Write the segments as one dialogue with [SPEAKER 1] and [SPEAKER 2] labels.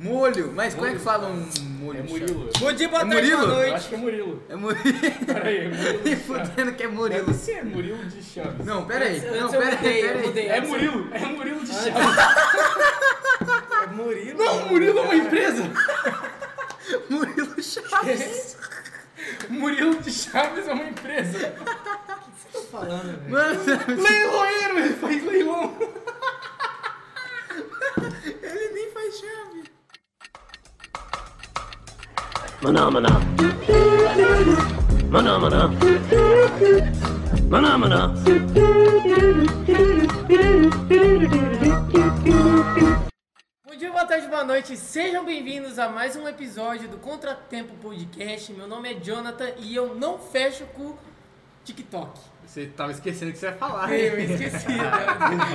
[SPEAKER 1] Molho, mas como é que fala um molho?
[SPEAKER 2] É
[SPEAKER 1] de
[SPEAKER 2] Murilo.
[SPEAKER 3] Bom dia, boa
[SPEAKER 1] É
[SPEAKER 3] tarde, boa
[SPEAKER 1] Murilo?
[SPEAKER 2] Eu
[SPEAKER 3] noite.
[SPEAKER 2] acho que é Murilo.
[SPEAKER 1] chá? É Murilo.
[SPEAKER 2] Pera aí, é Murilo.
[SPEAKER 1] Me fudendo que é Murilo.
[SPEAKER 2] Deve ser Murilo de Chaves.
[SPEAKER 1] Não, pera aí.
[SPEAKER 3] Antes- antes
[SPEAKER 1] Não,
[SPEAKER 3] eu
[SPEAKER 1] pera aí,
[SPEAKER 3] mudei, eu
[SPEAKER 1] pera aí.
[SPEAKER 3] mudei.
[SPEAKER 2] É Murilo, é Murilo de Chaves.
[SPEAKER 3] É Murilo?
[SPEAKER 2] Não, Murilo é uma empresa.
[SPEAKER 1] Murilo Chaves.
[SPEAKER 2] Murilo de Chaves é uma empresa.
[SPEAKER 3] tô falando, velho.
[SPEAKER 1] Mano,
[SPEAKER 2] Leiloeiro, ele faz leilão.
[SPEAKER 1] ele nem faz chave.
[SPEAKER 4] Maná, maná. Maná, maná. Maná, maná.
[SPEAKER 3] Bom dia, boa tarde, boa noite. Sejam bem-vindos a mais um episódio do Contratempo Podcast. Meu nome é Jonathan e eu não fecho com TikTok.
[SPEAKER 2] Você tava esquecendo que você ia falar.
[SPEAKER 3] Eu esqueci, né?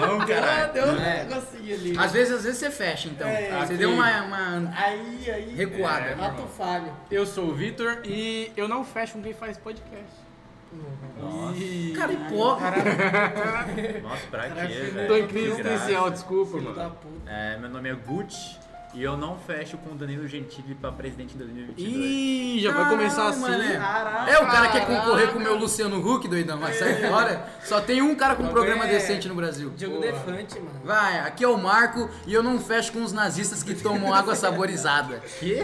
[SPEAKER 3] Não, cara. Deu um
[SPEAKER 1] É.
[SPEAKER 3] negocinho ali.
[SPEAKER 1] Às vezes, às vezes você fecha, então.
[SPEAKER 3] É,
[SPEAKER 1] você
[SPEAKER 2] aqui.
[SPEAKER 1] deu uma, uma
[SPEAKER 3] Aí, aí.
[SPEAKER 1] recuada.
[SPEAKER 2] É,
[SPEAKER 3] Ato falho.
[SPEAKER 2] Eu sou o Vitor e eu não fecho com quem faz podcast. E-
[SPEAKER 1] Cara, hipócrita.
[SPEAKER 5] Nossa, pra
[SPEAKER 3] Cara,
[SPEAKER 5] quê,
[SPEAKER 3] filho,
[SPEAKER 5] velho?
[SPEAKER 2] Tô em crise
[SPEAKER 5] Que graça.
[SPEAKER 2] existencial, desculpa,
[SPEAKER 3] Filho da
[SPEAKER 2] mano.
[SPEAKER 3] puta.
[SPEAKER 5] É, meu nome é Gucci e eu não fecho com o Danilo Gentili pra presidente em 2022.
[SPEAKER 2] Ih, já vai começar assim.
[SPEAKER 1] Caralho, mané.
[SPEAKER 3] Caraca.
[SPEAKER 1] É o cara que quer concorrer com o meu Luciano Huck, doidão. Vai sair fora. Só tem um cara com um programa
[SPEAKER 3] é-
[SPEAKER 1] decente no Brasil.
[SPEAKER 3] Diogo
[SPEAKER 2] Porra.
[SPEAKER 3] Defante, mano.
[SPEAKER 1] Vai, aqui é o Marco e eu não fecho com os nazistas que tomam água saborizada.
[SPEAKER 5] Quê?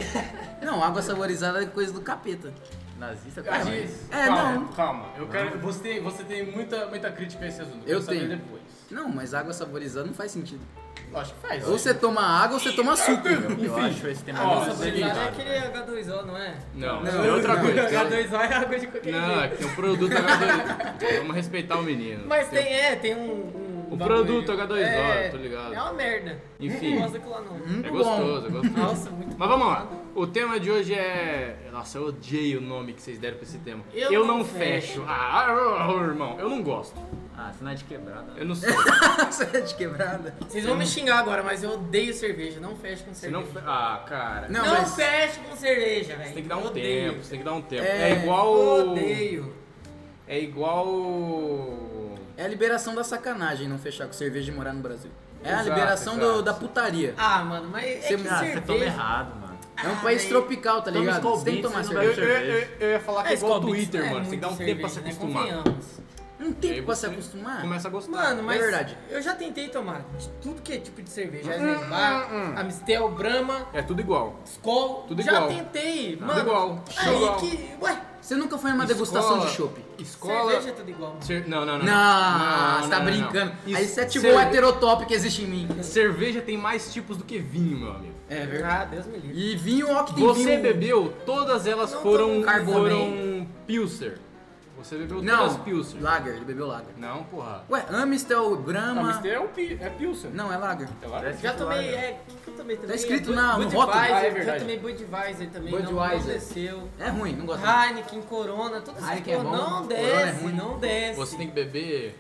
[SPEAKER 1] Não, água saborizada é coisa do capeta.
[SPEAKER 5] Nazista
[SPEAKER 2] A
[SPEAKER 5] tá
[SPEAKER 2] gente-
[SPEAKER 5] mais.
[SPEAKER 1] É,
[SPEAKER 2] Ah, calma,
[SPEAKER 1] não.
[SPEAKER 2] Calma, eu quero. Você tem, você tem muita, muita crítica a esse assunto.
[SPEAKER 1] Eu
[SPEAKER 2] quero saber
[SPEAKER 1] tenho.
[SPEAKER 2] depois.
[SPEAKER 1] Não, mas água saborizada não faz sentido.
[SPEAKER 2] Acho que faz. né?
[SPEAKER 1] Ou você toma água ou você toma suco. meu.
[SPEAKER 5] Eu acho esse tema
[SPEAKER 2] Ó,
[SPEAKER 5] muito
[SPEAKER 2] só pra
[SPEAKER 5] delicado.
[SPEAKER 3] Cara, é aquele H2O, não é?
[SPEAKER 2] Não,
[SPEAKER 1] Não,
[SPEAKER 2] isso é outra
[SPEAKER 1] não,
[SPEAKER 2] coisa.
[SPEAKER 3] H2O é água de qualquer
[SPEAKER 2] Não,
[SPEAKER 3] jeito.
[SPEAKER 2] é que o produto H2O. Vamos respeitar o menino.
[SPEAKER 3] Mas tem, é, tem um. um
[SPEAKER 2] O
[SPEAKER 3] bagulho.
[SPEAKER 2] produto H2O,
[SPEAKER 3] É,
[SPEAKER 2] tô ligado.
[SPEAKER 3] É uma merda.
[SPEAKER 2] Enfim.
[SPEAKER 3] Não gosto daquilo lá não.
[SPEAKER 2] É
[SPEAKER 1] Muito
[SPEAKER 2] gostoso, é gostoso.
[SPEAKER 3] Nossa, muito
[SPEAKER 2] Mas vamos lá. O tema de hoje é. Nossa, eu odiei o nome que vocês deram pra esse tema.
[SPEAKER 3] Eu não
[SPEAKER 2] não fecho. Ah, ah, ah, irmão, eu não gosto.
[SPEAKER 5] Ah, sinal de quebrada.
[SPEAKER 2] Eu não sei.
[SPEAKER 1] Você é de quebrada.
[SPEAKER 3] Vocês vão me xingar agora, mas eu odeio cerveja. Não fecho com
[SPEAKER 2] Você
[SPEAKER 3] cerveja.
[SPEAKER 2] não fe... Ah, cara.
[SPEAKER 1] Não,
[SPEAKER 3] Não,
[SPEAKER 1] mas-
[SPEAKER 3] fecho com cerveja, velho.
[SPEAKER 2] Você tem que dar um
[SPEAKER 3] Odeio.
[SPEAKER 2] tempo, você tem que dar um tempo.
[SPEAKER 1] É,
[SPEAKER 2] É, igual.
[SPEAKER 3] Odeio.
[SPEAKER 2] É igual.
[SPEAKER 1] É a liberação da sacanagem não fechar com cerveja e morar no Brasil. É a
[SPEAKER 2] Exato,
[SPEAKER 1] liberação do-
[SPEAKER 2] exato.
[SPEAKER 1] da putaria.
[SPEAKER 3] Ah, mano, mas
[SPEAKER 1] Você-
[SPEAKER 3] é que
[SPEAKER 5] Ah, você toma
[SPEAKER 3] cerveja...
[SPEAKER 5] errado, mano.
[SPEAKER 1] É um país
[SPEAKER 3] Ah,
[SPEAKER 1] tropical, tá
[SPEAKER 5] Toma
[SPEAKER 1] ligado?
[SPEAKER 5] Skol
[SPEAKER 1] Você tem que
[SPEAKER 5] Beats,
[SPEAKER 1] tomar
[SPEAKER 5] você não
[SPEAKER 2] Eu,
[SPEAKER 1] cerveja.
[SPEAKER 2] eu, eu- eu ia falar que é igual o
[SPEAKER 3] Skol Beats
[SPEAKER 2] Twitter,
[SPEAKER 3] não é
[SPEAKER 2] mano. Você tem que dar um
[SPEAKER 3] muito
[SPEAKER 2] tempo pra se
[SPEAKER 3] cerveja,
[SPEAKER 2] acostumar.
[SPEAKER 3] Né? Convenhamos.
[SPEAKER 1] Não
[SPEAKER 2] E aí
[SPEAKER 1] tem pra se
[SPEAKER 2] você
[SPEAKER 1] acostumar.
[SPEAKER 2] Começa a gostar.
[SPEAKER 3] Mano, mas
[SPEAKER 1] verdade.
[SPEAKER 3] eu já tentei tomar de tudo que é tipo de cerveja. Eisenbach, Amstel, Brahma,
[SPEAKER 2] É tudo igual.
[SPEAKER 3] Skol.
[SPEAKER 2] Tudo
[SPEAKER 3] já
[SPEAKER 2] igual.
[SPEAKER 3] tentei, mano.
[SPEAKER 2] igual.
[SPEAKER 3] Aí
[SPEAKER 2] Igual.
[SPEAKER 3] que... Ué,
[SPEAKER 1] Você nunca foi numa degustação de chopp?
[SPEAKER 2] Escola.
[SPEAKER 3] cerveja é tudo igual.
[SPEAKER 2] Cer- Não, não, não.
[SPEAKER 1] Não, você tá
[SPEAKER 2] não, não.
[SPEAKER 1] brincando.
[SPEAKER 2] Isso- é
[SPEAKER 1] Aí você ativou o
[SPEAKER 2] cerve-
[SPEAKER 1] heterotópico que existe em mim.
[SPEAKER 2] Cerveja tem mais tipos do que vinho, meu amigo.
[SPEAKER 1] É
[SPEAKER 3] Ah, Deus me livre.
[SPEAKER 1] E vinho, ó que tem
[SPEAKER 2] Você
[SPEAKER 1] vinho.
[SPEAKER 2] bebeu, todas elas
[SPEAKER 3] Não
[SPEAKER 2] foram,
[SPEAKER 3] tomo
[SPEAKER 1] Chardonnay.
[SPEAKER 2] foram Pilser. Você bebeu todas
[SPEAKER 1] Não,
[SPEAKER 2] Pilser.
[SPEAKER 1] lager, ele bebeu lager.
[SPEAKER 2] Não, porra.
[SPEAKER 1] Ué, Amstel, Brahma...
[SPEAKER 2] é, o pi... é Pilser.
[SPEAKER 1] Não, é lager.
[SPEAKER 2] É lá?
[SPEAKER 5] Parece
[SPEAKER 3] Já
[SPEAKER 5] que
[SPEAKER 3] tomei,
[SPEAKER 5] larga.
[SPEAKER 3] é, o que, que eu tomei também?
[SPEAKER 1] Tá escrito
[SPEAKER 3] É,
[SPEAKER 1] na- no
[SPEAKER 3] Bud-
[SPEAKER 1] rótulo.
[SPEAKER 2] Ah, é
[SPEAKER 3] Budweiser, já
[SPEAKER 2] verdade.
[SPEAKER 3] tomei Budweiser também, não
[SPEAKER 1] Budweiser.
[SPEAKER 3] aconteceu.
[SPEAKER 1] É ruim, não gosto.
[SPEAKER 3] Ah, Heineken, Corona, todas essas
[SPEAKER 1] Heineken é
[SPEAKER 3] porra,
[SPEAKER 1] bom,
[SPEAKER 3] não
[SPEAKER 1] Corona
[SPEAKER 3] desce,
[SPEAKER 1] é ruim.
[SPEAKER 3] não desce.
[SPEAKER 2] Você tem que beber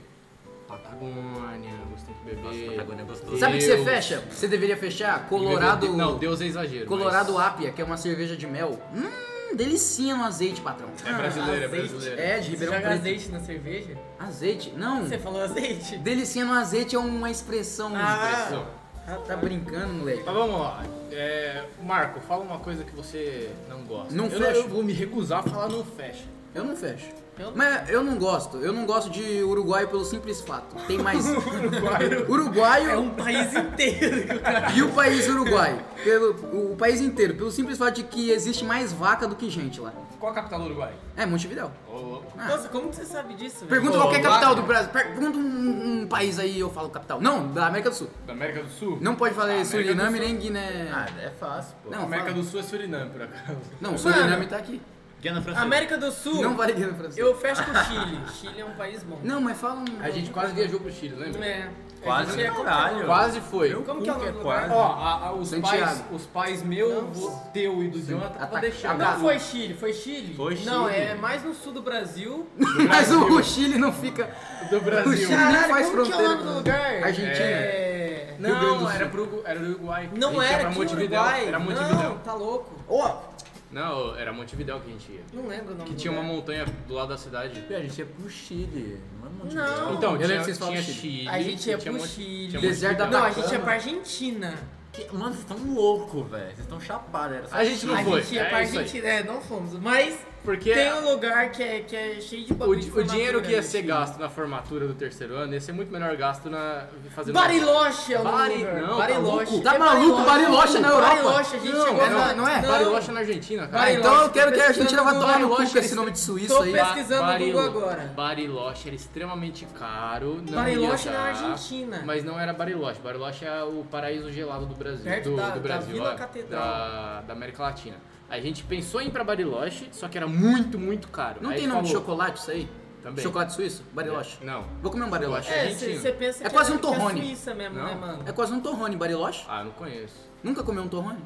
[SPEAKER 2] Patagônia, você tem que beber...
[SPEAKER 5] Nossa, Patagônia é gostoso.
[SPEAKER 1] Sabe o que você
[SPEAKER 2] Deus.
[SPEAKER 1] fecha? Você deveria fechar
[SPEAKER 2] Beber-
[SPEAKER 1] Colorado...
[SPEAKER 2] Não, Deus é exagero.
[SPEAKER 1] Colorado
[SPEAKER 2] mas...
[SPEAKER 1] Ápia, que é uma cerveja de mel. Hum, delicinha no azeite, patrão.
[SPEAKER 2] É brasileiro, é
[SPEAKER 3] Azeite.
[SPEAKER 2] brasileiro.
[SPEAKER 1] É, de
[SPEAKER 3] Você
[SPEAKER 1] Ribeirão
[SPEAKER 3] joga
[SPEAKER 1] Preto. Hum.
[SPEAKER 3] azeite na cerveja?
[SPEAKER 1] Azeite? Não.
[SPEAKER 3] Você falou azeite?
[SPEAKER 1] Delicinha no azeite é uma expressão.
[SPEAKER 3] Ah.
[SPEAKER 2] Pressão.
[SPEAKER 1] Tá brincando, moleque.
[SPEAKER 2] Mas vamos lá. É, Marco, fala uma coisa que você não gosta.
[SPEAKER 1] Não
[SPEAKER 2] eu,
[SPEAKER 1] fecha.
[SPEAKER 2] eu vou me recusar a falar não fecha.
[SPEAKER 1] Eu não fecho.
[SPEAKER 3] Eu não-
[SPEAKER 1] Mas eu não gosto. Eu não gosto de uruguaio pelo simples fato. Tem mais. uruguaio. uruguaio
[SPEAKER 3] É um país inteiro que o cara...
[SPEAKER 1] e o país uruguaio. Pelo, o país inteiro, pelo simples fato de que existe mais vaca do que gente lá.
[SPEAKER 2] Qual a capital do Uruguai?
[SPEAKER 1] É, Montevidéu.
[SPEAKER 3] Nossa, como que você sabe disso, velho?
[SPEAKER 1] Ah. Pergunta
[SPEAKER 2] Pô,
[SPEAKER 1] qualquer
[SPEAKER 2] vaca.
[SPEAKER 1] capital do Brasil. Pergunta um, um país aí eu falo capital. Não, da América do Sul.
[SPEAKER 2] Da América do Sul?
[SPEAKER 1] Não pode falar
[SPEAKER 2] América
[SPEAKER 1] Suriname
[SPEAKER 2] do
[SPEAKER 1] nem Guiné.
[SPEAKER 5] Ah, é fácil, pô.
[SPEAKER 1] não,
[SPEAKER 2] América
[SPEAKER 1] fala.
[SPEAKER 2] do Sul é Suriname, por acaso.
[SPEAKER 1] Não, Suriname
[SPEAKER 3] Mano.
[SPEAKER 1] tá aqui.
[SPEAKER 5] Guiana Francesa.
[SPEAKER 3] América do Sul,
[SPEAKER 1] Não vale Guiana Francesa.
[SPEAKER 3] eu fecho com o Chile. Chile é um país bom.
[SPEAKER 1] Não, mas fala um.
[SPEAKER 2] A gente quase viajou pro Chile, lembra?
[SPEAKER 3] É.
[SPEAKER 5] Quase,
[SPEAKER 3] é
[SPEAKER 1] né?
[SPEAKER 5] caralho.
[SPEAKER 2] Quase foi.
[SPEAKER 3] Como que é o nome do
[SPEAKER 5] quase.
[SPEAKER 3] lugar?
[SPEAKER 2] Ó, a- a- os,
[SPEAKER 1] Santiago.
[SPEAKER 2] pais, os pais meu, vo- teu e do Jonathan,
[SPEAKER 1] Ataca-
[SPEAKER 2] tava deixando.
[SPEAKER 3] Não foi Chile, foi Chile?
[SPEAKER 5] Foi
[SPEAKER 3] Não,
[SPEAKER 5] Chile.
[SPEAKER 3] é mais no sul do Brasil.
[SPEAKER 1] Mas o Chile não fica.
[SPEAKER 2] do
[SPEAKER 1] O Chile
[SPEAKER 2] Brasil.
[SPEAKER 1] nem
[SPEAKER 3] Caralho,
[SPEAKER 1] faz
[SPEAKER 3] como que é o
[SPEAKER 1] fronteira.
[SPEAKER 3] nome
[SPEAKER 1] com-
[SPEAKER 3] do lugar?
[SPEAKER 1] Argentina.
[SPEAKER 3] É...
[SPEAKER 1] Rio Grande do
[SPEAKER 2] Não,
[SPEAKER 1] Sul.
[SPEAKER 2] era pro Urugu- era do Uruguai.
[SPEAKER 3] Não
[SPEAKER 2] A gente ia
[SPEAKER 3] era
[SPEAKER 2] pra
[SPEAKER 3] aqui no
[SPEAKER 2] Montevidéu.
[SPEAKER 3] Uruguai.
[SPEAKER 2] Era
[SPEAKER 3] não,
[SPEAKER 2] Montevidéu.
[SPEAKER 3] tá louco.
[SPEAKER 2] Não, era Montevidéu que a gente ia.
[SPEAKER 3] Não lembro o nome
[SPEAKER 2] Que
[SPEAKER 3] do
[SPEAKER 2] tinha uma
[SPEAKER 3] lugar.
[SPEAKER 2] montanha do lado da cidade.
[SPEAKER 5] A gente ia pro Chile. Não é
[SPEAKER 3] Não.
[SPEAKER 5] Montevideo.
[SPEAKER 2] Então,
[SPEAKER 1] Eu lembro
[SPEAKER 2] tinha,
[SPEAKER 1] que vocês falam
[SPEAKER 2] tinha
[SPEAKER 1] Chile.
[SPEAKER 2] Chile.
[SPEAKER 3] A gente ia
[SPEAKER 2] tinha um
[SPEAKER 3] pro
[SPEAKER 2] Monte-
[SPEAKER 3] Chile.
[SPEAKER 2] tinha
[SPEAKER 1] Deserto da
[SPEAKER 2] Montevidéu.
[SPEAKER 3] Não, a gente
[SPEAKER 1] Atacama.
[SPEAKER 3] ia pra Argentina.
[SPEAKER 5] Que- mano, vocês estão loucos, velho. Vocês estão chapados. era só
[SPEAKER 2] A gente não
[SPEAKER 3] a
[SPEAKER 5] xixi.
[SPEAKER 2] foi.
[SPEAKER 3] gente ia
[SPEAKER 2] é
[SPEAKER 3] pra
[SPEAKER 2] isso aí.
[SPEAKER 3] Argentina, é, não fomos. Mas
[SPEAKER 2] Porque
[SPEAKER 3] tem
[SPEAKER 2] a-
[SPEAKER 3] um lugar que é, que é cheio de
[SPEAKER 2] o,
[SPEAKER 3] bagulho. de
[SPEAKER 2] di- o dinheiro
[SPEAKER 3] formatura,
[SPEAKER 2] que ia
[SPEAKER 3] né,
[SPEAKER 2] ser
[SPEAKER 3] filho?
[SPEAKER 2] gasto na formatura do terceiro ano ia ser muito melhor gasto na fazendo.
[SPEAKER 3] Bariloche é o
[SPEAKER 2] né? Bari-
[SPEAKER 3] lugar.
[SPEAKER 2] não, tá
[SPEAKER 3] Bariloche.
[SPEAKER 2] louco?
[SPEAKER 1] Tá
[SPEAKER 3] É
[SPEAKER 1] maluco? Bariloche na Europa?
[SPEAKER 3] Bariloche, a gente
[SPEAKER 2] Não,
[SPEAKER 3] chegou
[SPEAKER 2] é
[SPEAKER 3] na-
[SPEAKER 1] não- não é?
[SPEAKER 2] Bariloche é na Argentina, cara.
[SPEAKER 1] Ah, então eu quero que a Argentina vá
[SPEAKER 3] Bariloche,
[SPEAKER 1] tomar no cu
[SPEAKER 2] Bariloche,
[SPEAKER 1] com esse nome de suíço
[SPEAKER 3] tô
[SPEAKER 1] aí.
[SPEAKER 3] pensando- pesquisando no Google
[SPEAKER 2] Barilo-
[SPEAKER 3] agora.
[SPEAKER 2] Bariloche era extremamente caro. Não
[SPEAKER 3] Bariloche
[SPEAKER 2] ia
[SPEAKER 3] na
[SPEAKER 2] dar,
[SPEAKER 3] Argentina.
[SPEAKER 2] tá? Mas não era Bariloche. Bariloche é o paraíso gelado do Brasil.
[SPEAKER 3] Perto
[SPEAKER 2] do,
[SPEAKER 3] da-
[SPEAKER 2] do
[SPEAKER 3] da
[SPEAKER 2] Brasil,
[SPEAKER 3] Vila
[SPEAKER 2] ó,
[SPEAKER 3] Catedral.
[SPEAKER 2] da- da América Latina. A gente pensou em ir pra Bariloche, só que era muito, muito caro.
[SPEAKER 1] Não
[SPEAKER 2] Aí
[SPEAKER 1] tem nome de
[SPEAKER 2] falou-
[SPEAKER 1] chocolate isso aí?
[SPEAKER 2] Também.
[SPEAKER 1] Chocolate suíço? Bariloche.
[SPEAKER 2] Não.
[SPEAKER 1] Vou comer um bariloche.
[SPEAKER 3] É,
[SPEAKER 2] Argentina.
[SPEAKER 3] você pensa
[SPEAKER 1] É
[SPEAKER 3] que
[SPEAKER 1] quase um
[SPEAKER 3] que é
[SPEAKER 1] torrone.
[SPEAKER 3] Suíça mesmo,
[SPEAKER 2] Não.
[SPEAKER 3] né, mano?
[SPEAKER 1] É quase um torrone bariloche.
[SPEAKER 2] Ah, não conheço.
[SPEAKER 1] Nunca comeu um torrone?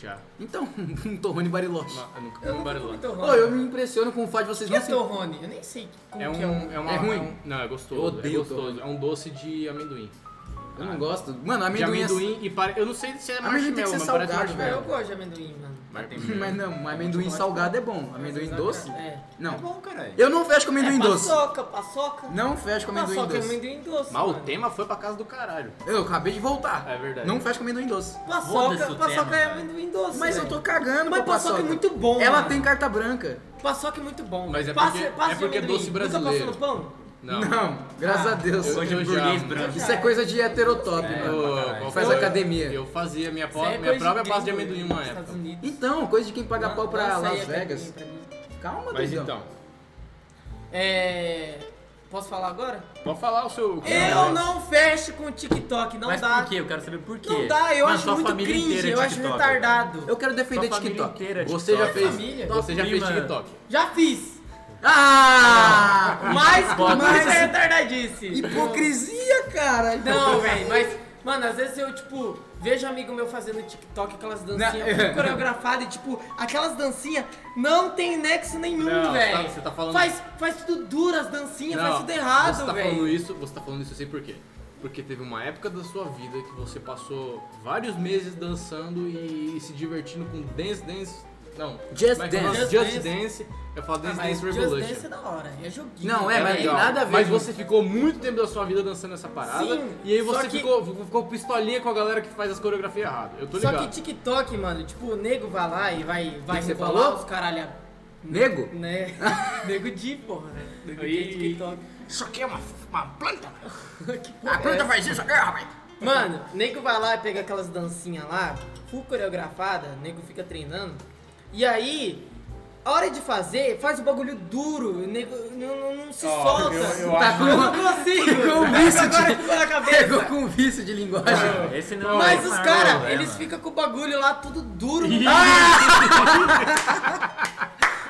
[SPEAKER 2] Já.
[SPEAKER 1] Então, um torrone bariloche.
[SPEAKER 2] Não, eu nunca comi
[SPEAKER 3] Eu
[SPEAKER 2] um
[SPEAKER 3] nunca
[SPEAKER 2] Bariloche.
[SPEAKER 3] comi torrone.
[SPEAKER 1] Ô, eu me impressiono com o fato de vocês
[SPEAKER 3] O que é
[SPEAKER 1] não se...
[SPEAKER 3] torrone? Eu nem sei como
[SPEAKER 2] É
[SPEAKER 3] que é
[SPEAKER 2] um,
[SPEAKER 3] um...
[SPEAKER 2] é, uma,
[SPEAKER 1] É ruim?
[SPEAKER 2] um- não, é gostoso.
[SPEAKER 1] Eu odeio
[SPEAKER 2] é gostoso. É um doce de amendoim.
[SPEAKER 1] Eu não gosto. Mano, amendoim,
[SPEAKER 2] de
[SPEAKER 1] é-
[SPEAKER 2] amendoim e pare... Eu não sei se é
[SPEAKER 1] Amendoim tem que ser
[SPEAKER 2] marshmallow, mas parece
[SPEAKER 1] salgado,
[SPEAKER 3] Ah, eu
[SPEAKER 2] marshmallow.
[SPEAKER 3] gosto de amendoim, mano.
[SPEAKER 2] Mar-
[SPEAKER 1] Mas não, amendoim salgado é bom. Amendoim doce?
[SPEAKER 3] É.
[SPEAKER 5] Tá
[SPEAKER 1] Não.
[SPEAKER 5] bom, caralho.
[SPEAKER 1] Eu não fecho com amendoim
[SPEAKER 3] é
[SPEAKER 1] doce.
[SPEAKER 3] paçoca, paçoca.
[SPEAKER 1] Não fecho com amendoim
[SPEAKER 3] paçoca é
[SPEAKER 1] doce.
[SPEAKER 3] amendoim doce,
[SPEAKER 2] Mas o
[SPEAKER 3] mano.
[SPEAKER 2] tema foi pra casa do caralho.
[SPEAKER 1] Eu acabei de voltar.
[SPEAKER 2] É verdade.
[SPEAKER 1] Não fecho com amendoim doce.
[SPEAKER 5] Foda-se
[SPEAKER 3] Paçoca,
[SPEAKER 5] o
[SPEAKER 3] paçoca
[SPEAKER 5] tema,
[SPEAKER 3] é
[SPEAKER 5] cara.
[SPEAKER 3] amendoim doce,
[SPEAKER 1] Mas eu
[SPEAKER 3] velho.
[SPEAKER 1] tô cagando
[SPEAKER 3] Mas
[SPEAKER 1] pra
[SPEAKER 3] paçoca é muito bom,
[SPEAKER 1] Ela
[SPEAKER 3] mano.
[SPEAKER 1] tem carta branca.
[SPEAKER 3] Paçoca é muito bom.
[SPEAKER 2] Mas é
[SPEAKER 3] Passa-
[SPEAKER 2] porque-
[SPEAKER 3] passa
[SPEAKER 2] é porque é
[SPEAKER 3] de amendoim.
[SPEAKER 2] doce
[SPEAKER 3] Nunca
[SPEAKER 2] brasileiro.
[SPEAKER 3] passou no pão?
[SPEAKER 2] Não.
[SPEAKER 1] Não, graças
[SPEAKER 3] Ah.
[SPEAKER 1] a Deus.
[SPEAKER 2] Eu-
[SPEAKER 5] Hoje é
[SPEAKER 2] eu
[SPEAKER 5] um
[SPEAKER 2] já-
[SPEAKER 5] burguês branco.
[SPEAKER 1] Isso é coisa de heterotop,
[SPEAKER 5] É,
[SPEAKER 1] mano.
[SPEAKER 5] pra caralho.
[SPEAKER 2] qual
[SPEAKER 1] Faz
[SPEAKER 2] foi?
[SPEAKER 1] academia.
[SPEAKER 2] Eu fazia minha,
[SPEAKER 3] Isso aí
[SPEAKER 2] pró-
[SPEAKER 3] é
[SPEAKER 2] minha
[SPEAKER 3] coisa
[SPEAKER 2] própria pasta de
[SPEAKER 3] gringo,
[SPEAKER 2] amendoim uma época.
[SPEAKER 3] Estados Unidos.
[SPEAKER 1] Então, coisa de quem paga pau pra
[SPEAKER 3] Nossa, aí
[SPEAKER 1] Las
[SPEAKER 3] é
[SPEAKER 1] Vegas.
[SPEAKER 3] pra mim, pra mim.
[SPEAKER 1] Calma,
[SPEAKER 2] Mas
[SPEAKER 1] doidão.
[SPEAKER 2] então,
[SPEAKER 3] É. Posso falar agora?
[SPEAKER 2] pode falar o seu...
[SPEAKER 3] Eu não fecho com o TikTok, não
[SPEAKER 5] Mas
[SPEAKER 3] Então dá.
[SPEAKER 5] por quê? Eu quero saber por quê.
[SPEAKER 3] Não dá, eu
[SPEAKER 5] Mano,
[SPEAKER 3] acho
[SPEAKER 5] sua
[SPEAKER 3] muito
[SPEAKER 5] família
[SPEAKER 3] cringe,
[SPEAKER 5] inteira é
[SPEAKER 3] eu acho
[SPEAKER 5] TikToker, velho.
[SPEAKER 3] retardado.
[SPEAKER 1] Eu quero defender
[SPEAKER 5] Sua família
[SPEAKER 1] TikTok.
[SPEAKER 5] inteira é
[SPEAKER 2] Você já
[SPEAKER 5] TikToker.
[SPEAKER 2] fez...
[SPEAKER 3] família.
[SPEAKER 2] Você já fez
[SPEAKER 5] Prima.
[SPEAKER 2] TikTok.
[SPEAKER 3] Já fiz!
[SPEAKER 1] Ah!
[SPEAKER 3] Mas,
[SPEAKER 5] Bota
[SPEAKER 3] mas
[SPEAKER 5] isso.
[SPEAKER 3] é retardadice.
[SPEAKER 1] Hipocrisia, cara!
[SPEAKER 3] Não, velho, mas. Mano, às vezes eu, tipo, vejo amigo meu fazendo TikTok, aquelas dancinhas
[SPEAKER 1] Não.
[SPEAKER 3] tudo coreografadas e, tipo, aquelas dancinhas não tem nexo nenhum,
[SPEAKER 2] Não,
[SPEAKER 3] velho.
[SPEAKER 2] tá- você tá falando-
[SPEAKER 3] Faz, faz tudo duro as dancinhas,
[SPEAKER 2] Não,
[SPEAKER 3] faz tudo errado,
[SPEAKER 2] Você tá
[SPEAKER 3] velho.
[SPEAKER 2] falando isso, você tá falando isso, eu sei por quê. Porque teve uma época da sua vida que você passou vários meses dançando e, se divertindo com Dance Dance. Não,
[SPEAKER 1] Just
[SPEAKER 2] como é que fala?
[SPEAKER 1] Dance.
[SPEAKER 2] Just,
[SPEAKER 3] Just
[SPEAKER 2] Dance. Eu falo
[SPEAKER 3] Ah,
[SPEAKER 2] Dance
[SPEAKER 3] mas
[SPEAKER 2] Dance
[SPEAKER 3] Just
[SPEAKER 2] Revolution.
[SPEAKER 3] Dance é da hora, é joguinho.
[SPEAKER 1] Não, é, mas
[SPEAKER 3] velho.
[SPEAKER 1] tem nada a ver
[SPEAKER 2] Mas
[SPEAKER 1] com-
[SPEAKER 2] você ficou muito tempo da sua vida dançando essa parada.
[SPEAKER 3] Sim,
[SPEAKER 2] e aí
[SPEAKER 3] só
[SPEAKER 2] você
[SPEAKER 3] que-
[SPEAKER 2] ficou, ficou pistolinha com a galera que faz as coreografias erradas. Eu tô
[SPEAKER 3] Só
[SPEAKER 2] ligado.
[SPEAKER 3] que TikTok, mano, tipo, o nego vai lá e vai, vai
[SPEAKER 1] que você
[SPEAKER 3] rebolar
[SPEAKER 1] falou?
[SPEAKER 3] os caralho.
[SPEAKER 1] Nego?
[SPEAKER 3] Né? nego de porra, né? Nego de
[SPEAKER 2] Aí-
[SPEAKER 3] TikTok.
[SPEAKER 2] Isso aqui é uma, uma planta.
[SPEAKER 3] que porra é essa?
[SPEAKER 1] faz isso aqui, rapaz!
[SPEAKER 3] Mano, nego vai lá e pega aquelas dancinhas lá, full coreografada, nego fica treinando. E aí, a hora de fazer, faz o bagulho duro, o nego não, não- não se solta.
[SPEAKER 2] eu- eu
[SPEAKER 3] tá
[SPEAKER 2] acho-
[SPEAKER 3] com... eu não consigo.
[SPEAKER 1] Pegou um vício
[SPEAKER 3] Agora
[SPEAKER 1] de-
[SPEAKER 3] ficou na cabeça.
[SPEAKER 1] Pegou com vício de linguagem.
[SPEAKER 5] Esse não é
[SPEAKER 3] Mas
[SPEAKER 5] o
[SPEAKER 3] os
[SPEAKER 5] maior
[SPEAKER 3] caras,
[SPEAKER 5] problema.
[SPEAKER 3] eles ficam com o bagulho lá tudo duro.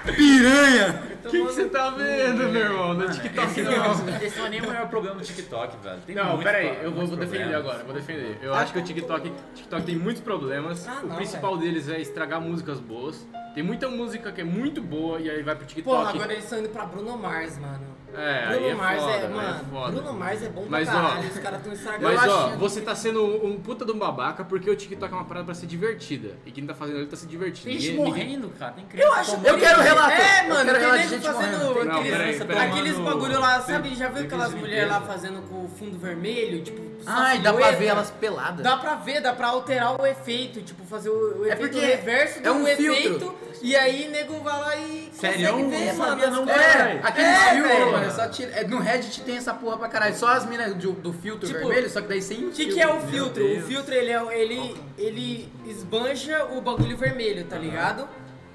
[SPEAKER 1] Piranha!
[SPEAKER 2] O que, que você tá vendo, meu irmão? No TikTok
[SPEAKER 5] Esse
[SPEAKER 2] não.
[SPEAKER 5] não, esse não é nem o maior problema do TikTok, velho. Tem
[SPEAKER 2] Não,
[SPEAKER 5] muitos
[SPEAKER 2] peraí,
[SPEAKER 5] pro-
[SPEAKER 2] eu vou,
[SPEAKER 5] muitos
[SPEAKER 2] vou defender
[SPEAKER 5] problemas.
[SPEAKER 2] agora, vou defender. Eu acho que o TikTok, TikTok tem muitos problemas.
[SPEAKER 3] Ah,
[SPEAKER 2] o
[SPEAKER 3] não,
[SPEAKER 2] principal deles é estragar músicas boas. Tem muita música que é muito boa e aí vai pro TikTok.
[SPEAKER 3] Porra, agora eles estão indo pra Bruno Mars, mano.
[SPEAKER 2] É,
[SPEAKER 3] Bruno
[SPEAKER 2] aí é
[SPEAKER 3] Mars
[SPEAKER 2] foda,
[SPEAKER 3] é,
[SPEAKER 2] aí é
[SPEAKER 3] mano.
[SPEAKER 2] foda.
[SPEAKER 3] Bruno Mars é bom pra
[SPEAKER 2] Mas, ó,
[SPEAKER 3] caralho, os caras tão estragando.
[SPEAKER 2] Mas
[SPEAKER 3] Eu
[SPEAKER 2] ó,
[SPEAKER 3] acho- é
[SPEAKER 2] você tá sendo um, um puta de um babaca porque o TikTok é uma parada pra ser divertida. E quem tá fazendo ele tá se divertindo.
[SPEAKER 5] Tem gente
[SPEAKER 2] Ninguém- ninguém-
[SPEAKER 5] morrendo, cara. Tem incrível.
[SPEAKER 3] Eu acho
[SPEAKER 1] Eu quero relato.
[SPEAKER 3] É,
[SPEAKER 1] Eu
[SPEAKER 3] mano,
[SPEAKER 1] quero relato
[SPEAKER 3] tem
[SPEAKER 1] de
[SPEAKER 3] nego
[SPEAKER 1] gente
[SPEAKER 3] fazendo
[SPEAKER 1] morrendo.
[SPEAKER 3] aqueles,
[SPEAKER 2] Não, peraí, peraí.
[SPEAKER 3] aqueles
[SPEAKER 2] Mano,
[SPEAKER 3] bagulho lá,
[SPEAKER 2] tem-
[SPEAKER 3] sabe? Já viu
[SPEAKER 2] tem
[SPEAKER 3] aquelas
[SPEAKER 2] que ser
[SPEAKER 3] mulheres lá
[SPEAKER 2] limpeza.
[SPEAKER 3] fazendo com o fundo vermelho? Tipo, só
[SPEAKER 1] Ai, dá pra
[SPEAKER 3] silhueta?
[SPEAKER 1] ver elas peladas.
[SPEAKER 3] Dá pra ver, dá pra alterar o efeito, tipo, fazer o, o
[SPEAKER 1] É
[SPEAKER 3] efeito
[SPEAKER 1] porque
[SPEAKER 3] reverso
[SPEAKER 1] é
[SPEAKER 3] do
[SPEAKER 1] um filtro.
[SPEAKER 3] efeito. E aí, nego vai lá e
[SPEAKER 2] é
[SPEAKER 5] Sério?
[SPEAKER 3] consegue
[SPEAKER 2] um
[SPEAKER 5] Eu
[SPEAKER 3] ver,
[SPEAKER 5] não
[SPEAKER 3] mano.
[SPEAKER 5] sabia
[SPEAKER 3] as
[SPEAKER 5] não,
[SPEAKER 3] coisas.
[SPEAKER 1] É,
[SPEAKER 5] Caralho.
[SPEAKER 1] aquele
[SPEAKER 3] É,
[SPEAKER 1] filtro,
[SPEAKER 3] velho.
[SPEAKER 1] mano, é só tira- é, no Reddit tem essa porra pra caralho. Só as minas do, do filtro
[SPEAKER 3] Tipo,
[SPEAKER 1] vermelho, só que daí sem
[SPEAKER 3] O que, que é o
[SPEAKER 1] filtro.
[SPEAKER 3] filtro? O filtro ele, é, o- ele, ele esbanja o bagulho vermelho, tá ligado?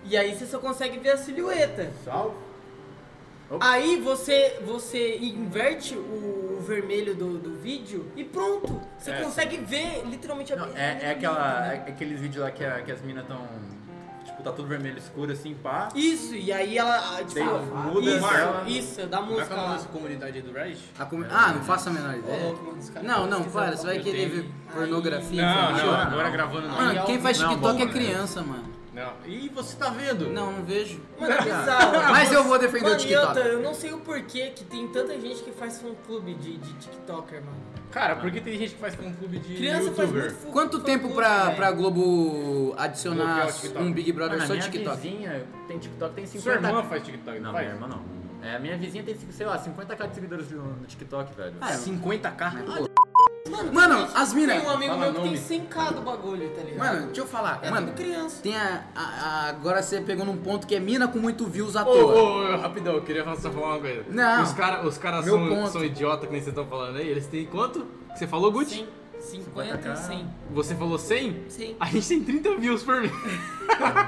[SPEAKER 3] E aí você só consegue ver a silhueta. Aí você, você inverte o, o vermelho do, do vídeo e pronto. Você
[SPEAKER 5] É.
[SPEAKER 3] consegue ver literalmente a
[SPEAKER 5] Não, é, é aquela, é aqueles vídeos lá que, a- que as minas tão. Tipo, tá tudo vermelho escuro assim, pá.
[SPEAKER 3] Isso, e aí ela, ah, tipo,
[SPEAKER 5] Tem- um muda
[SPEAKER 3] isso,
[SPEAKER 5] ela.
[SPEAKER 3] isso, da
[SPEAKER 2] Como é que
[SPEAKER 3] música
[SPEAKER 2] é o nome
[SPEAKER 3] lá. É.
[SPEAKER 2] dessa comunidade aí do Reddit?
[SPEAKER 1] A comi- Ah, não faço a menor
[SPEAKER 3] Ô,
[SPEAKER 1] ideia.
[SPEAKER 3] louco, mano, tá os caras
[SPEAKER 1] Não, não,
[SPEAKER 3] pesquisam
[SPEAKER 1] para, você vai
[SPEAKER 2] Eu
[SPEAKER 1] querer
[SPEAKER 2] tenho-
[SPEAKER 1] ver pornografia
[SPEAKER 2] Não,
[SPEAKER 1] infantil?
[SPEAKER 2] não, agora gravando não.
[SPEAKER 1] Mano, quem faz
[SPEAKER 5] Não,
[SPEAKER 1] TikTok
[SPEAKER 5] bom,
[SPEAKER 1] é
[SPEAKER 5] né?
[SPEAKER 1] criança, mano.
[SPEAKER 2] Não. Ih, você tá vendo?
[SPEAKER 1] Não, não vejo.
[SPEAKER 3] Mano, é bizarro.
[SPEAKER 1] Mas eu vou defender o
[SPEAKER 3] mano, e
[SPEAKER 1] TikTok.
[SPEAKER 3] outra, eu não sei o porquê que tem tanta gente que faz fã-clube de, de TikToker, mano.
[SPEAKER 2] Cara, por que tem gente que faz com um clube de
[SPEAKER 3] Criança faz
[SPEAKER 2] youtuber?
[SPEAKER 3] muito fu-
[SPEAKER 1] Quanto
[SPEAKER 3] fã-clube,
[SPEAKER 1] tempo pra,
[SPEAKER 3] velho.
[SPEAKER 1] pra é. Globo
[SPEAKER 2] Bloquear
[SPEAKER 1] adicionar
[SPEAKER 2] o TikTok.
[SPEAKER 1] um Big Brother
[SPEAKER 5] Mano, a
[SPEAKER 1] só
[SPEAKER 5] Ah, minha
[SPEAKER 1] TikTok?
[SPEAKER 5] vizinha tem TikTok, tem 50.
[SPEAKER 2] Sua irmã faz TikTok, não
[SPEAKER 5] Não, minha
[SPEAKER 2] faz?
[SPEAKER 5] irmã não.
[SPEAKER 3] Ah,
[SPEAKER 5] É, a minha vizinha tem, sei lá, 50k de seguidores no, no TikTok, velho.
[SPEAKER 1] Ah,
[SPEAKER 5] 50k?
[SPEAKER 1] Pô,
[SPEAKER 3] Mano,
[SPEAKER 1] Mano,
[SPEAKER 3] tem-
[SPEAKER 1] as mina-
[SPEAKER 3] Tem um amigo
[SPEAKER 5] Fala
[SPEAKER 3] meu que tem
[SPEAKER 5] nome.
[SPEAKER 3] 100k do bagulho, tá ligado?
[SPEAKER 1] Mano, deixa eu falar.
[SPEAKER 3] é
[SPEAKER 1] mano,
[SPEAKER 3] tudo criança.
[SPEAKER 1] tem a, a- a- Agora você pegou num ponto que é mina com muito views à
[SPEAKER 2] Ô,
[SPEAKER 1] toa.
[SPEAKER 2] ô, ô, rapidão, eu queria só falar uma coisa.
[SPEAKER 1] Não.
[SPEAKER 2] Os caras os cara
[SPEAKER 1] Meu
[SPEAKER 2] são,
[SPEAKER 1] ponto.
[SPEAKER 2] são idiota que nem vocês estão falando aí. Eles têm quanto? Que Você falou, Gucci?
[SPEAKER 3] 100, 50 e 100.
[SPEAKER 2] Você falou 100?
[SPEAKER 3] 100.
[SPEAKER 2] A gente tem 30 views por mim.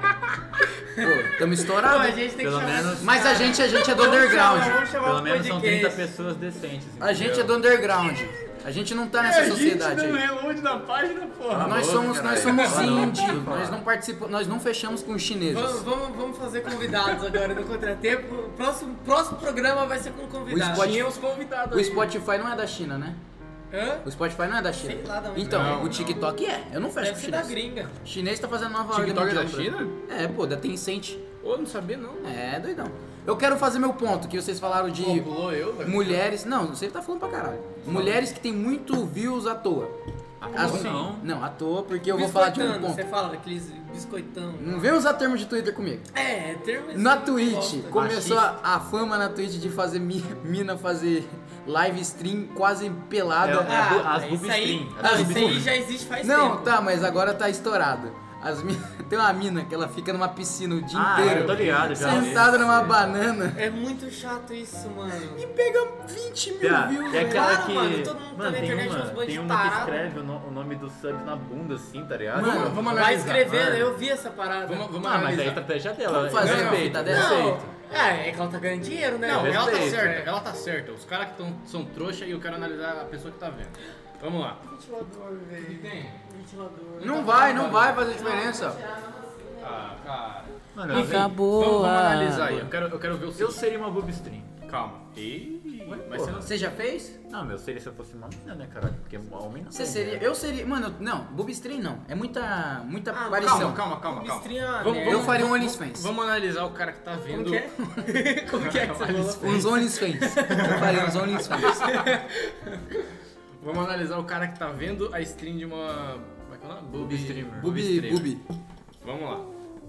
[SPEAKER 1] Pô,
[SPEAKER 6] Pô,
[SPEAKER 1] tamo estourado.
[SPEAKER 6] a gente tem que
[SPEAKER 5] Pelo
[SPEAKER 6] chamar.
[SPEAKER 5] menos,
[SPEAKER 1] Ah, Mas a gente, a gente é do
[SPEAKER 6] Vamos
[SPEAKER 1] underground.
[SPEAKER 6] chamar- Vamos chamar
[SPEAKER 5] pelo
[SPEAKER 6] o
[SPEAKER 5] menos são 30
[SPEAKER 6] podcast.
[SPEAKER 5] pessoas decentes. assim.
[SPEAKER 1] A gente é do
[SPEAKER 5] entendeu?
[SPEAKER 1] underground. A gente não é. tá nessa
[SPEAKER 2] né?
[SPEAKER 1] sociedade. aí.
[SPEAKER 2] reload na página, porra.
[SPEAKER 1] Nós
[SPEAKER 5] Famoso,
[SPEAKER 1] somos, nós
[SPEAKER 5] caralho.
[SPEAKER 1] somos
[SPEAKER 5] Fala não,
[SPEAKER 1] indie.
[SPEAKER 5] fala.
[SPEAKER 1] Nós não participamos, nós não fechamos com os chineses.
[SPEAKER 3] Vamos, vamos, vamos fazer convidados agora no Contratempo. O próximo, próximo programa vai ser com
[SPEAKER 1] O
[SPEAKER 3] convidados.
[SPEAKER 1] Spotify-
[SPEAKER 3] Tinha os convidados
[SPEAKER 1] O
[SPEAKER 3] aí.
[SPEAKER 1] Spotify não é da China, né?
[SPEAKER 3] Hã?
[SPEAKER 1] O Spotify não é da China.
[SPEAKER 3] Sei lá da onde
[SPEAKER 1] então,
[SPEAKER 5] é. Não,
[SPEAKER 1] o TikTok é. Eu não fecho
[SPEAKER 3] Deve
[SPEAKER 1] com
[SPEAKER 3] ser da
[SPEAKER 1] chinês.
[SPEAKER 3] gringa.
[SPEAKER 1] Chinês tá fazendo nova ordem
[SPEAKER 2] TikTok é da
[SPEAKER 1] mundial,
[SPEAKER 2] China?
[SPEAKER 1] bro. É, pô, da Tencent.
[SPEAKER 2] Ô, não sabia não.
[SPEAKER 1] É, doidão. Eu quero fazer meu ponto, que vocês falaram de
[SPEAKER 2] Pô, pulou eu, velho.
[SPEAKER 1] mulheres. Não, você tá falando pra caralho. Mulheres que tem muito views à toa. As-
[SPEAKER 5] Ah, não.
[SPEAKER 1] Não, à toa, porque eu vou falar de um
[SPEAKER 3] Biscoitando,
[SPEAKER 1] ponto.
[SPEAKER 3] assim? Você fala daqueles biscoitão.
[SPEAKER 1] Não vem usar termo de Twitter comigo.
[SPEAKER 3] É, termo
[SPEAKER 1] Na
[SPEAKER 3] assim,
[SPEAKER 1] Twitch,
[SPEAKER 3] bosta.
[SPEAKER 1] começou a, a fama na Twitch de fazer mi- mina fazer live stream quase
[SPEAKER 5] É,
[SPEAKER 1] pelada.
[SPEAKER 5] é bu-
[SPEAKER 3] Ah,
[SPEAKER 5] as
[SPEAKER 3] isso aí,
[SPEAKER 5] boobstring, as
[SPEAKER 3] não, isso
[SPEAKER 5] boobstring.
[SPEAKER 3] aí já existe faz
[SPEAKER 1] Não,
[SPEAKER 3] tempo.
[SPEAKER 1] tá, mas agora tá estourado. As mi- Tem uma mina que ela fica numa piscina o dia
[SPEAKER 5] Ah, eu tô
[SPEAKER 1] inteiro,
[SPEAKER 5] ligado já.
[SPEAKER 1] sentada numa banana.
[SPEAKER 3] É muito chato isso, mano.
[SPEAKER 1] E pega 20 mil
[SPEAKER 5] Piá,
[SPEAKER 1] views,
[SPEAKER 5] é
[SPEAKER 1] velho.
[SPEAKER 5] aquela
[SPEAKER 3] Claro,
[SPEAKER 5] que.
[SPEAKER 3] mano, todo mundo tá na
[SPEAKER 5] tem
[SPEAKER 3] internet, uns
[SPEAKER 5] uma,
[SPEAKER 3] bandidos
[SPEAKER 5] tem uma que
[SPEAKER 3] tarados.
[SPEAKER 5] escreve o, no- o nome do sub na bunda assim, tá ligado?
[SPEAKER 1] Mano,
[SPEAKER 2] Vamos, vamos
[SPEAKER 3] Vai
[SPEAKER 2] analisar.
[SPEAKER 3] escrevendo,
[SPEAKER 5] mano.
[SPEAKER 3] eu vi essa parada.
[SPEAKER 2] Vamos, vamos
[SPEAKER 5] Ah, mas é a
[SPEAKER 2] analisar.
[SPEAKER 5] estratégia dela.
[SPEAKER 1] Vamos fazer
[SPEAKER 5] eu
[SPEAKER 1] uma
[SPEAKER 5] respeito,
[SPEAKER 1] fita
[SPEAKER 5] eu
[SPEAKER 1] dessa?
[SPEAKER 5] respeito.
[SPEAKER 3] não, é, é que ela tá ganhando dinheiro, né?
[SPEAKER 2] Não,
[SPEAKER 5] Respeito.
[SPEAKER 2] ela tá certa, ela tá certa. Os caras que tão, são trouxa e eu quero analisar a pessoa que tá vendo. Vamos lá.
[SPEAKER 3] Ventilador, velho. Ventilador.
[SPEAKER 1] Não vai, não vai fazer diferença.
[SPEAKER 2] Ah, cara.
[SPEAKER 5] Mano, eu,
[SPEAKER 1] Acabou.
[SPEAKER 2] Vamos, vamos analisar aí. Eu quero, eu quero ver o
[SPEAKER 5] eu
[SPEAKER 2] seu.
[SPEAKER 5] seria uma boobstring.
[SPEAKER 2] Calma. Ih, mas você não
[SPEAKER 1] Você já fez?
[SPEAKER 5] Não, meu, seria se eu fosse uma menina, né, caralho? Porque homem não. É,
[SPEAKER 1] Você seria. Eu seria. Mano, eu- não, Boobstream não. É muita. muita
[SPEAKER 3] Ah,
[SPEAKER 1] aparição.
[SPEAKER 2] Calma, calma, calma. calma.
[SPEAKER 3] Boobstream é uma
[SPEAKER 2] Vamos-
[SPEAKER 1] Eu
[SPEAKER 3] merda.
[SPEAKER 2] vamos-
[SPEAKER 1] faria um
[SPEAKER 2] vamos-
[SPEAKER 1] OnlyFans.
[SPEAKER 2] Vamos analisar o cara que tá vendo.
[SPEAKER 3] Como que é? Como que é que você falou?
[SPEAKER 1] Uns OnlyFans. Eu faria uns OnlyFans.
[SPEAKER 2] Vamos analisar o cara que tá vendo a stream de uma. Como é que é o nome? Boob
[SPEAKER 5] streamer.
[SPEAKER 2] boob
[SPEAKER 1] Bubi,
[SPEAKER 2] streamer.
[SPEAKER 1] bubi.
[SPEAKER 2] Vamos lá.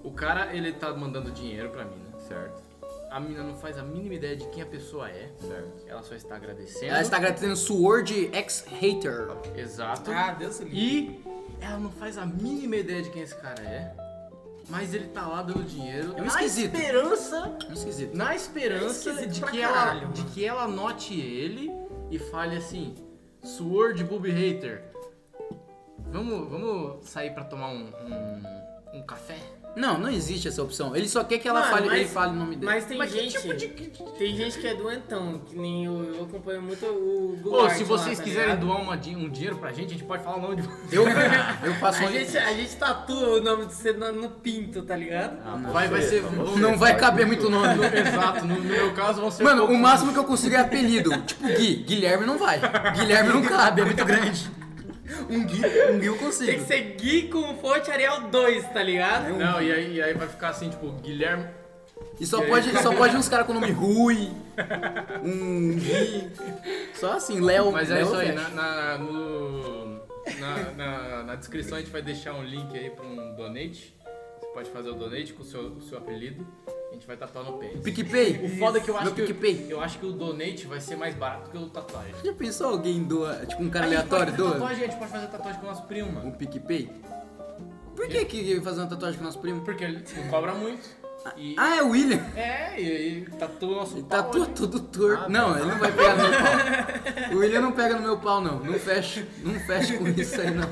[SPEAKER 2] O cara, ele tá mandando dinheiro pra mina.
[SPEAKER 5] Certo,
[SPEAKER 2] A mina não faz a mínima ideia de quem a pessoa é.
[SPEAKER 5] certo.
[SPEAKER 2] Ela só está agradecendo.
[SPEAKER 1] Ela está agradecendo suor de ex-hater.
[SPEAKER 2] Exato.
[SPEAKER 3] Ah, Deus do livre.
[SPEAKER 2] E ela não faz a mínima ideia de quem esse cara é. Mas ele tá lá dando dinheiro.
[SPEAKER 1] É um
[SPEAKER 2] na
[SPEAKER 1] esquisito.
[SPEAKER 2] esperança.
[SPEAKER 1] Muito esquisito.
[SPEAKER 2] Na
[SPEAKER 3] É
[SPEAKER 2] esperança
[SPEAKER 3] esquisito
[SPEAKER 2] de,
[SPEAKER 3] pra
[SPEAKER 2] que ela,
[SPEAKER 3] caralho,
[SPEAKER 2] de
[SPEAKER 3] mano.
[SPEAKER 2] que ela note ele e fale assim: Sword Boob Hater. Vamos, vamos sair pra tomar um, um, um café?
[SPEAKER 1] Não, não existe essa opção. Ele só quer que ela
[SPEAKER 3] Mano,
[SPEAKER 1] fale,
[SPEAKER 3] mas-
[SPEAKER 1] ele fale o nome dele.
[SPEAKER 3] Mas tem
[SPEAKER 2] Mas que
[SPEAKER 3] gente.
[SPEAKER 2] tipo de-
[SPEAKER 3] Tem gente que é doentão, que nem eu, eu acompanho muito o Google.
[SPEAKER 2] Ou se vocês
[SPEAKER 3] tá
[SPEAKER 2] quiserem doar uma di- um dinheiro pra gente, a gente pode falar o nome de vocês.
[SPEAKER 1] Eu, eu faço um
[SPEAKER 3] A gente, é- a
[SPEAKER 1] OnlyFans.
[SPEAKER 3] gente tatua o nome de você no, no pinto, tá ligado?
[SPEAKER 1] Ah,
[SPEAKER 2] Vai,
[SPEAKER 1] é
[SPEAKER 2] vai ser.
[SPEAKER 1] Não vai caber muito nome.
[SPEAKER 2] No- Exato, no, no meu caso vão ser.
[SPEAKER 1] Mano, o
[SPEAKER 2] poucos.
[SPEAKER 1] máximo que eu consigo é apelido. Tipo Gui. Guilherme não vai. Guilherme não cabe, é muito grande. Um Gui, um Gui eu
[SPEAKER 3] Tem que
[SPEAKER 1] consigo.
[SPEAKER 3] ser Gui com fonte Arial 2, tá ligado?
[SPEAKER 1] É
[SPEAKER 2] Não, e aí, e aí vai ficar assim, tipo, Guilherme.
[SPEAKER 1] E só pode, só pode uns caras com o nome Rui. Um Gui. Só assim, Léo.
[SPEAKER 2] Mas é
[SPEAKER 1] Léo
[SPEAKER 2] isso aí,
[SPEAKER 1] fecha.
[SPEAKER 2] na, na, no- na, na- na descrição a gente vai deixar um link aí pra um donate. Você pode fazer o donate com o seu, o seu apelido. A gente vai tatuar no pênis.
[SPEAKER 1] PicPay?
[SPEAKER 2] O foda é que eu acho
[SPEAKER 1] Meu
[SPEAKER 2] que,
[SPEAKER 1] PicPay.
[SPEAKER 2] eu acho que o donate vai ser mais barato que o tatuagem.
[SPEAKER 1] Já pensou alguém doa, tipo um cara
[SPEAKER 2] A gente pode
[SPEAKER 1] aleatório
[SPEAKER 2] fazer
[SPEAKER 1] doa
[SPEAKER 2] Tatuagem, a gente pode fazer tatuagem com o nosso primo,
[SPEAKER 1] um
[SPEAKER 2] mano.
[SPEAKER 1] PicPay? Por
[SPEAKER 2] É.
[SPEAKER 1] que que ia fazer uma tatuagem com o nosso primo?
[SPEAKER 2] Porque ele não cobra muito. E,
[SPEAKER 1] Ah, é o William.
[SPEAKER 2] É, e aí tatua o nosso
[SPEAKER 1] Ele
[SPEAKER 2] pau,
[SPEAKER 1] tatua
[SPEAKER 2] né?
[SPEAKER 1] todo torto. não, ele não vai pegar no meu pau. O William não pega no meu pau, não. Não fecha, não fecha com isso aí, não.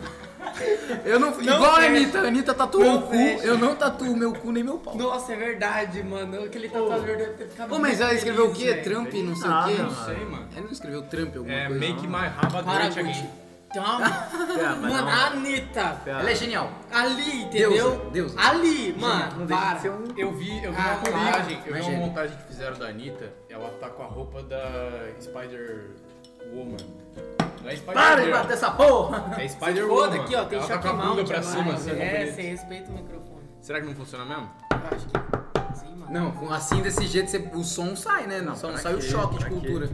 [SPEAKER 1] Eu não. igual a Anitta, a Anitta tatuou o cu,
[SPEAKER 3] fecha.
[SPEAKER 1] eu não tatuo meu cu nem meu pau.
[SPEAKER 3] Nossa, é verdade, mano. Aquele tatuador deve ter ficado.
[SPEAKER 1] Pô, um- mas
[SPEAKER 3] muito
[SPEAKER 1] ela escreveu o
[SPEAKER 3] feliz,
[SPEAKER 1] quê?
[SPEAKER 3] velho.
[SPEAKER 1] Trump, não sei o
[SPEAKER 5] Ah,
[SPEAKER 1] quê?
[SPEAKER 5] não.
[SPEAKER 2] Não sei, mano.
[SPEAKER 1] Ela não escreveu Trump alguma
[SPEAKER 2] É,
[SPEAKER 1] coisa.
[SPEAKER 2] make
[SPEAKER 1] não.
[SPEAKER 2] my raba
[SPEAKER 3] Para,
[SPEAKER 2] great again.
[SPEAKER 3] Gucci. Toma.
[SPEAKER 5] É, mas
[SPEAKER 3] Mano, ah,
[SPEAKER 5] não-
[SPEAKER 3] a Anitta.
[SPEAKER 1] Ela é genial.
[SPEAKER 3] Ali, entendeu?
[SPEAKER 1] Deusa, deusa.
[SPEAKER 3] Ali, mano. Para.
[SPEAKER 1] um
[SPEAKER 2] Eu vi, eu vi
[SPEAKER 3] Ah,
[SPEAKER 2] uma montagem, eu vi uma
[SPEAKER 1] Imagina.
[SPEAKER 2] montagem que fizeram da Anitta, ela tá com a roupa da Spider Woman. Não é Spider
[SPEAKER 1] Para de
[SPEAKER 2] Girl,
[SPEAKER 1] bater essa porra!
[SPEAKER 2] É Spider Woman.
[SPEAKER 3] Foda aqui, ó. Tem
[SPEAKER 2] ela tá
[SPEAKER 3] choque
[SPEAKER 2] com a bunda
[SPEAKER 3] mount
[SPEAKER 2] pra
[SPEAKER 3] agora.
[SPEAKER 2] cima, assim,
[SPEAKER 3] É,
[SPEAKER 2] é,
[SPEAKER 3] você respeita o microfone.
[SPEAKER 2] Será que não funciona mesmo?
[SPEAKER 3] Eu acho que. Sim, mano.
[SPEAKER 1] Não, com- assim desse jeito você- o som sai, né? Não, só não
[SPEAKER 5] pra
[SPEAKER 1] sai o
[SPEAKER 5] quê?
[SPEAKER 1] choque de
[SPEAKER 5] Pra quê?
[SPEAKER 1] cultura.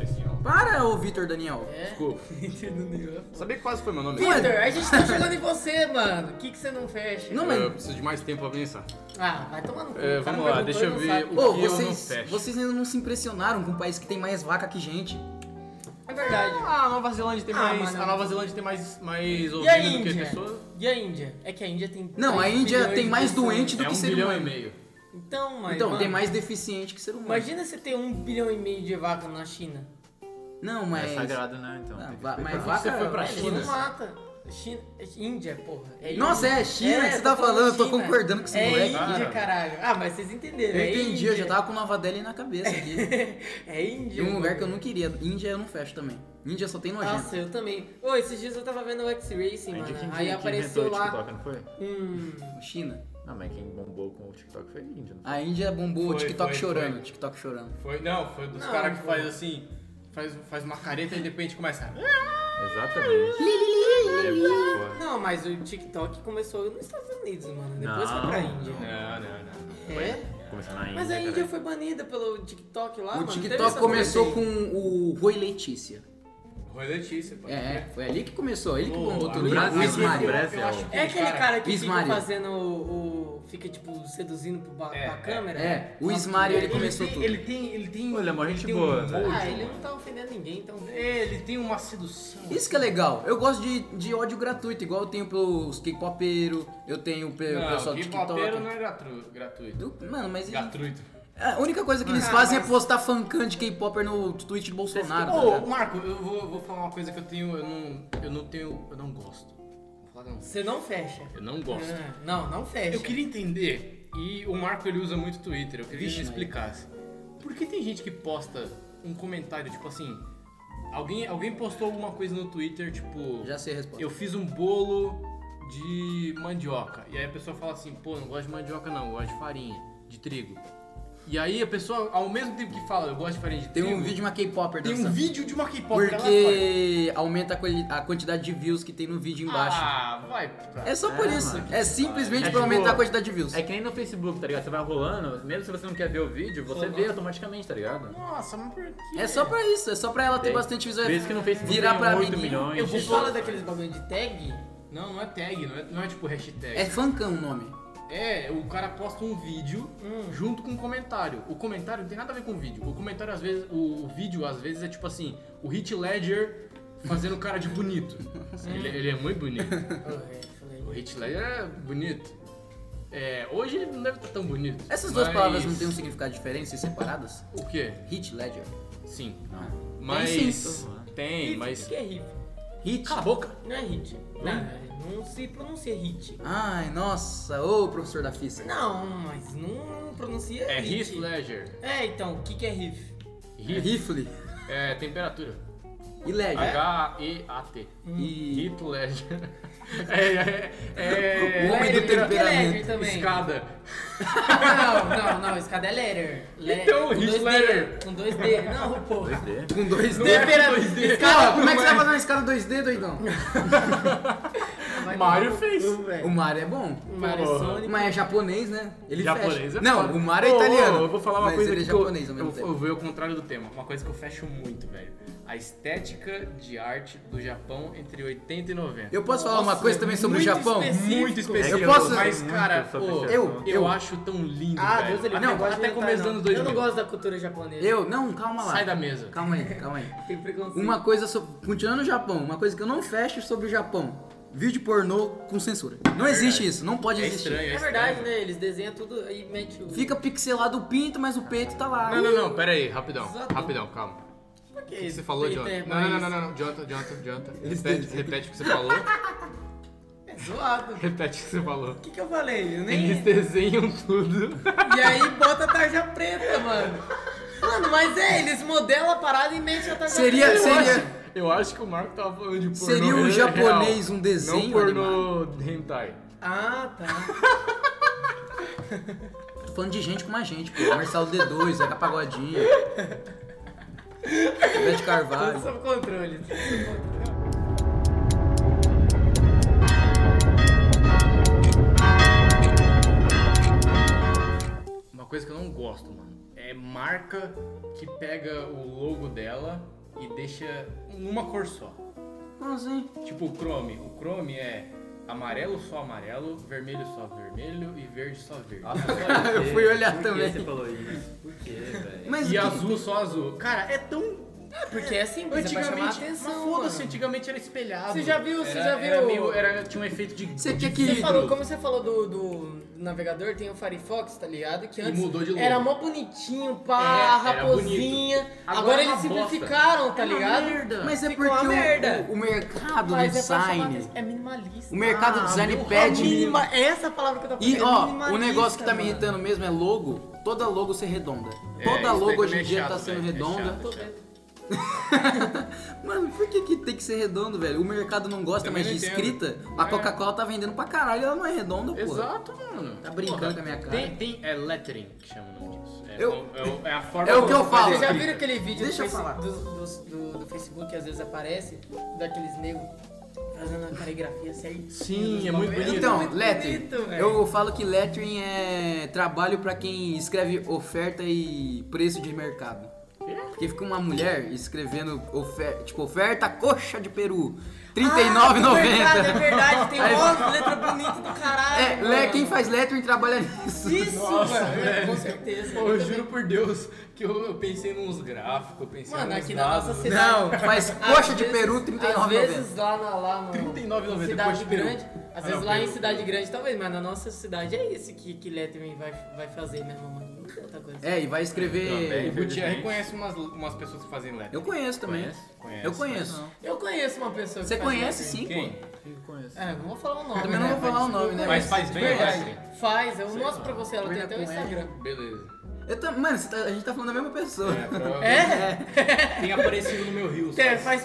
[SPEAKER 2] Aí sim, ó.
[SPEAKER 1] Para, ô Vitor Daniel.
[SPEAKER 2] Desculpa. Sabia que quase foi meu nome?
[SPEAKER 3] Peter, é. a gente tá chegando em você, mano. O que, que você não fecha?
[SPEAKER 1] Não, mas-
[SPEAKER 2] Eu preciso de mais tempo pra pensar.
[SPEAKER 3] Ah, vai tomar no cu.
[SPEAKER 2] É,
[SPEAKER 3] O cara
[SPEAKER 2] vamos lá,
[SPEAKER 3] perguntou,
[SPEAKER 2] deixa eu
[SPEAKER 3] ele
[SPEAKER 2] ver
[SPEAKER 3] não sabe.
[SPEAKER 2] É, o
[SPEAKER 1] Ô,
[SPEAKER 2] que eu não
[SPEAKER 1] vocês,
[SPEAKER 2] fecho.
[SPEAKER 1] vocês ainda não se impressionaram com um país que tem mais vaca que gente.
[SPEAKER 3] É verdade.
[SPEAKER 6] Ah, a Nova Zelândia tem
[SPEAKER 3] Ah,
[SPEAKER 6] mais.
[SPEAKER 3] mano.
[SPEAKER 6] A Nova Zelândia tem mais, mais
[SPEAKER 3] E a
[SPEAKER 6] ouvido do que
[SPEAKER 3] Índia?
[SPEAKER 6] pessoas.
[SPEAKER 3] E a Índia? É que a Índia tem.
[SPEAKER 1] Não, a
[SPEAKER 3] três
[SPEAKER 1] Índia
[SPEAKER 3] bilhões
[SPEAKER 1] tem
[SPEAKER 3] de
[SPEAKER 1] mais
[SPEAKER 3] pessoas.
[SPEAKER 1] doente do
[SPEAKER 2] É
[SPEAKER 1] que
[SPEAKER 2] um
[SPEAKER 1] ser
[SPEAKER 2] bilhão e
[SPEAKER 1] humano.
[SPEAKER 2] meio.
[SPEAKER 3] Então, mas.
[SPEAKER 1] Então,
[SPEAKER 3] mano,
[SPEAKER 1] tem mais deficiente que ser humano.
[SPEAKER 3] Imagina você ter um bilhão e meio de vaca na China.
[SPEAKER 1] Não, mas.
[SPEAKER 5] É sagrado, né? Então.
[SPEAKER 1] Ah,
[SPEAKER 5] tem que
[SPEAKER 1] va-
[SPEAKER 5] respeitar.
[SPEAKER 1] mas vaca
[SPEAKER 6] Você foi pra
[SPEAKER 1] é-
[SPEAKER 6] China?
[SPEAKER 3] Não mata. China, é Índia, porra. É
[SPEAKER 1] Nossa,
[SPEAKER 3] Índia.
[SPEAKER 1] é China que você tá
[SPEAKER 3] tô
[SPEAKER 1] falando, eu tô
[SPEAKER 3] China.
[SPEAKER 1] concordando com esse
[SPEAKER 3] é
[SPEAKER 1] moleque.
[SPEAKER 3] Índia,
[SPEAKER 5] Ah.
[SPEAKER 3] caralho. Ah, mas vocês entenderam.
[SPEAKER 1] Eu
[SPEAKER 3] é
[SPEAKER 1] entendi,
[SPEAKER 3] Índia.
[SPEAKER 1] eu já tava com Nova Delhi na cabeça aqui.
[SPEAKER 3] É Índia.
[SPEAKER 1] De um lugar
[SPEAKER 3] mano.
[SPEAKER 1] que eu não queria. Índia eu não fecho também. Índia só tem nojento.
[SPEAKER 3] Nossa, eu também. Ô, esses dias eu tava vendo o X-Racing,
[SPEAKER 5] Índia,
[SPEAKER 3] mano.
[SPEAKER 5] quem-
[SPEAKER 3] Aí
[SPEAKER 5] quem
[SPEAKER 3] apareceu
[SPEAKER 5] inventou o
[SPEAKER 3] lá
[SPEAKER 5] TikTok, não foi?
[SPEAKER 3] um.
[SPEAKER 1] China.
[SPEAKER 5] Não, mas quem bombou com o TikTok foi a Índia. não foi?
[SPEAKER 1] A Índia bombou o
[SPEAKER 2] Foi,
[SPEAKER 1] TikTok
[SPEAKER 2] foi,
[SPEAKER 1] chorando.
[SPEAKER 2] foi.
[SPEAKER 1] TikTok chorando.
[SPEAKER 2] Foi, não, foi dos
[SPEAKER 3] Não,
[SPEAKER 2] caras que
[SPEAKER 3] pô.
[SPEAKER 2] faz assim, faz, faz uma careta e de repente começa.
[SPEAKER 5] É Exatamente.
[SPEAKER 3] Não, mas o TikTok começou nos Estados Unidos, mano. Depois
[SPEAKER 5] Não.
[SPEAKER 3] foi pra Índia.
[SPEAKER 2] Não, não, não.
[SPEAKER 3] É?
[SPEAKER 5] Começou na Índia.
[SPEAKER 3] Mas a
[SPEAKER 5] cara.
[SPEAKER 3] Índia foi banida pelo TikTok lá,
[SPEAKER 1] O
[SPEAKER 3] Ah, mano. Teve
[SPEAKER 1] TikTok
[SPEAKER 3] essa
[SPEAKER 1] começou
[SPEAKER 3] coisa
[SPEAKER 1] com
[SPEAKER 3] aí.
[SPEAKER 1] o Rui Letícia.
[SPEAKER 2] Rui Letícia, pô.
[SPEAKER 1] É, é, foi ali que começou. Ele que
[SPEAKER 2] Pô,
[SPEAKER 1] bombou
[SPEAKER 2] a
[SPEAKER 1] tudo.
[SPEAKER 5] Brasil,
[SPEAKER 1] O
[SPEAKER 5] né?
[SPEAKER 1] Ismael.
[SPEAKER 5] Brasil.
[SPEAKER 2] é Eu acho que
[SPEAKER 3] É aquele cara que fica
[SPEAKER 1] Ismael.
[SPEAKER 3] fazendo o, o- fica, tipo, seduzindo pro ba-
[SPEAKER 2] É,
[SPEAKER 3] pra
[SPEAKER 2] é.
[SPEAKER 3] câmera.
[SPEAKER 1] É, o Ismael ele começou
[SPEAKER 2] tem,
[SPEAKER 1] tudo.
[SPEAKER 2] Ele tem, ele tem.
[SPEAKER 5] Olha, mó gente
[SPEAKER 2] tem um
[SPEAKER 5] boa,
[SPEAKER 2] mojo,
[SPEAKER 5] velho.
[SPEAKER 3] Ah,
[SPEAKER 2] mano.
[SPEAKER 3] ele não tá ofendendo ninguém, então...
[SPEAKER 2] Ele tem uma sedução.
[SPEAKER 1] Isso que é legal. Eu gosto de, de ódio gratuito, igual eu tenho pelos K-popeiros, eu tenho pelo
[SPEAKER 2] Não,
[SPEAKER 1] pessoal do
[SPEAKER 2] que é
[SPEAKER 1] TikTok.
[SPEAKER 2] papeiro não é gratu- gratuito.
[SPEAKER 1] Do- Mano, mas eles-
[SPEAKER 2] Gratuito.
[SPEAKER 1] a única coisa que eles
[SPEAKER 3] Ah,
[SPEAKER 1] fazem
[SPEAKER 3] mas-
[SPEAKER 1] é postar fancam de K-popper no tweet do Bolsonaro. tá
[SPEAKER 2] Ô,
[SPEAKER 1] ligado?
[SPEAKER 2] Marco, eu vou, vou falar uma coisa que eu tenho. Eu não, eu não tenho. Eu não gosto. Vou falar que eu não-
[SPEAKER 3] Você não fecha.
[SPEAKER 2] Eu não gosto.
[SPEAKER 3] Ah, não, não fecha.
[SPEAKER 2] Eu queria entender, e o Marco ele usa muito Twitter, eu queria que
[SPEAKER 1] Vixe,
[SPEAKER 2] ele
[SPEAKER 1] Maria.
[SPEAKER 2] explicasse. Por que tem gente que posta um comentário, tipo assim, alguém, alguém postou alguma coisa no Twitter, tipo,
[SPEAKER 1] Já sei a resposta.
[SPEAKER 2] eu fiz um bolo de mandioca. E aí a pessoa fala assim, pô, não gosto de mandioca não, eu gosto de farinha, de trigo. E aí a pessoa, ao mesmo tempo que fala, eu gosto de farinha de
[SPEAKER 1] Tem
[SPEAKER 2] trigo,
[SPEAKER 1] um vídeo de uma K-popper
[SPEAKER 2] tem um
[SPEAKER 1] dançando.
[SPEAKER 2] vídeo de uma K-pop aleatória.
[SPEAKER 1] Porque aumenta a, quali- a quantidade de views que tem no vídeo embaixo.
[SPEAKER 2] Ah, vai. pra-
[SPEAKER 1] é só por
[SPEAKER 5] É,
[SPEAKER 1] isso.
[SPEAKER 5] mano.
[SPEAKER 1] É simplesmente
[SPEAKER 5] É
[SPEAKER 1] pra
[SPEAKER 5] tipo-
[SPEAKER 1] aumentar a quantidade de views.
[SPEAKER 5] É que nem no Facebook, tá ligado? Você vai rolando, mesmo se você não quer ver o vídeo, você
[SPEAKER 3] Uhum.
[SPEAKER 5] vê automaticamente, tá ligado?
[SPEAKER 2] Nossa, mas por que?
[SPEAKER 1] É só pra isso. É só pra ela ter
[SPEAKER 5] Tem.
[SPEAKER 1] bastante visual.
[SPEAKER 5] Por isso que no Facebook
[SPEAKER 1] virar
[SPEAKER 5] tem
[SPEAKER 1] pra
[SPEAKER 5] 8
[SPEAKER 1] menina.
[SPEAKER 5] milhões.
[SPEAKER 3] Eu vou
[SPEAKER 5] de
[SPEAKER 3] falar
[SPEAKER 5] pessoas.
[SPEAKER 3] daqueles bagulho de tag.
[SPEAKER 2] Não, não é tag, não é, não é tipo hashtag.
[SPEAKER 1] É fancam o nome.
[SPEAKER 2] É, o cara posta um vídeo
[SPEAKER 1] Hum.
[SPEAKER 2] junto com um comentário. O comentário não tem nada a ver com o vídeo. O comentário, às vezes, o, o vídeo, às vezes, é tipo assim, o Hit Ledger fazendo cara de bonito. ele, ele é muito bonito.
[SPEAKER 3] Ah, é, falei.
[SPEAKER 2] O Hit Ledger é bonito. É, hoje ele não deve estar tão bonito.
[SPEAKER 1] Essas duas
[SPEAKER 2] mas-
[SPEAKER 1] palavras não têm um significado diferente e separadas?
[SPEAKER 2] O quê?
[SPEAKER 1] Hit Ledger.
[SPEAKER 2] Sim.
[SPEAKER 5] Não.
[SPEAKER 2] Mas.
[SPEAKER 1] então.
[SPEAKER 5] sim.
[SPEAKER 2] Tem,
[SPEAKER 3] Hit,
[SPEAKER 2] mas.
[SPEAKER 3] que é hit?
[SPEAKER 1] Hit.
[SPEAKER 2] Cala a boca!
[SPEAKER 3] Não é hit. Não, não se pronuncia hit.
[SPEAKER 1] Ai, nossa, ô professor da física.
[SPEAKER 3] Não, mas não pronuncia
[SPEAKER 2] É
[SPEAKER 3] hit.
[SPEAKER 2] Hit Ledger.
[SPEAKER 3] É, então, o que, que é riff?
[SPEAKER 2] Hit
[SPEAKER 1] Rifle
[SPEAKER 2] é temperatura.
[SPEAKER 1] e Ledger.
[SPEAKER 2] H-E-A-T.
[SPEAKER 1] E.
[SPEAKER 2] Hit Ledger. É, é, é,
[SPEAKER 1] O homem do
[SPEAKER 2] é,
[SPEAKER 1] temperamento.
[SPEAKER 3] Que é ledger também.
[SPEAKER 2] Escada.
[SPEAKER 3] Não, não, não, escada é letter. Le-
[SPEAKER 2] Então,
[SPEAKER 3] com
[SPEAKER 2] hit
[SPEAKER 3] dois D,
[SPEAKER 2] letter.
[SPEAKER 3] Com dois D. Não, pô.
[SPEAKER 5] 2D.
[SPEAKER 1] Com
[SPEAKER 2] é
[SPEAKER 1] 2D.
[SPEAKER 3] Tempera-
[SPEAKER 1] Cara, como é que você vai fazer uma escada 2D, doidão?
[SPEAKER 3] Vai
[SPEAKER 2] Mario
[SPEAKER 3] tomar no
[SPEAKER 2] fez. Um
[SPEAKER 3] cu, velho.
[SPEAKER 1] O Mario é bom.
[SPEAKER 3] O Mario
[SPEAKER 5] Porra.
[SPEAKER 3] Sonic.
[SPEAKER 1] Mas é japonês, né? Ele
[SPEAKER 2] Japonês
[SPEAKER 1] fecha.
[SPEAKER 2] é
[SPEAKER 1] não,
[SPEAKER 2] foda.
[SPEAKER 1] o Mario é
[SPEAKER 2] Ô, ô,
[SPEAKER 1] italiano.
[SPEAKER 2] Eu vou falar uma
[SPEAKER 1] mas
[SPEAKER 2] coisa
[SPEAKER 1] ele é
[SPEAKER 2] que eu-
[SPEAKER 1] japonês ao mesmo
[SPEAKER 2] eu,
[SPEAKER 1] tempo.
[SPEAKER 2] eu vou ao contrário do tema. Uma coisa que eu fecho muito, velho. A estética de arte do Japão entre 80 e 90.
[SPEAKER 1] Eu posso falar uma coisa também sobre o
[SPEAKER 3] muito
[SPEAKER 1] Japão?
[SPEAKER 3] específico.
[SPEAKER 2] é Muito
[SPEAKER 5] É
[SPEAKER 2] específico.
[SPEAKER 1] Eu posso-
[SPEAKER 2] Mas,
[SPEAKER 5] muito
[SPEAKER 2] cara,
[SPEAKER 5] sobre
[SPEAKER 2] pô,
[SPEAKER 5] esse
[SPEAKER 2] eu,
[SPEAKER 1] assunto.
[SPEAKER 2] eu acho tão lindo,
[SPEAKER 3] Ah,
[SPEAKER 2] velho.
[SPEAKER 3] Deus, ele
[SPEAKER 2] Ah,
[SPEAKER 3] não,
[SPEAKER 2] não,
[SPEAKER 3] gosta
[SPEAKER 2] até
[SPEAKER 3] de
[SPEAKER 2] começo dos
[SPEAKER 3] hentai,
[SPEAKER 2] anos
[SPEAKER 3] não. Eu
[SPEAKER 2] 2000.
[SPEAKER 3] não gosto da cultura japonesa.
[SPEAKER 1] Eu? Não, calma lá.
[SPEAKER 2] Sai da mesa.
[SPEAKER 1] Calma aí, calma aí.
[SPEAKER 3] Tem preconceito.
[SPEAKER 1] Uma coisa sobre. Continuando o Japão, uma coisa que eu não fecho sobre o Japão. Vídeo pornô com censura. Não existe isso, não pode
[SPEAKER 2] É
[SPEAKER 1] existir.
[SPEAKER 2] estranho, é
[SPEAKER 3] É verdade, né? Eles desenham tudo e metem o.
[SPEAKER 1] Fica pixelado o pinto, mas o peito tá lá.
[SPEAKER 2] Não, não, não, pera aí, rapidão,
[SPEAKER 3] Exato.
[SPEAKER 2] rapidão, calma.
[SPEAKER 3] Por
[SPEAKER 2] O que você falou, Jonathan?
[SPEAKER 3] é Peter,
[SPEAKER 2] Não, não,
[SPEAKER 3] mas
[SPEAKER 2] não, não, não, Jonathan, Jonathan, Jonathan. Repete, repete o que você falou.
[SPEAKER 3] É zoado. O
[SPEAKER 2] Repete o que você falou.
[SPEAKER 3] que, que eu falei? Eu nem.
[SPEAKER 2] Eles desenham tudo.
[SPEAKER 3] E aí bota a tarja preta, mano. Mano, mas é, eles modelam a parada e metem a tarja
[SPEAKER 1] Seria-
[SPEAKER 3] preta.
[SPEAKER 1] seria-
[SPEAKER 2] Eu acho, eu acho que o Marco tava falando de pornô
[SPEAKER 1] Seria um
[SPEAKER 2] real,
[SPEAKER 1] japonês, um
[SPEAKER 2] Não
[SPEAKER 1] desenho animado.
[SPEAKER 2] pornô hentai.
[SPEAKER 3] Ah, tá.
[SPEAKER 1] Tô falando de gente com a gente, pô. Marcelo D2, Zeca Pagodinho. Bete
[SPEAKER 3] Tudo
[SPEAKER 1] Carvalho.
[SPEAKER 3] sob controle. tudo sob controle.
[SPEAKER 2] Uma coisa que eu não gosto, mano, é marca que pega o logo dela e deixa numa cor só.
[SPEAKER 1] Como assim?
[SPEAKER 2] Tipo o Chrome. O Chrome é amarelo só amarelo, vermelho só vermelho e verde só verde.
[SPEAKER 5] Nossa, cara,
[SPEAKER 1] Eu
[SPEAKER 5] por
[SPEAKER 1] fui olhar
[SPEAKER 5] que
[SPEAKER 1] também.
[SPEAKER 5] você falou isso? Por quê, velho?
[SPEAKER 1] Mas o
[SPEAKER 2] E
[SPEAKER 1] que-
[SPEAKER 2] azul só azul. Cara, é tão
[SPEAKER 3] Porque é simples, é pra chamar a
[SPEAKER 2] Antigamente, mas
[SPEAKER 3] atenção.
[SPEAKER 2] foda-se,
[SPEAKER 3] mano.
[SPEAKER 2] antigamente era espelhado.
[SPEAKER 3] Você já viu, você
[SPEAKER 2] Era-
[SPEAKER 3] já viu. é,
[SPEAKER 2] Era meio- era- tinha um efeito de.
[SPEAKER 1] Você
[SPEAKER 2] de
[SPEAKER 1] quer que-
[SPEAKER 2] vidro.
[SPEAKER 3] Você falou, como você falou do, do navegador, tem o Firefox, tá ligado? Que
[SPEAKER 2] E
[SPEAKER 3] antes
[SPEAKER 2] mudou de logo.
[SPEAKER 3] era mó bonitinho, pá,
[SPEAKER 2] É, era
[SPEAKER 3] raposinha.
[SPEAKER 2] Agora
[SPEAKER 3] Agora,
[SPEAKER 2] é uma
[SPEAKER 3] eles
[SPEAKER 2] bosta.
[SPEAKER 3] simplificaram, tá ligado?
[SPEAKER 1] Mas é
[SPEAKER 3] Ficou
[SPEAKER 1] porque
[SPEAKER 3] uma
[SPEAKER 1] o,
[SPEAKER 3] merda.
[SPEAKER 1] o- o mercado
[SPEAKER 3] Mas
[SPEAKER 1] do
[SPEAKER 3] é pra chamar
[SPEAKER 1] design.
[SPEAKER 3] atenção. É minimalista.
[SPEAKER 1] O mercado do design
[SPEAKER 3] meu,
[SPEAKER 1] pede
[SPEAKER 3] é minima- Essa palavra que eu tô
[SPEAKER 1] E
[SPEAKER 3] é
[SPEAKER 1] ó, o
[SPEAKER 3] minimalista,
[SPEAKER 1] negócio que tá me
[SPEAKER 3] mano.
[SPEAKER 1] irritando mesmo é logo. Toda logo ser redonda.
[SPEAKER 5] É, isso
[SPEAKER 1] Toda
[SPEAKER 5] daí
[SPEAKER 1] logo hoje
[SPEAKER 5] também
[SPEAKER 1] em
[SPEAKER 5] é
[SPEAKER 1] dia
[SPEAKER 5] chato,
[SPEAKER 1] tá sendo
[SPEAKER 5] velho, é
[SPEAKER 1] redonda.
[SPEAKER 5] chato, é chato.
[SPEAKER 1] Mano, por que, que tem que ser redondo, velho? O mercado não gosta
[SPEAKER 2] Também
[SPEAKER 1] mais
[SPEAKER 2] não
[SPEAKER 1] de
[SPEAKER 2] entendo.
[SPEAKER 1] escrita.
[SPEAKER 5] É.
[SPEAKER 1] A Coca-Cola tá vendendo pra caralho, ela não é redonda, pô.
[SPEAKER 2] Exato, mano.
[SPEAKER 1] Tá brincando
[SPEAKER 2] Porra,
[SPEAKER 1] com a minha cara.
[SPEAKER 2] Tem, tem- é lettering que chama o nome disso. É,
[SPEAKER 1] Eu-
[SPEAKER 2] é o- é a forma
[SPEAKER 1] É o que eu falo.
[SPEAKER 2] você faz
[SPEAKER 3] Vocês já
[SPEAKER 2] escrita.
[SPEAKER 3] viram aquele vídeo
[SPEAKER 1] Deixa eu
[SPEAKER 3] do, Face-
[SPEAKER 1] falar.
[SPEAKER 3] do- do- do- do Facebook que às vezes aparece, daqueles negros fazendo a caligrafia certinho?
[SPEAKER 2] Sim,
[SPEAKER 3] dos
[SPEAKER 2] é muito
[SPEAKER 3] bagulho?
[SPEAKER 1] Então,
[SPEAKER 3] muito
[SPEAKER 1] lettering.
[SPEAKER 3] bonito, velho.
[SPEAKER 1] eu falo que lettering é trabalho pra quem escreve oferta e preço de mercado. Porque fica uma mulher escrevendo oferta, tipo, oferta coxa de peru,
[SPEAKER 3] Ah, é verdade, é
[SPEAKER 1] 39,90.
[SPEAKER 3] verdade, tem
[SPEAKER 1] Aí-
[SPEAKER 3] uma letra bonita do caralho.
[SPEAKER 1] É, le-
[SPEAKER 3] mano.
[SPEAKER 1] quem faz lettering trabalha nisso.
[SPEAKER 3] Isso, mano, com certeza.
[SPEAKER 2] Pô, eu juro por Deus que eu, eu pensei nos gráficos, eu pensei
[SPEAKER 3] Mano,
[SPEAKER 2] nos
[SPEAKER 3] aqui na nossa
[SPEAKER 2] dados.
[SPEAKER 3] cidade.
[SPEAKER 1] Não, faz
[SPEAKER 3] às
[SPEAKER 1] coxa de
[SPEAKER 3] vezes-
[SPEAKER 1] peru
[SPEAKER 3] Às
[SPEAKER 1] 39,90.
[SPEAKER 3] vezes lá na lá no,
[SPEAKER 2] 39,90,
[SPEAKER 3] cidade
[SPEAKER 2] coxa de peru.
[SPEAKER 3] grande,
[SPEAKER 2] Ah,
[SPEAKER 3] às vezes
[SPEAKER 2] não,
[SPEAKER 3] lá
[SPEAKER 2] peru,
[SPEAKER 3] em cidade
[SPEAKER 2] peru.
[SPEAKER 3] grande talvez, mas na nossa cidade é esse que que Letterman vai vai fazer mesmo, mano. Não tem outra coisa.
[SPEAKER 1] É, e vai
[SPEAKER 5] Também.
[SPEAKER 1] escrever.
[SPEAKER 2] O Gutierrez reconhece umas, umas pessoas que fazem lettering.
[SPEAKER 1] Eu conheço também.
[SPEAKER 5] Conhece?
[SPEAKER 2] Conhece,
[SPEAKER 1] Eu conheço.
[SPEAKER 3] Eu conheço uma pessoa que
[SPEAKER 1] Você
[SPEAKER 3] faz
[SPEAKER 1] conhece
[SPEAKER 3] lettering.
[SPEAKER 1] sim,
[SPEAKER 2] Quem?
[SPEAKER 1] pô.
[SPEAKER 3] É, não vou falar o nome.
[SPEAKER 1] Também não
[SPEAKER 3] né,
[SPEAKER 1] vou falar o nome, né?
[SPEAKER 2] Mas faz
[SPEAKER 3] de
[SPEAKER 2] bem,
[SPEAKER 3] verdade.
[SPEAKER 2] Leslie?
[SPEAKER 3] Faz, eu mostro pra você, ela tem
[SPEAKER 1] Olha
[SPEAKER 3] até o
[SPEAKER 1] com ela.
[SPEAKER 3] Instagram.
[SPEAKER 2] Beleza.
[SPEAKER 1] Eu tam- Mano, você tá- a gente tá falando da mesma pessoa.
[SPEAKER 2] É, provavelmente
[SPEAKER 3] É?
[SPEAKER 2] tem aparecido no meu rio.
[SPEAKER 3] Você faz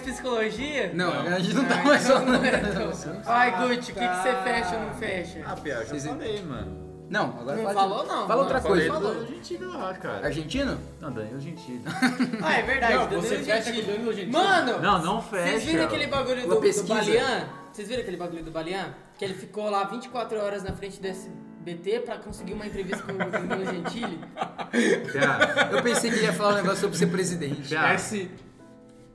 [SPEAKER 3] psicologia?
[SPEAKER 1] Não,
[SPEAKER 2] Não.
[SPEAKER 1] a gente não
[SPEAKER 3] É,
[SPEAKER 1] tá mais
[SPEAKER 3] então
[SPEAKER 1] falando.
[SPEAKER 3] Ai, Gucci, o que que você fecha ou não fecha?
[SPEAKER 5] Ah, Pia, já
[SPEAKER 1] Vocês-
[SPEAKER 5] falei, mano.
[SPEAKER 1] Não, agora
[SPEAKER 3] Não
[SPEAKER 1] fala de-
[SPEAKER 3] falou, não.
[SPEAKER 1] Fala outra
[SPEAKER 5] Eu falei
[SPEAKER 1] coisa.
[SPEAKER 5] do Argentino lá, cara.
[SPEAKER 1] Argentino?
[SPEAKER 5] Não, Danilo Gentili.
[SPEAKER 3] Ah, é verdade,
[SPEAKER 2] Não,
[SPEAKER 3] Danilo
[SPEAKER 2] você fecha
[SPEAKER 3] Gentili.
[SPEAKER 2] com Danilo Gentili.
[SPEAKER 3] Mano,
[SPEAKER 5] Não, não fecha.
[SPEAKER 3] vocês viram aquele bagulho
[SPEAKER 1] Uma
[SPEAKER 3] do, do
[SPEAKER 1] pesquisa.
[SPEAKER 3] Balian? Vocês viram aquele bagulho do Balian? Que ele ficou lá 24 horas na frente do SBT pra conseguir uma entrevista com o Danilo Gentili?
[SPEAKER 5] Pia,
[SPEAKER 1] Eu pensei que ele ia falar um negócio sobre ser presidente.
[SPEAKER 5] Pia.
[SPEAKER 2] S.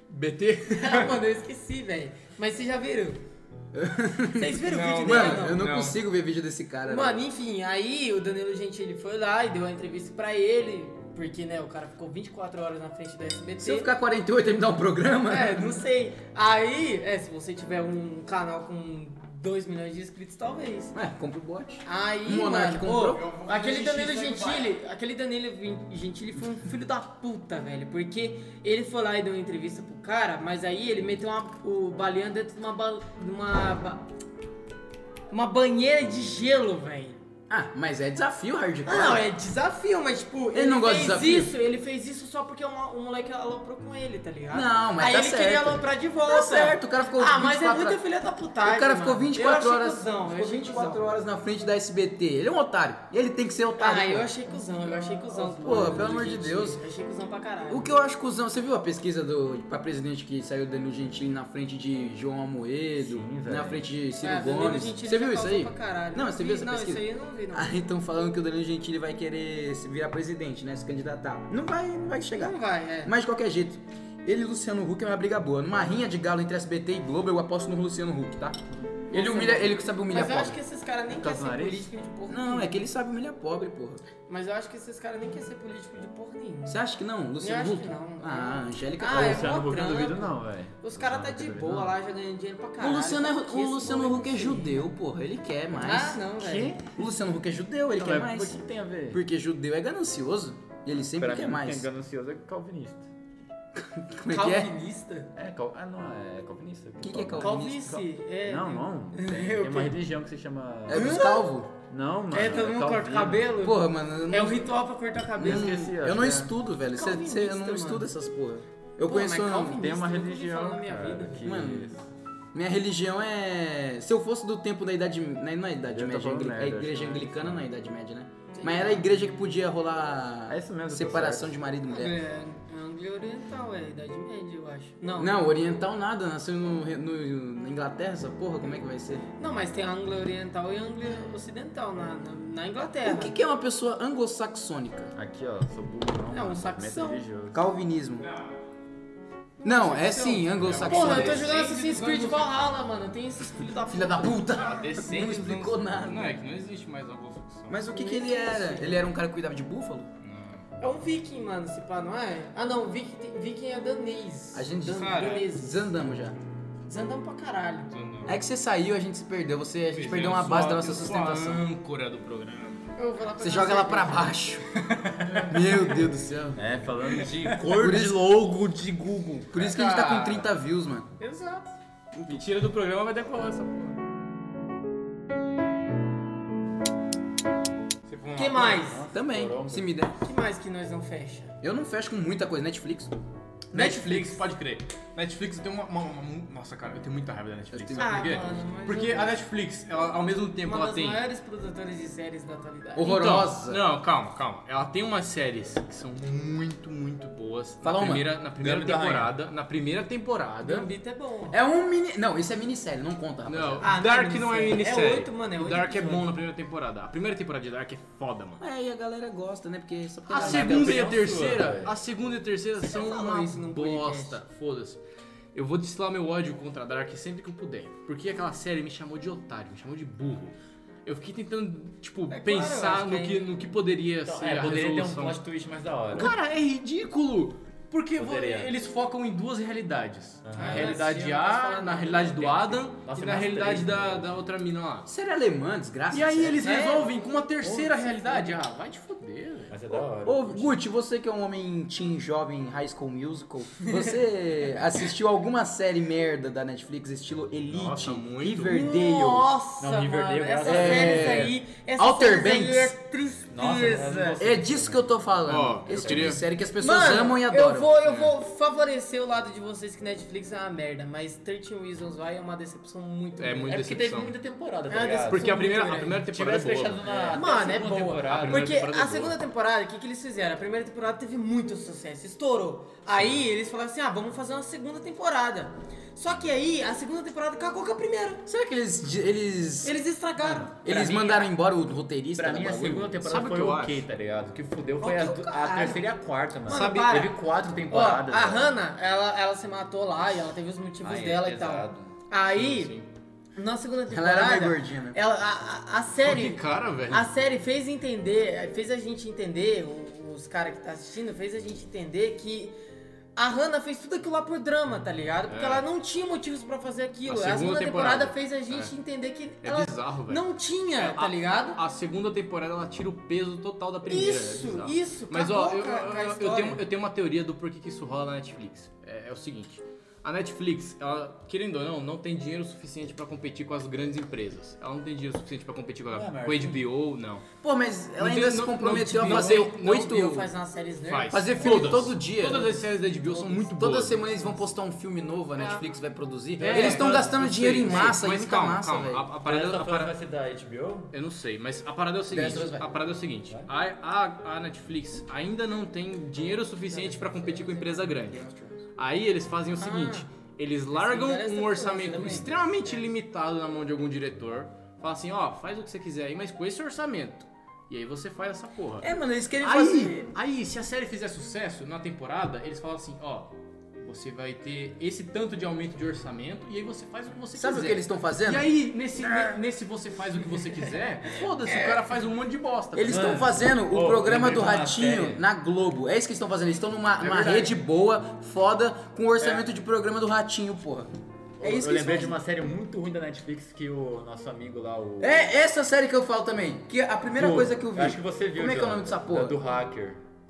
[SPEAKER 2] BT?
[SPEAKER 3] Ah, mano, eu esqueci, velho. Mas vocês já viram? Vocês viram o
[SPEAKER 2] Não,
[SPEAKER 3] vídeo dele? ou
[SPEAKER 1] Mano, eu não,
[SPEAKER 2] Não.
[SPEAKER 1] consigo ver vídeo desse cara. né?
[SPEAKER 3] Mano,
[SPEAKER 1] velho.
[SPEAKER 3] enfim, aí o Danilo Gentili foi lá e deu a entrevista pra ele, porque, né, o cara ficou 24 horas na frente do SBT.
[SPEAKER 1] se eu ficar 48 e me dar um programa.
[SPEAKER 3] É, não sei. Aí, é, se você tiver um canal com 2 milhões de inscritos, talvez.
[SPEAKER 1] Ué, compra o bot.
[SPEAKER 3] Aí,
[SPEAKER 1] O Monark
[SPEAKER 3] mano,
[SPEAKER 1] Um comprou?
[SPEAKER 3] ô,
[SPEAKER 2] Eu vou fazer xixi,
[SPEAKER 3] aquele Danilo
[SPEAKER 2] sai do
[SPEAKER 3] Gentili, aquele Danilo Vin- Gentili foi um filho da puta, velho, porque ele foi lá e deu uma entrevista pro cara, mas aí ele meteu uma, o Balian dentro de uma, ba- de uma, ba- uma banheira de gelo, velho.
[SPEAKER 1] Ah, mas é desafio hardcore.
[SPEAKER 3] Ah, não, é desafio, mas tipo, ele,
[SPEAKER 1] não gosta de
[SPEAKER 3] fez
[SPEAKER 1] desafio?
[SPEAKER 3] isso, ele fez isso só porque uma- um moleque aloprou com ele, tá ligado?
[SPEAKER 1] Não, mas
[SPEAKER 3] Aí
[SPEAKER 1] tá
[SPEAKER 3] ele queria
[SPEAKER 1] certo.
[SPEAKER 3] aloprar de volta.
[SPEAKER 1] Tá certo, o cara ficou
[SPEAKER 3] Ah, mas é
[SPEAKER 1] 24
[SPEAKER 3] muita filha da putagem.
[SPEAKER 1] O cara
[SPEAKER 3] mano.
[SPEAKER 1] ficou
[SPEAKER 3] eu
[SPEAKER 1] 24
[SPEAKER 3] achei
[SPEAKER 1] horas.
[SPEAKER 3] Cuzão, eu
[SPEAKER 1] ficou
[SPEAKER 3] achei
[SPEAKER 1] 24
[SPEAKER 3] cuzão.
[SPEAKER 1] horas na frente da SBT. Ele é um otário. E ele tem que ser otário.
[SPEAKER 3] Ah,
[SPEAKER 1] pô.
[SPEAKER 3] eu achei cuzão, eu achei cuzão.
[SPEAKER 1] Pô, pelo amor de Deus.
[SPEAKER 3] Eu achei cuzão pra caralho.
[SPEAKER 1] O que eu acho cuzão, você viu a pesquisa do pra presidente que saiu Danilo Gentili na frente de João Almoedo,
[SPEAKER 5] Sim, velho.
[SPEAKER 1] na frente de Ciro
[SPEAKER 3] É, Danilo
[SPEAKER 1] Gomes?
[SPEAKER 3] Gentili
[SPEAKER 1] Você
[SPEAKER 3] já
[SPEAKER 1] viu isso
[SPEAKER 3] causou
[SPEAKER 1] aí?
[SPEAKER 3] pra caralho.
[SPEAKER 1] Não, você viu
[SPEAKER 3] Vi-
[SPEAKER 1] essa pesquisa?
[SPEAKER 3] Não, isso aí eu não vi, não.
[SPEAKER 1] Ah, então falando que o Danilo Gentili vai querer se virar presidente, né? Se candidatar. Não vai, não vai chegar.
[SPEAKER 3] Não vai, é.
[SPEAKER 1] Mas de qualquer jeito, ele e Luciano Huck é uma briga boa. Numa rinha de galo entre SBT e Globo, eu aposto no Luciano Huck, tá? Ele humilha, ele que sabe humilhar
[SPEAKER 3] Mas eu
[SPEAKER 1] pobre.
[SPEAKER 3] acho que esses caras nem
[SPEAKER 5] Por causa
[SPEAKER 3] querem
[SPEAKER 5] do
[SPEAKER 3] ser
[SPEAKER 5] Tá nariz?
[SPEAKER 3] político de porra
[SPEAKER 1] Não, é
[SPEAKER 3] nenhuma.
[SPEAKER 1] que ele sabe humilhar pobre, porra.
[SPEAKER 3] Mas eu acho que esses caras nem querem ser político de porra nenhuma.
[SPEAKER 1] Você acha que não, Luciano
[SPEAKER 3] acho
[SPEAKER 1] Huck?
[SPEAKER 3] que não. né?
[SPEAKER 1] Ah, Angélica
[SPEAKER 3] Ah,
[SPEAKER 1] tá
[SPEAKER 3] é
[SPEAKER 1] louca.
[SPEAKER 5] Luciano
[SPEAKER 3] mó
[SPEAKER 5] Huck eu não
[SPEAKER 3] trampo.
[SPEAKER 5] duvido não, velho.
[SPEAKER 3] Os caras tá de
[SPEAKER 5] Luciano Huck eu não
[SPEAKER 3] boa
[SPEAKER 5] duvido
[SPEAKER 3] lá, já ganhando dinheiro pra
[SPEAKER 1] O
[SPEAKER 3] caralho.
[SPEAKER 1] Luciano, é,
[SPEAKER 3] Por que
[SPEAKER 1] o
[SPEAKER 3] esse
[SPEAKER 1] Luciano
[SPEAKER 3] maluco
[SPEAKER 1] Huck é
[SPEAKER 3] assim?
[SPEAKER 1] judeu, porra. Ele quer
[SPEAKER 3] Ah,
[SPEAKER 1] mais.
[SPEAKER 3] não, velho.
[SPEAKER 1] o Luciano Huck é judeu, ele
[SPEAKER 5] não.
[SPEAKER 1] quer
[SPEAKER 5] Não, mas
[SPEAKER 1] mais.
[SPEAKER 5] por que tem a ver?
[SPEAKER 1] Porque judeu é ganancioso. E ele sempre
[SPEAKER 5] Pra
[SPEAKER 1] quer
[SPEAKER 5] mim,
[SPEAKER 1] mais.
[SPEAKER 5] Quem é ganancioso é calvinista.
[SPEAKER 1] Como é que é?
[SPEAKER 3] Calvinista?
[SPEAKER 5] É, cal... ah, não, é calvinista.
[SPEAKER 1] Que que é calvinista?
[SPEAKER 3] Calvície. É,
[SPEAKER 5] Não, não. Tem, tem uma religião que se chama.
[SPEAKER 1] É dos calvos.
[SPEAKER 5] Não, mano. né?
[SPEAKER 3] É, todo mundo corta o
[SPEAKER 5] calvino.
[SPEAKER 3] cabelo?
[SPEAKER 1] Porra, mano, eu não,
[SPEAKER 3] É um ritual pra cortar o cabelo.
[SPEAKER 5] Eu esqueci,
[SPEAKER 1] eu
[SPEAKER 5] acho
[SPEAKER 1] não
[SPEAKER 5] que é.
[SPEAKER 1] estudo, velho. Cê-
[SPEAKER 3] Calvinista,
[SPEAKER 1] cê- eu não
[SPEAKER 3] mano.
[SPEAKER 1] estudo essas porra. Eu
[SPEAKER 3] Pô,
[SPEAKER 1] conheço. um-
[SPEAKER 3] mas
[SPEAKER 1] uma-
[SPEAKER 3] calvinista.
[SPEAKER 5] Tem uma
[SPEAKER 3] Nunca ouvi
[SPEAKER 5] religião.
[SPEAKER 3] falar na minha
[SPEAKER 5] cara,
[SPEAKER 3] vida.
[SPEAKER 5] que-
[SPEAKER 1] Mano, Minha religião é. Se eu fosse do tempo da Idade. Não, não é Idade
[SPEAKER 5] Eu tô
[SPEAKER 1] Média,
[SPEAKER 5] falando
[SPEAKER 1] angli-
[SPEAKER 5] merda,
[SPEAKER 1] a igreja
[SPEAKER 5] acho, né?
[SPEAKER 1] anglicana não é Idade Média, né? Mas era a igreja que podia rolar
[SPEAKER 5] É isso mesmo, tá
[SPEAKER 1] separação
[SPEAKER 5] certo.
[SPEAKER 1] de marido e mulher.
[SPEAKER 3] É, é Anglia Oriental, é Idade Média, eu acho. Não, não,
[SPEAKER 1] Não, oriental nada, nasceu no, no- na Inglaterra, essa porra, como é que vai ser?
[SPEAKER 3] mas tem a Anglia Oriental e a Anglia Ocidental na, na, na Inglaterra.
[SPEAKER 1] O que, que é uma pessoa anglo-saxônica?
[SPEAKER 5] Aqui, ó, sou burro. Não,
[SPEAKER 3] É um
[SPEAKER 5] mano,
[SPEAKER 3] saxão.
[SPEAKER 5] movimento religioso.
[SPEAKER 1] Calvinismo. Não, é sim,
[SPEAKER 3] Porra, eu tô
[SPEAKER 1] anglo-saxônica.
[SPEAKER 3] jogando Assassin's Creed Valhalla, mano. Tem esses filhos da
[SPEAKER 1] Filha da puta!
[SPEAKER 2] Ah, decente,
[SPEAKER 1] Não explicou
[SPEAKER 2] não-
[SPEAKER 1] nada.
[SPEAKER 2] Não, é que não existe mais alguma opção.
[SPEAKER 1] Mas o que que ele era? Ele era um cara que cuidava de búfalo?
[SPEAKER 2] Não.
[SPEAKER 3] É um viking, mano, se pá, não é? Ah, não, viking, tem- viking é danês.
[SPEAKER 1] A gente-
[SPEAKER 3] Dan,
[SPEAKER 6] Cara,
[SPEAKER 3] danês.
[SPEAKER 1] Desandamos já.
[SPEAKER 3] Zandão pra caralho.
[SPEAKER 1] É que você saiu, a gente se perdeu. Você, a gente perdeu
[SPEAKER 2] um
[SPEAKER 1] uma base da nossa sustentação.
[SPEAKER 6] âncora do programa.
[SPEAKER 3] Eu vou lá pra
[SPEAKER 1] Você
[SPEAKER 3] dar
[SPEAKER 1] joga ela
[SPEAKER 3] cerveja.
[SPEAKER 1] pra baixo. Meu Deus do céu.
[SPEAKER 5] É, falando de cor de logo de Google.
[SPEAKER 1] Por isso que a gente tá com 30 views, mano.
[SPEAKER 3] Exato.
[SPEAKER 6] Mentira do programa vai decolar essa porra.
[SPEAKER 2] Você põe
[SPEAKER 3] que
[SPEAKER 2] uma-
[SPEAKER 3] mais?
[SPEAKER 1] Também, se me der.
[SPEAKER 3] que mais que nós não fecha?
[SPEAKER 1] Eu não fecho com muita coisa. Netflix.
[SPEAKER 2] Netflix, pode crer. Netflix tem uma, uma- uma- Nossa, cara, eu tenho muita raiva da Netflix.
[SPEAKER 1] Eu tenho-
[SPEAKER 2] sabe por quê?
[SPEAKER 3] Ah, mano, mas
[SPEAKER 2] Porque
[SPEAKER 3] eu-
[SPEAKER 2] a Netflix, ela, ao mesmo tempo,
[SPEAKER 3] Uma
[SPEAKER 2] ela
[SPEAKER 3] das
[SPEAKER 2] tem.
[SPEAKER 3] maiores produtoras de séries da atualidade.
[SPEAKER 1] Horror- Horrorosa.
[SPEAKER 2] Então, não, calma, calma. Ela tem umas séries que são muito, muito boas.
[SPEAKER 1] Fala
[SPEAKER 2] na
[SPEAKER 1] uma.
[SPEAKER 2] primeira, na primeira
[SPEAKER 5] Gambito da
[SPEAKER 2] temporada. Na primeira temporada.
[SPEAKER 3] Gambito é bom.
[SPEAKER 1] É um mini. Não, isso é minissérie, não conta, rapaz.
[SPEAKER 2] Não,
[SPEAKER 3] Ah, não é
[SPEAKER 2] Dark não é
[SPEAKER 3] minissérie.
[SPEAKER 2] minissérie.
[SPEAKER 3] É oito, mano, é
[SPEAKER 2] O
[SPEAKER 3] oito
[SPEAKER 2] Dark é
[SPEAKER 3] episódios.
[SPEAKER 2] bom na primeira temporada. A primeira temporada de Dark é foda, mano.
[SPEAKER 1] É, e a galera gosta, né? Porque só porque
[SPEAKER 2] A
[SPEAKER 1] ela-
[SPEAKER 2] segunda e a
[SPEAKER 5] opinião sua,
[SPEAKER 2] terceira,
[SPEAKER 5] velho.
[SPEAKER 2] a segunda e a terceira são
[SPEAKER 3] falou
[SPEAKER 2] uma
[SPEAKER 3] isso num
[SPEAKER 2] bosta. Foda-se. Eu vou destilar meu ódio contra a Dark sempre que eu puder. Porque aquela série me chamou de otário, me chamou de burro. Eu fiquei tentando, tipo,
[SPEAKER 3] claro,
[SPEAKER 2] pensar
[SPEAKER 3] acho que
[SPEAKER 2] no,
[SPEAKER 3] é-
[SPEAKER 2] que, no que poderia ser
[SPEAKER 5] é,
[SPEAKER 2] a
[SPEAKER 5] poderia ter um
[SPEAKER 2] resolução.
[SPEAKER 5] plot twist mais da hora.
[SPEAKER 2] Cara, é ridículo! Porque vo-
[SPEAKER 5] Poderia.
[SPEAKER 2] eles focam em duas realidades.
[SPEAKER 5] Aham.
[SPEAKER 2] Na realidade
[SPEAKER 3] Ah, sim, eu posso
[SPEAKER 2] A,
[SPEAKER 3] falar
[SPEAKER 2] na
[SPEAKER 3] não.
[SPEAKER 2] realidade do Adam
[SPEAKER 5] Nossa,
[SPEAKER 2] e na
[SPEAKER 5] mais
[SPEAKER 2] realidade
[SPEAKER 5] três,
[SPEAKER 2] da,
[SPEAKER 5] né?
[SPEAKER 2] da outra mina lá.
[SPEAKER 1] Série alemã, desgraça.
[SPEAKER 2] E aí
[SPEAKER 1] sério.
[SPEAKER 2] eles
[SPEAKER 1] É.
[SPEAKER 2] resolvem com uma terceira realidade. Ah, vai te foder, velho.
[SPEAKER 5] Mas é da hora.
[SPEAKER 1] Ô, Gucci, você que é um homem teen jovem High School Musical, você assistiu alguma série merda da Netflix, estilo Elite,
[SPEAKER 2] Nossa, muito.
[SPEAKER 1] Riverdale?
[SPEAKER 3] Nossa,
[SPEAKER 5] Não, Riverdale,
[SPEAKER 3] mano, essas
[SPEAKER 5] graças a
[SPEAKER 1] Deus.
[SPEAKER 3] séries
[SPEAKER 1] É.
[SPEAKER 3] aí, essas
[SPEAKER 1] Outer
[SPEAKER 3] séries aí
[SPEAKER 1] Banks.
[SPEAKER 3] é tristeza.
[SPEAKER 5] Nossa, eu não gostei.
[SPEAKER 1] É disso que eu tô falando.
[SPEAKER 2] Ó, eu
[SPEAKER 1] Esse tipo
[SPEAKER 2] queria-
[SPEAKER 1] de série que as pessoas
[SPEAKER 3] Mano,
[SPEAKER 1] amam e adoram. É.
[SPEAKER 3] eu vou, eu vou favorecer o lado de vocês que Netflix é uma merda, mas 13 Reasons Why é uma decepção muito
[SPEAKER 2] É
[SPEAKER 3] grande.
[SPEAKER 2] muito
[SPEAKER 5] É porque teve
[SPEAKER 2] decepção.
[SPEAKER 5] muita temporada,
[SPEAKER 3] É uma
[SPEAKER 5] tá ligado?
[SPEAKER 3] decepção.
[SPEAKER 2] Porque a primeira, a
[SPEAKER 3] muito
[SPEAKER 2] primeira
[SPEAKER 3] grande.
[SPEAKER 2] temporada é
[SPEAKER 5] Tivesse
[SPEAKER 2] boa.
[SPEAKER 5] fechado na
[SPEAKER 3] Mano, é
[SPEAKER 5] boa.
[SPEAKER 3] boa.
[SPEAKER 5] temporada.
[SPEAKER 2] primeira
[SPEAKER 3] Porque
[SPEAKER 2] temporada é
[SPEAKER 3] a
[SPEAKER 2] boa.
[SPEAKER 3] segunda temporada, o que, que eles fizeram? A primeira temporada teve muito sucesso, estourou. Aí eles falaram assim: ah, vamos fazer uma segunda temporada. Só que aí a segunda temporada cagou com a primeira.
[SPEAKER 1] Será que eles. Eles,
[SPEAKER 3] Eles estragaram.
[SPEAKER 1] eles
[SPEAKER 5] mim-
[SPEAKER 2] é-
[SPEAKER 1] mandaram embora o roteirista
[SPEAKER 5] Pra
[SPEAKER 1] do
[SPEAKER 5] mim, a
[SPEAKER 1] bagulho?
[SPEAKER 5] segunda temporada
[SPEAKER 2] Sabe o
[SPEAKER 5] foi
[SPEAKER 2] que eu
[SPEAKER 5] ok, tá ligado? O que fudeu foi
[SPEAKER 3] Ok,
[SPEAKER 5] as du- a
[SPEAKER 3] caralho.
[SPEAKER 5] terceira e a quarta, mano.
[SPEAKER 3] Mano,
[SPEAKER 5] Sabe?
[SPEAKER 3] para.
[SPEAKER 5] Teve quatro
[SPEAKER 3] Ó,
[SPEAKER 5] temporadas.
[SPEAKER 3] a
[SPEAKER 5] velho.
[SPEAKER 3] Hannah, ela, ela se matou lá e ela teve os motivos
[SPEAKER 5] Ah, é,
[SPEAKER 3] dela e
[SPEAKER 5] exato.
[SPEAKER 3] tal. Aí, na segunda
[SPEAKER 1] Ela
[SPEAKER 3] temporada.
[SPEAKER 1] era meio gordinha, né?
[SPEAKER 3] ela- a, a- a
[SPEAKER 2] Pô,
[SPEAKER 3] série.
[SPEAKER 2] Que cara, velho.
[SPEAKER 3] A série fez entender, fez a gente entender, o- os caras que tá assistindo, fez a gente entender que a Hannah fez tudo aquilo lá por drama, tá ligado? Porque
[SPEAKER 2] É.
[SPEAKER 3] ela não tinha motivos pra fazer aquilo.
[SPEAKER 2] A
[SPEAKER 3] A segunda
[SPEAKER 2] segunda
[SPEAKER 3] temporada,
[SPEAKER 2] temporada.
[SPEAKER 3] fez a gente entender que
[SPEAKER 2] É
[SPEAKER 3] ela
[SPEAKER 2] bizarro, velho. É,
[SPEAKER 3] não tinha, tá
[SPEAKER 2] a-
[SPEAKER 3] ligado?
[SPEAKER 2] A segunda temporada ela tira o peso total da primeira. é
[SPEAKER 3] isso,
[SPEAKER 2] bizarro.
[SPEAKER 3] isso.
[SPEAKER 2] Mas
[SPEAKER 3] acabou
[SPEAKER 2] ó, eu,
[SPEAKER 3] com a- com a
[SPEAKER 2] eu- eu
[SPEAKER 3] história.
[SPEAKER 2] tenho, eu tenho uma teoria do porquê que isso rola na Netflix. É, é o seguinte: a Netflix, ela, querendo ou não, não tem dinheiro suficiente pra competir com as grandes empresas. Ela não tem dinheiro suficiente pra competir com a
[SPEAKER 5] Não é
[SPEAKER 2] com
[SPEAKER 5] American.
[SPEAKER 2] HBO, não.
[SPEAKER 1] Pô, mas ela
[SPEAKER 2] Não
[SPEAKER 1] ainda
[SPEAKER 2] tem-
[SPEAKER 1] se
[SPEAKER 2] não-
[SPEAKER 1] comprometeu
[SPEAKER 2] não-
[SPEAKER 1] a fazer
[SPEAKER 2] não- não-
[SPEAKER 1] oito.
[SPEAKER 3] HBO faz uma série nerd.
[SPEAKER 2] Faz.
[SPEAKER 1] Fazer filme
[SPEAKER 2] Todas.
[SPEAKER 1] todo dia.
[SPEAKER 2] Todas as séries da HBO são muito
[SPEAKER 1] Toda
[SPEAKER 2] boas.
[SPEAKER 1] semana eles vão postar um filme novo, a Netflix vai produzir.
[SPEAKER 2] É,
[SPEAKER 1] eles estão
[SPEAKER 2] mas-
[SPEAKER 1] gastando
[SPEAKER 2] eu sei,
[SPEAKER 1] dinheiro em
[SPEAKER 2] eu sei,
[SPEAKER 1] massa, em
[SPEAKER 2] mas
[SPEAKER 1] muita
[SPEAKER 2] calma,
[SPEAKER 1] massa,
[SPEAKER 2] calma.
[SPEAKER 1] velho.
[SPEAKER 2] A, a
[SPEAKER 5] Parada
[SPEAKER 2] parada, a parada-
[SPEAKER 5] vai ser da HBO?
[SPEAKER 2] Eu não sei, mas a parada é o seguinte,
[SPEAKER 1] Dessas vai.
[SPEAKER 2] a parada é o seguinte, a, a, a Netflix ainda não tem dinheiro suficiente pra competir com empresa grande. Aí eles fazem o seguinte,
[SPEAKER 1] Ah.
[SPEAKER 2] eles largam
[SPEAKER 1] é
[SPEAKER 3] Dessas
[SPEAKER 2] um
[SPEAKER 3] tá
[SPEAKER 2] orçamento
[SPEAKER 3] funcionando, né?
[SPEAKER 2] extremamente limitado na mão de algum diretor, fala assim, ó, faz o que você quiser aí, mas com esse orçamento. E aí você faz essa porra.
[SPEAKER 1] É, mano, eles querem
[SPEAKER 2] Aí, aí, se a série fizer sucesso na temporada, eles falam assim, ó, você vai ter esse tanto de aumento de orçamento e aí você faz o que você
[SPEAKER 1] Sabe
[SPEAKER 2] quiser.
[SPEAKER 1] o que eles estão fazendo?
[SPEAKER 2] E aí, nesse, ne- nesse você faz o que você quiser, foda-se, o cara faz um monte de bosta.
[SPEAKER 1] Eles estão
[SPEAKER 5] Mano,
[SPEAKER 1] fazendo o
[SPEAKER 5] ô,
[SPEAKER 1] programa
[SPEAKER 5] lembrei
[SPEAKER 1] do
[SPEAKER 5] de uma
[SPEAKER 1] Ratinho
[SPEAKER 5] matéria.
[SPEAKER 1] na Globo. É isso que eles estão fazendo. Eles estão numa numa
[SPEAKER 2] verdade.
[SPEAKER 1] rede boa, foda, com o orçamento de programa do Ratinho, porra. É isso que
[SPEAKER 5] eu
[SPEAKER 1] eles
[SPEAKER 5] lembrei de
[SPEAKER 1] fazem.
[SPEAKER 5] uma série muito ruim da Netflix que o nosso amigo lá, o.
[SPEAKER 1] É essa série que eu falo também. Que a primeira
[SPEAKER 5] Pô,
[SPEAKER 1] coisa que eu vi.
[SPEAKER 5] Acho que você viu,
[SPEAKER 1] Como é que é o
[SPEAKER 5] Jonathan,
[SPEAKER 1] nome dessa
[SPEAKER 5] da-
[SPEAKER 1] porra?
[SPEAKER 5] Do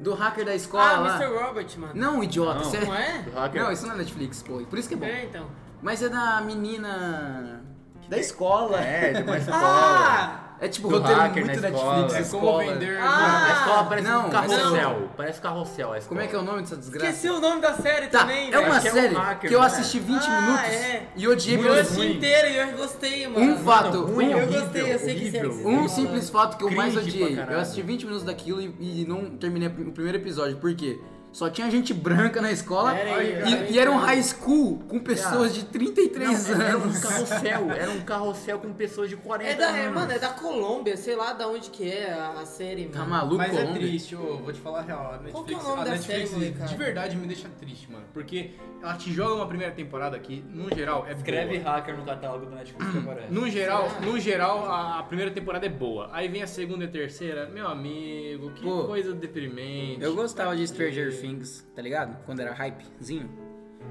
[SPEAKER 1] Do,
[SPEAKER 5] hacker.
[SPEAKER 1] hacker da escola
[SPEAKER 3] Ah,
[SPEAKER 1] lá.
[SPEAKER 3] Mr. Robert, mano.
[SPEAKER 1] Não, idiota. Isso
[SPEAKER 3] Não é?
[SPEAKER 5] Do hacker.
[SPEAKER 1] Não, isso não é Netflix, pô. Por isso que é bom.
[SPEAKER 3] É, então.
[SPEAKER 1] Mas é da menina da escola.
[SPEAKER 5] É, de uma escola.
[SPEAKER 3] Ah!
[SPEAKER 1] É tipo
[SPEAKER 5] Do
[SPEAKER 1] roteiro
[SPEAKER 5] hacker
[SPEAKER 1] muito
[SPEAKER 5] na escola.
[SPEAKER 1] Netflix. assim.
[SPEAKER 5] É
[SPEAKER 1] escola.
[SPEAKER 3] Ah!
[SPEAKER 5] a escola parece
[SPEAKER 1] Não,
[SPEAKER 5] um carrossel. Parece um carrossel. a escola.
[SPEAKER 1] Como é que é o nome dessa desgraça?
[SPEAKER 3] Esqueci o nome da série
[SPEAKER 1] Tá,
[SPEAKER 3] também,
[SPEAKER 1] é
[SPEAKER 3] velho.
[SPEAKER 1] uma
[SPEAKER 5] Acho que é um
[SPEAKER 1] série
[SPEAKER 5] hacker,
[SPEAKER 1] que eu
[SPEAKER 5] né?
[SPEAKER 1] assisti 20
[SPEAKER 3] Ah,
[SPEAKER 1] minutos
[SPEAKER 3] é.
[SPEAKER 1] e odiei
[SPEAKER 3] Eu
[SPEAKER 1] pelos
[SPEAKER 3] assisti inteira e eu gostei, mano.
[SPEAKER 1] um fato,
[SPEAKER 5] ruim,
[SPEAKER 1] um,
[SPEAKER 3] Eu gostei, eu sei que série que
[SPEAKER 5] horrível.
[SPEAKER 3] você tá
[SPEAKER 1] um
[SPEAKER 3] falando.
[SPEAKER 1] simples fato que eu mais
[SPEAKER 5] Cringe pra
[SPEAKER 1] odiei.
[SPEAKER 5] caralho.
[SPEAKER 1] Eu assisti 20 minutos daquilo e, e não terminei o primeiro episódio. Por quê? Só tinha gente branca na escola
[SPEAKER 3] Pera aí, Ah. é,
[SPEAKER 1] e-
[SPEAKER 3] cara.
[SPEAKER 1] e, era um high school com pessoas de 33
[SPEAKER 5] Não, Era um
[SPEAKER 1] anos.
[SPEAKER 5] carrossel, era um carrossel com pessoas de 40
[SPEAKER 3] É da, é,
[SPEAKER 5] anos.
[SPEAKER 3] mano, é da Colômbia, sei lá da onde que é a, a série, mano.
[SPEAKER 1] Tá maluco,
[SPEAKER 2] Mas é
[SPEAKER 1] Colômbia?
[SPEAKER 2] triste, ô, vou te falar a real. A Netflix,
[SPEAKER 3] Qual que é o nome
[SPEAKER 2] a
[SPEAKER 3] da
[SPEAKER 2] Netflix
[SPEAKER 3] série, moleque,
[SPEAKER 2] de
[SPEAKER 3] cara?
[SPEAKER 2] verdade me deixa triste, mano. Porque ela te joga uma primeira temporada que, no geral, é
[SPEAKER 7] Escreve
[SPEAKER 2] boa.
[SPEAKER 7] hacker no catálogo do Netflix que
[SPEAKER 1] Hum.
[SPEAKER 7] aparece.
[SPEAKER 2] No geral, no geral a, a primeira temporada é boa. Aí vem a segunda e a terceira, meu amigo, que
[SPEAKER 1] Pô,
[SPEAKER 2] coisa deprimente.
[SPEAKER 1] Eu gostava de Stranger Things, tá ligado? Quando era hypezinho.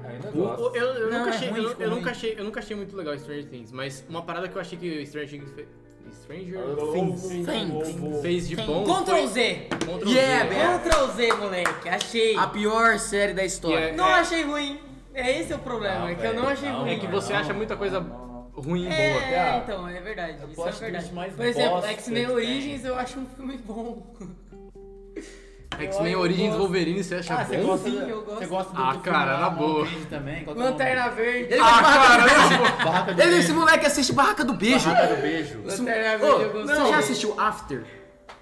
[SPEAKER 7] Ainda
[SPEAKER 2] O- o-
[SPEAKER 7] gosto.
[SPEAKER 2] eu, eu
[SPEAKER 1] Não,
[SPEAKER 2] nunca
[SPEAKER 1] é
[SPEAKER 2] achei,
[SPEAKER 1] ruim,
[SPEAKER 2] eu,
[SPEAKER 1] ficou
[SPEAKER 2] eu
[SPEAKER 1] ruim.
[SPEAKER 2] nunca achei, eu nunca achei muito legal Stranger Things, mas uma parada que eu achei que Stranger Things fez, Stranger
[SPEAKER 5] é
[SPEAKER 2] Things fez de bom
[SPEAKER 3] Ctrl
[SPEAKER 2] foi
[SPEAKER 3] Z!
[SPEAKER 2] Ctrl
[SPEAKER 1] Yeah,
[SPEAKER 2] Z.
[SPEAKER 1] man.
[SPEAKER 3] Ctrl Z, moleque, achei.
[SPEAKER 1] A pior série da história.
[SPEAKER 2] Yeah.
[SPEAKER 3] Não
[SPEAKER 2] É.
[SPEAKER 3] achei ruim. É esse o problema,
[SPEAKER 7] Não,
[SPEAKER 3] é que
[SPEAKER 7] velho,
[SPEAKER 3] eu não achei
[SPEAKER 7] não,
[SPEAKER 3] ruim.
[SPEAKER 2] É que você
[SPEAKER 7] Não,
[SPEAKER 2] acha muita coisa
[SPEAKER 7] não.
[SPEAKER 2] ruim e boa.
[SPEAKER 3] É,
[SPEAKER 7] Cara,
[SPEAKER 3] então, é verdade.
[SPEAKER 7] eu
[SPEAKER 3] Isso é
[SPEAKER 7] acho que
[SPEAKER 3] verdade.
[SPEAKER 7] dos mais
[SPEAKER 3] Por exemplo,
[SPEAKER 7] bosta
[SPEAKER 3] X-Men
[SPEAKER 7] que tem. Tá
[SPEAKER 3] Origins eu acho um filme bom.
[SPEAKER 2] X-Men
[SPEAKER 7] Eu
[SPEAKER 2] Origins
[SPEAKER 7] gosto.
[SPEAKER 2] Wolverine, você acha
[SPEAKER 7] Ah, você
[SPEAKER 2] bom?
[SPEAKER 7] gosta,
[SPEAKER 3] Sim,
[SPEAKER 7] do-
[SPEAKER 3] eu gosto.
[SPEAKER 7] você gosta do
[SPEAKER 2] Ah,
[SPEAKER 7] do
[SPEAKER 2] cara,
[SPEAKER 7] filme
[SPEAKER 2] na
[SPEAKER 7] lá,
[SPEAKER 2] boa.
[SPEAKER 7] One Piece um também? Qual que é o nome?
[SPEAKER 3] Lanterna Verde.
[SPEAKER 1] Ele
[SPEAKER 2] Ah,
[SPEAKER 1] gosta de Barraca
[SPEAKER 2] cara,
[SPEAKER 1] do Beijo.
[SPEAKER 7] Barraca do
[SPEAKER 1] Ele,
[SPEAKER 7] Beijo.
[SPEAKER 1] esse moleque assiste Barraca do Beijo.
[SPEAKER 5] Barraca do beijo.
[SPEAKER 3] Lanterna
[SPEAKER 1] Ô,
[SPEAKER 3] Verde eu gostei.
[SPEAKER 1] você já assistiu After?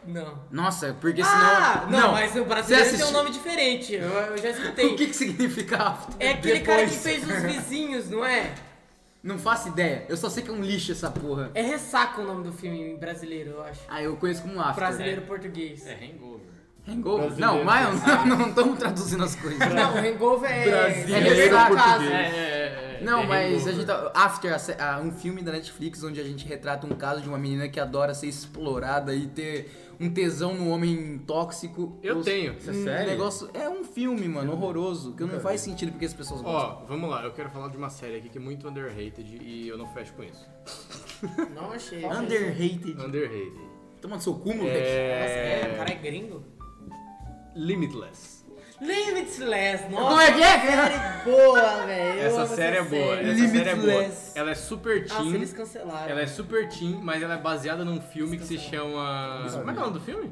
[SPEAKER 3] Não.
[SPEAKER 1] Nossa, porque senão.
[SPEAKER 3] Ah, não, mas o brasileiro
[SPEAKER 1] Você
[SPEAKER 3] tem um
[SPEAKER 1] assistiu-
[SPEAKER 3] nome diferente. Eu, eu já escutei.
[SPEAKER 1] O que, que significa After?
[SPEAKER 3] É aquele cara que
[SPEAKER 1] Depois.
[SPEAKER 3] fez os vizinhos, não é?
[SPEAKER 1] Não faço ideia. Eu só sei que é um lixo essa porra.
[SPEAKER 3] É Ressaca o nome do filme em brasileiro, eu acho.
[SPEAKER 1] Ah, eu conheço como After. né?
[SPEAKER 3] Brasileiro português.
[SPEAKER 2] É hangover.
[SPEAKER 1] Hangover?
[SPEAKER 7] Brasileiro.
[SPEAKER 1] Não, mas não, não estamos traduzindo as coisas.
[SPEAKER 3] Não, o Hangover é.
[SPEAKER 1] Brasileiro
[SPEAKER 3] é Ressaca.
[SPEAKER 1] português.
[SPEAKER 2] É, é, é.
[SPEAKER 1] Não,
[SPEAKER 2] é
[SPEAKER 1] mas a
[SPEAKER 2] hangover.
[SPEAKER 1] gente tá. After, a sé- a- um filme da Netflix onde a gente retrata um caso de uma menina que adora ser explorada e ter um tesão no homem tóxico.
[SPEAKER 2] Eu
[SPEAKER 1] Os-
[SPEAKER 2] tenho.
[SPEAKER 1] Um negócio. É um filme, mano, horroroso. Que não faz sentido porque as pessoas gostam.
[SPEAKER 2] Ó, vamos lá, eu quero falar de uma série aqui que é muito underrated e eu não fecho com isso.
[SPEAKER 3] Não achei.
[SPEAKER 1] Underrated.
[SPEAKER 2] Underrated.
[SPEAKER 1] Toma no seu cu, moleque.
[SPEAKER 3] Nossa, é, o
[SPEAKER 2] É...
[SPEAKER 3] cara é gringo?
[SPEAKER 2] Limitless.
[SPEAKER 3] Limitless, nossa.
[SPEAKER 1] Como é que é?
[SPEAKER 3] série boa, velho. Eu
[SPEAKER 2] Essa
[SPEAKER 3] amo
[SPEAKER 2] série é boa.
[SPEAKER 3] série.
[SPEAKER 2] Essa série é boa.
[SPEAKER 1] Limitless.
[SPEAKER 2] Ela é super
[SPEAKER 3] Nossa,
[SPEAKER 2] teen.
[SPEAKER 3] eles cancelaram.
[SPEAKER 2] Ela é super teen, mas ela é baseada num filme que se chama. Como é que é o nome do filme?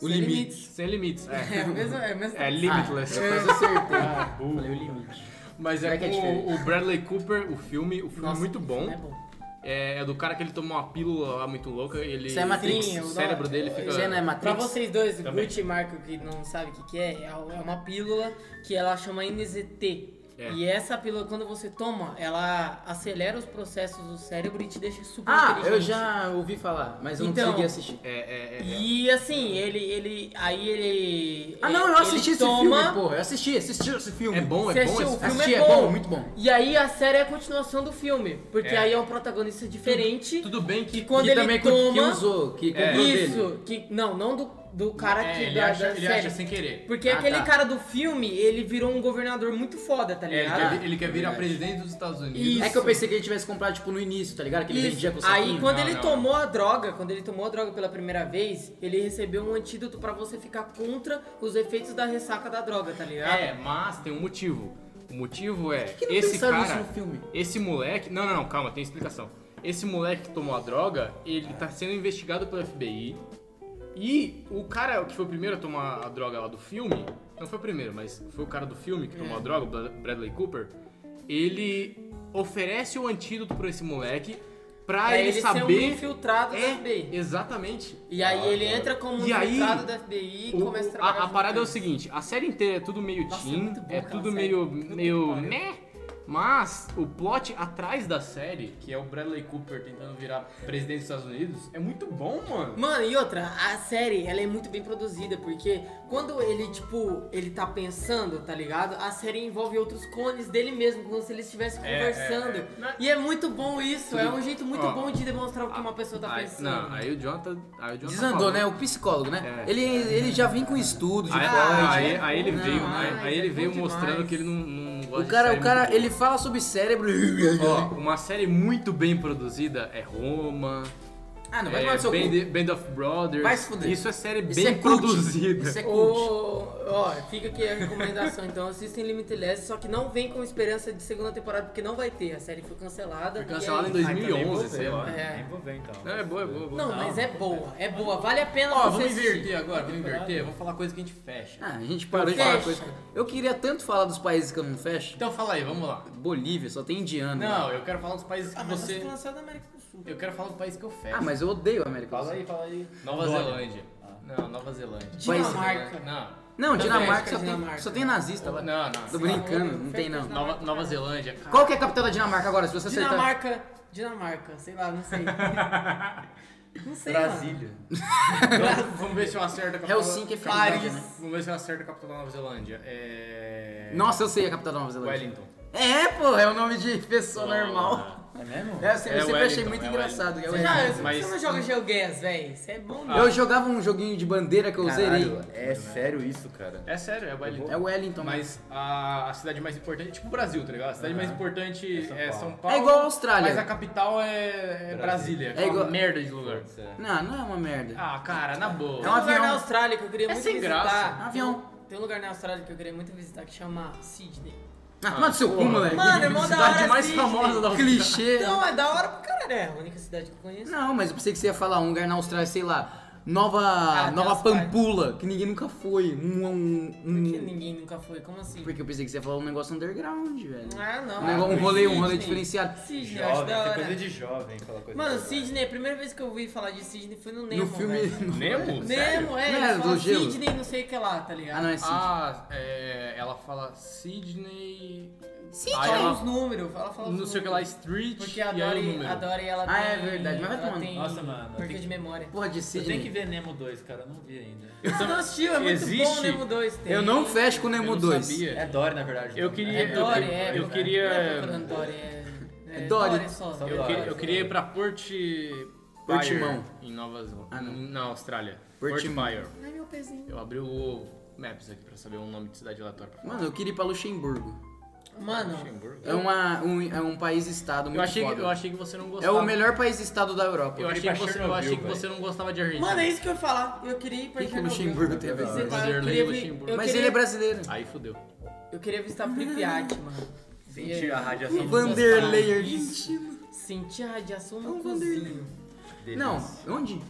[SPEAKER 1] O limite.
[SPEAKER 2] Sem Limites.
[SPEAKER 3] É,
[SPEAKER 2] É,
[SPEAKER 3] mesmo, é mesmo.
[SPEAKER 2] é Limitless.
[SPEAKER 1] Ah, eu quase acertei.
[SPEAKER 7] Falei,
[SPEAKER 1] Falei o limite.
[SPEAKER 7] Ah,
[SPEAKER 2] Mas é
[SPEAKER 1] Será que é
[SPEAKER 2] com
[SPEAKER 1] diferente?
[SPEAKER 2] o Bradley Cooper, o filme, o filme é
[SPEAKER 3] Nossa,
[SPEAKER 2] muito bom.
[SPEAKER 3] É bom.
[SPEAKER 2] É, é do cara que ele toma uma pílula lá muito louca e ele.
[SPEAKER 1] Isso é Matrix.
[SPEAKER 3] Sim, eu
[SPEAKER 2] o
[SPEAKER 3] gosto.
[SPEAKER 2] cérebro dele fica.
[SPEAKER 1] Você não é
[SPEAKER 3] Pra
[SPEAKER 1] Matrix?
[SPEAKER 3] vocês dois, o
[SPEAKER 7] Também.
[SPEAKER 3] Gucci e Marco, que não sabe o que, que é, é uma pílula que ela chama NZT.
[SPEAKER 2] É.
[SPEAKER 3] E essa pílula, quando você toma, ela acelera os processos do cérebro e te deixa super
[SPEAKER 1] Ah,
[SPEAKER 3] inteligente.
[SPEAKER 1] eu já ouvi falar, mas eu não
[SPEAKER 3] Então,
[SPEAKER 1] consegui assistir.
[SPEAKER 2] É, é, é.
[SPEAKER 3] E assim, ele, ele, aí ele...
[SPEAKER 1] Ah, não, eu
[SPEAKER 3] ele
[SPEAKER 1] assisti esse
[SPEAKER 3] toma,
[SPEAKER 1] filme, porra. Eu assisti, assisti esse filme.
[SPEAKER 2] É bom, é bom.
[SPEAKER 3] Você assistiu o
[SPEAKER 2] esse-
[SPEAKER 3] filme
[SPEAKER 1] Assisti,
[SPEAKER 3] é
[SPEAKER 1] é
[SPEAKER 3] bom.
[SPEAKER 1] bom, muito bom.
[SPEAKER 3] E aí a série é a continuação do filme, porque aí é um protagonista diferente.
[SPEAKER 2] Tudo bem que.
[SPEAKER 3] E quando
[SPEAKER 1] e
[SPEAKER 3] ele
[SPEAKER 1] também que-
[SPEAKER 3] toma É.
[SPEAKER 1] que usou, que comprou dele.
[SPEAKER 3] isso, que não, não do, do cara
[SPEAKER 2] É,
[SPEAKER 3] que
[SPEAKER 2] ele
[SPEAKER 3] da,
[SPEAKER 2] acha,
[SPEAKER 3] da
[SPEAKER 2] ele
[SPEAKER 3] série.
[SPEAKER 2] acha sem querer.
[SPEAKER 3] Porque
[SPEAKER 1] Ah,
[SPEAKER 3] aquele
[SPEAKER 1] tá.
[SPEAKER 3] cara do filme, ele virou um governador muito foda, tá
[SPEAKER 2] É, ele,
[SPEAKER 3] ligado?
[SPEAKER 2] quer, ele quer virar presidente dos Estados Unidos.
[SPEAKER 3] Isso.
[SPEAKER 1] Ah, É que eu pensei que ele tivesse comprado, tipo, no início, tá ligado? Que ele
[SPEAKER 3] Isso.
[SPEAKER 1] vendia com o
[SPEAKER 3] Aí
[SPEAKER 1] saquinho.
[SPEAKER 3] quando
[SPEAKER 2] Não,
[SPEAKER 3] ele
[SPEAKER 2] não,
[SPEAKER 3] tomou a droga, quando ele tomou a droga pela primeira vez, ele recebeu um antídoto pra você ficar contra os efeitos da ressaca da droga, tá ligado?
[SPEAKER 2] É, mas tem um motivo. O motivo é
[SPEAKER 1] que não
[SPEAKER 2] esse
[SPEAKER 1] pensaram
[SPEAKER 2] cara,
[SPEAKER 1] nisso no filme?
[SPEAKER 2] esse moleque, não, não, não, calma, tem explicação. Esse moleque que tomou a droga, ele tá sendo investigado pelo FBI. E o cara que foi o primeiro a tomar a droga lá do filme, não foi o primeiro, mas foi o cara do filme que tomou
[SPEAKER 3] É.
[SPEAKER 2] a droga, o Bra- Bradley Cooper, ele oferece o antídoto pra esse moleque pra
[SPEAKER 3] Pra
[SPEAKER 2] ele,
[SPEAKER 3] ele ser um
[SPEAKER 2] saber
[SPEAKER 3] infiltrado do
[SPEAKER 2] é,
[SPEAKER 3] FBI.
[SPEAKER 2] Exatamente.
[SPEAKER 3] E aí ele entra como um
[SPEAKER 2] E aí,
[SPEAKER 3] infiltrado da FBI e
[SPEAKER 2] O-
[SPEAKER 3] começa a
[SPEAKER 2] a,
[SPEAKER 3] trabalhar.
[SPEAKER 2] a parada é o
[SPEAKER 3] junto
[SPEAKER 2] seguinte, a série inteira é tudo meio
[SPEAKER 3] Nossa, é
[SPEAKER 2] teen,
[SPEAKER 3] muito boa
[SPEAKER 2] é
[SPEAKER 3] aquela
[SPEAKER 2] tudo
[SPEAKER 3] série.
[SPEAKER 2] meio,
[SPEAKER 3] Puta
[SPEAKER 2] meio
[SPEAKER 3] que pariu.
[SPEAKER 2] meh, mas o plot atrás da série, que é o Bradley Cooper tentando virar presidente dos Estados Unidos, é muito bom, mano.
[SPEAKER 3] Mano, e outra, a série, ela é muito bem produzida, porque quando ele, tipo, ele tá pensando, tá ligado? A série envolve outros clones dele mesmo, como se eles estivessem
[SPEAKER 2] é,
[SPEAKER 3] conversando. E é muito bom isso, é um jeito muito
[SPEAKER 2] Ó,
[SPEAKER 3] bom de demonstrar o que uma pessoa tá
[SPEAKER 2] Aí-
[SPEAKER 3] pensando.
[SPEAKER 2] não, aí o Jonathan... Aí o Jonathan
[SPEAKER 1] Desandou,
[SPEAKER 2] falou.
[SPEAKER 1] né? O psicólogo, né?
[SPEAKER 2] É.
[SPEAKER 1] Ele, ele já vem com estudo de
[SPEAKER 2] Aí,
[SPEAKER 1] Freud.
[SPEAKER 2] aí-
[SPEAKER 1] né?
[SPEAKER 2] aí ele
[SPEAKER 1] Não,
[SPEAKER 2] veio,
[SPEAKER 1] ah,
[SPEAKER 2] aí, aí ele
[SPEAKER 3] é bom
[SPEAKER 2] veio
[SPEAKER 3] demais.
[SPEAKER 2] mostrando que ele não, não gosta
[SPEAKER 1] O cara,
[SPEAKER 2] de série
[SPEAKER 1] o cara,
[SPEAKER 2] é muito
[SPEAKER 1] ele fala sobre cérebro.
[SPEAKER 2] boa. Ó, uma série muito bem produzida é Roma,
[SPEAKER 1] Ah, não, vai tomar
[SPEAKER 2] é
[SPEAKER 1] no seu
[SPEAKER 2] Band,
[SPEAKER 1] cu.
[SPEAKER 2] Band of Brothers.
[SPEAKER 1] Vai se fuder.
[SPEAKER 2] Isso é série
[SPEAKER 1] Isso
[SPEAKER 2] bem
[SPEAKER 1] é cult.
[SPEAKER 2] produzida.
[SPEAKER 1] Isso é cult.
[SPEAKER 3] Ô, ó, fica aqui a recomendação, então assistem Limitless, só que não vem com esperança de segunda temporada, porque não vai ter, a série foi
[SPEAKER 2] Foi
[SPEAKER 3] cancelada. e
[SPEAKER 2] cancelada
[SPEAKER 3] aí-
[SPEAKER 2] em
[SPEAKER 7] Ah, então nem vou
[SPEAKER 2] 2011,
[SPEAKER 7] ver,
[SPEAKER 2] sei lá.
[SPEAKER 7] ó.
[SPEAKER 3] É.
[SPEAKER 7] Nem vou ver então.
[SPEAKER 2] Não, é boa, é boa, é boa.
[SPEAKER 3] Não, mas é boa, é boa, vale a pena
[SPEAKER 2] Ó,
[SPEAKER 3] você
[SPEAKER 2] vamos
[SPEAKER 3] assistir.
[SPEAKER 2] inverter agora, vamos inverter. Vamos falar coisa que a gente fecha.
[SPEAKER 1] Ah, a gente parou de
[SPEAKER 3] Fecha.
[SPEAKER 1] falar coisa. Eu queria tanto falar dos países que eu não fecho.
[SPEAKER 2] Então fala aí, vamos lá.
[SPEAKER 1] Bolívia, só tem indiano.
[SPEAKER 2] Não, eu quero falar dos países que
[SPEAKER 3] Ah, mas
[SPEAKER 2] você.
[SPEAKER 3] você lançou da América do Sul.
[SPEAKER 2] Eu quero falar do país que eu fecho.
[SPEAKER 1] Ah, mas eu odeio a América do
[SPEAKER 7] Fala
[SPEAKER 1] Sul.
[SPEAKER 7] aí, fala aí.
[SPEAKER 2] Nova
[SPEAKER 7] Dória.
[SPEAKER 2] Zelândia. Não, Nova Zelândia.
[SPEAKER 1] País-
[SPEAKER 3] Dinamarca.
[SPEAKER 2] Não.
[SPEAKER 1] Não,
[SPEAKER 3] Também,
[SPEAKER 1] Dinamarca
[SPEAKER 3] acho que
[SPEAKER 1] só
[SPEAKER 3] é
[SPEAKER 1] tem,
[SPEAKER 3] Dinamarca.
[SPEAKER 1] só tem nazista lá.
[SPEAKER 2] Não, não.
[SPEAKER 1] Tô brincando, não tem não.
[SPEAKER 2] Nova, Nova Zelândia. cara.
[SPEAKER 1] Qual que é a capital da Dinamarca agora? Se você tá- acertar.
[SPEAKER 3] Dinamarca, Dinamarca, sei lá, não sei. não sei.
[SPEAKER 5] Brasília.
[SPEAKER 2] Então, vamos ver se eu acerto a capital.
[SPEAKER 1] Helsinki é Finlândia,
[SPEAKER 2] Paris.
[SPEAKER 1] né?
[SPEAKER 2] Vamos ver se eu acerto a capital da Nova Zelândia. É.
[SPEAKER 1] Nossa, eu sei a capital da Nova Zelândia.
[SPEAKER 2] Wellington.
[SPEAKER 1] É, pô, é o nome de pessoa normal.
[SPEAKER 7] É mesmo?
[SPEAKER 1] É, eu sempre, eu sempre
[SPEAKER 2] É
[SPEAKER 1] achei
[SPEAKER 2] Wellington,
[SPEAKER 1] muito
[SPEAKER 2] é
[SPEAKER 1] engraçado. é
[SPEAKER 3] Mano. Já,
[SPEAKER 1] Wellington.
[SPEAKER 2] Mas-
[SPEAKER 3] Você não joga GeoGuess, velho? Você é bom,
[SPEAKER 1] Eu jogava um joguinho de bandeira que eu zerei.
[SPEAKER 5] Caralho, é sério isso, cara.
[SPEAKER 2] É sério, é Wellington.
[SPEAKER 1] É Wellington, mas.
[SPEAKER 2] Mas a, a cidade mais importante é tipo o Brasil, tá ligado? A cidade mais importante é São, Paulo.
[SPEAKER 1] É igual a Austrália.
[SPEAKER 2] Mas a capital é é Brasília, que é,
[SPEAKER 1] É
[SPEAKER 2] uma
[SPEAKER 1] igual-
[SPEAKER 2] merda de lugar.
[SPEAKER 1] Não, não é uma merda.
[SPEAKER 2] Ah, cara, na boa.
[SPEAKER 1] É
[SPEAKER 3] Tem
[SPEAKER 1] um
[SPEAKER 3] um lugar
[SPEAKER 1] avião.
[SPEAKER 3] na Austrália que eu queria
[SPEAKER 2] É
[SPEAKER 3] muito
[SPEAKER 2] sem
[SPEAKER 3] visitar.
[SPEAKER 2] graça.
[SPEAKER 1] Avião.
[SPEAKER 3] Tem um lugar na Austrália que eu queria muito visitar que chama Sydney.
[SPEAKER 1] Ah, manda seu cu,
[SPEAKER 2] porra.
[SPEAKER 1] moleque.
[SPEAKER 3] Mano, é mó da
[SPEAKER 2] cidade
[SPEAKER 3] hora
[SPEAKER 2] mais
[SPEAKER 3] Sydney.
[SPEAKER 2] famosa da
[SPEAKER 1] Clichê.
[SPEAKER 3] Não, é da hora pra caralho. É a única cidade que eu conheço.
[SPEAKER 1] Não, mas eu pensei que você ia falar um lugar na Austrália, sei lá, Nova,
[SPEAKER 3] tem
[SPEAKER 1] Nova
[SPEAKER 3] as partes.
[SPEAKER 1] Pampula, que ninguém nunca foi. Um, um, um-
[SPEAKER 3] Porque ninguém nunca foi. Como assim?
[SPEAKER 1] Porque eu pensei que você ia falar um negócio underground, velho.
[SPEAKER 3] Ah, não.
[SPEAKER 1] Um, negócio, um rolê, um rolê
[SPEAKER 3] Sydney.
[SPEAKER 1] diferenciado.
[SPEAKER 3] Sydney, eu acho
[SPEAKER 7] Jovem,
[SPEAKER 3] da
[SPEAKER 7] tem
[SPEAKER 3] hora.
[SPEAKER 7] coisa de jovem, aquela coisa.
[SPEAKER 3] Mano,
[SPEAKER 7] de jovem.
[SPEAKER 3] Sydney, a primeira vez que eu ouvi falar de Sydney foi no Nemo.
[SPEAKER 1] No filme.
[SPEAKER 3] velho.
[SPEAKER 2] Nemo? Sério?
[SPEAKER 3] Nemo, é,
[SPEAKER 1] Não
[SPEAKER 3] ele
[SPEAKER 1] é
[SPEAKER 3] fala
[SPEAKER 1] do gelo?
[SPEAKER 3] Sydney, não sei o que lá, tá ligado?
[SPEAKER 1] Ah, não, é Sid.
[SPEAKER 2] Ah, é, ela fala Sydney.
[SPEAKER 3] Sydney.
[SPEAKER 2] Aí
[SPEAKER 3] Fala
[SPEAKER 2] ela-
[SPEAKER 3] os números, fala, fala os
[SPEAKER 2] Não sei o que lá,
[SPEAKER 3] números.
[SPEAKER 2] Street.
[SPEAKER 3] Porque a
[SPEAKER 2] e aí o
[SPEAKER 3] Dory,
[SPEAKER 2] número.
[SPEAKER 3] a Dory, ela tem...
[SPEAKER 1] é Ah, é verdade, mas vai
[SPEAKER 3] ela
[SPEAKER 1] tomar no-
[SPEAKER 3] tem
[SPEAKER 7] Nossa, mano,
[SPEAKER 3] Perca
[SPEAKER 7] tem que-
[SPEAKER 3] de memória.
[SPEAKER 1] Porra de
[SPEAKER 7] Eu tenho que
[SPEAKER 1] Sidney.
[SPEAKER 7] ver Nemo 2, cara, eu não vi ainda.
[SPEAKER 3] Você não assistiu, é muito bom
[SPEAKER 2] Existe?
[SPEAKER 3] o Nemo 2. Tem.
[SPEAKER 1] Eu não fecho com o
[SPEAKER 2] Eu
[SPEAKER 1] Nemo
[SPEAKER 2] não
[SPEAKER 1] 2.
[SPEAKER 2] sabia.
[SPEAKER 7] É Dory, na verdade.
[SPEAKER 2] Eu queria.
[SPEAKER 3] É Dory, é.
[SPEAKER 2] eu, eu
[SPEAKER 3] cara.
[SPEAKER 2] queria.
[SPEAKER 3] Não é procurando Dory, é...
[SPEAKER 1] É
[SPEAKER 3] É
[SPEAKER 1] Dory.
[SPEAKER 3] Dory só.
[SPEAKER 7] Só
[SPEAKER 3] É
[SPEAKER 2] Eu,
[SPEAKER 7] Dory.
[SPEAKER 2] queria, eu queria ir pra Port.
[SPEAKER 1] Portimão.
[SPEAKER 2] Pire, Em Nova Zelândia.
[SPEAKER 1] Ah, não.
[SPEAKER 2] Na Austrália.
[SPEAKER 1] Portimão.
[SPEAKER 2] Port Pire.
[SPEAKER 3] Ai, meu pezinho.
[SPEAKER 2] Eu abri o Maps aqui pra saber o nome de cidade aleatória pra falar.
[SPEAKER 1] Mano, eu queria ir pra Luxemburgo.
[SPEAKER 3] Mano,
[SPEAKER 1] É, uma, um, é um país-estado muito
[SPEAKER 2] Eu achei, que,
[SPEAKER 1] foda.
[SPEAKER 2] eu achei que você não
[SPEAKER 1] É
[SPEAKER 2] gostava.
[SPEAKER 1] o melhor país-estado da Europa.
[SPEAKER 2] Eu achei, que você, eu
[SPEAKER 7] Chernobyl,
[SPEAKER 2] achei que
[SPEAKER 7] velho.
[SPEAKER 2] você não gostava de Argentina.
[SPEAKER 3] mano, é isso que eu ia falar. Eu queria ir
[SPEAKER 1] O
[SPEAKER 3] pra
[SPEAKER 1] que, que
[SPEAKER 3] Chernobyl.
[SPEAKER 1] Luxemburgo tem a ver né?
[SPEAKER 3] Você
[SPEAKER 1] com isso?
[SPEAKER 3] vai- eu
[SPEAKER 2] Vanderlei
[SPEAKER 3] queria vi-
[SPEAKER 2] Luxemburgo.
[SPEAKER 3] eu
[SPEAKER 1] Mas
[SPEAKER 3] queria-
[SPEAKER 1] ele é brasileiro.
[SPEAKER 2] Aí fudeu.
[SPEAKER 3] Eu queria visitar Pripyat, mano.
[SPEAKER 5] Sentir a radiação do
[SPEAKER 1] Vanderlei
[SPEAKER 3] Isso.
[SPEAKER 1] argentino.
[SPEAKER 3] Senti a radiação
[SPEAKER 1] É um
[SPEAKER 3] no
[SPEAKER 1] Vanderlei.
[SPEAKER 3] cozinho.
[SPEAKER 1] Não, onde?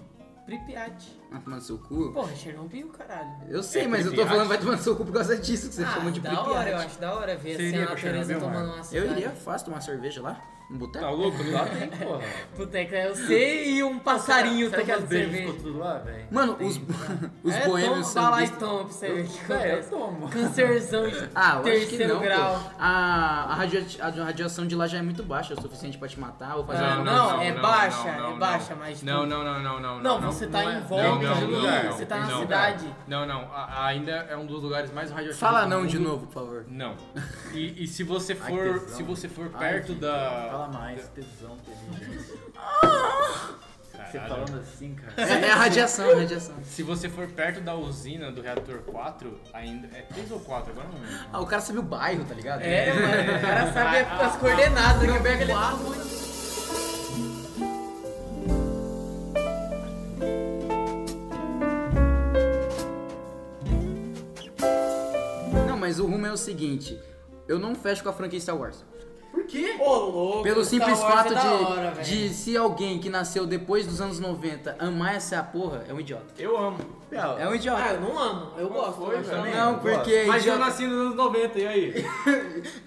[SPEAKER 3] Pripyat.
[SPEAKER 1] Ah, tomando seu cu.
[SPEAKER 3] Porra, Chernobyl, caralho.
[SPEAKER 1] Eu sei,
[SPEAKER 2] É
[SPEAKER 1] mas eu tô
[SPEAKER 2] Pripyat.
[SPEAKER 1] falando vai tomando seu cu por causa disso, que você
[SPEAKER 3] ah,
[SPEAKER 1] chama de
[SPEAKER 3] da
[SPEAKER 1] Pripyat.
[SPEAKER 3] hora, eu acho da hora ver
[SPEAKER 7] Você
[SPEAKER 3] assim,
[SPEAKER 7] iria
[SPEAKER 3] a
[SPEAKER 7] pra
[SPEAKER 3] natureza
[SPEAKER 7] Chernobyl,
[SPEAKER 3] tomando
[SPEAKER 7] Marco?
[SPEAKER 3] uma
[SPEAKER 1] Eu
[SPEAKER 3] cidade.
[SPEAKER 1] iria fácil tomar cerveja lá, no boteco.
[SPEAKER 2] Tá louco?
[SPEAKER 7] Lá tem, porra.
[SPEAKER 3] Boteca, é eu sei e um passarinho
[SPEAKER 7] Será que as
[SPEAKER 3] tomando
[SPEAKER 7] beijos
[SPEAKER 3] cerveja.
[SPEAKER 7] ficou tudo lá, velho?
[SPEAKER 1] Mano, os, é os
[SPEAKER 3] é,
[SPEAKER 1] boêmios
[SPEAKER 3] toma, vai lá e
[SPEAKER 1] sambistas-
[SPEAKER 3] toma pra você ver o que
[SPEAKER 7] É,
[SPEAKER 3] acontece.
[SPEAKER 7] eu tomo.
[SPEAKER 3] Cancerzão de
[SPEAKER 1] Ah, eu acho que
[SPEAKER 3] terceiro
[SPEAKER 1] não,
[SPEAKER 3] grau.
[SPEAKER 1] pô. A, a, radia- a radiação de lá já é muito baixa, é o suficiente pra te matar ou fazer
[SPEAKER 3] Ah,
[SPEAKER 1] alguma
[SPEAKER 3] não,
[SPEAKER 1] coisa.
[SPEAKER 3] é baixa, é baixa, mas, tipo-
[SPEAKER 2] Não, não, não, não, não.
[SPEAKER 3] Não, você tá
[SPEAKER 2] é-
[SPEAKER 3] em volta
[SPEAKER 2] não,
[SPEAKER 3] de
[SPEAKER 2] não, é,
[SPEAKER 3] lugar,
[SPEAKER 2] não,
[SPEAKER 3] você tá na
[SPEAKER 2] não,
[SPEAKER 3] cidade.
[SPEAKER 2] Não, não, a- ainda é um dos lugares mais radioativos.
[SPEAKER 1] Fala
[SPEAKER 2] do
[SPEAKER 1] não de
[SPEAKER 2] mundo.
[SPEAKER 1] novo, por favor.
[SPEAKER 2] Não. E, e se você
[SPEAKER 7] Ai,
[SPEAKER 2] for,
[SPEAKER 7] tesão.
[SPEAKER 2] se você for
[SPEAKER 7] Ai,
[SPEAKER 2] perto
[SPEAKER 7] gente,
[SPEAKER 2] da
[SPEAKER 7] Fala mais, tesão, inteligência. Você
[SPEAKER 2] Caralho.
[SPEAKER 7] falando assim, cara.
[SPEAKER 1] É, é a radiação, é a radiação.
[SPEAKER 2] Se você for perto da usina do reator 4, ainda é 3 ou 4, agora não lembro.
[SPEAKER 1] Ah, o cara sabe o bairro, tá ligado?
[SPEAKER 3] É, mano, o cara sabe as coordenadas que pega ele tá muito.
[SPEAKER 1] Não, mas o rumo é o seguinte. Eu não fecho com a franquia Star Wars.
[SPEAKER 3] Por quê? Ô, louco,
[SPEAKER 1] Pelo
[SPEAKER 3] Star
[SPEAKER 1] simples
[SPEAKER 3] Wars
[SPEAKER 1] fato
[SPEAKER 3] é da
[SPEAKER 1] de,
[SPEAKER 3] hora, velho.
[SPEAKER 1] de se alguém que nasceu depois dos anos 90 amar essa porra, é um idiota.
[SPEAKER 2] Eu amo.
[SPEAKER 1] É um
[SPEAKER 3] Ah, eu
[SPEAKER 1] idiota.
[SPEAKER 3] não amo, eu gosto. eu gosto.
[SPEAKER 7] velho?
[SPEAKER 1] Não, porque. é
[SPEAKER 6] Mas eu
[SPEAKER 1] idiota.
[SPEAKER 6] nasci nos anos 90, e aí?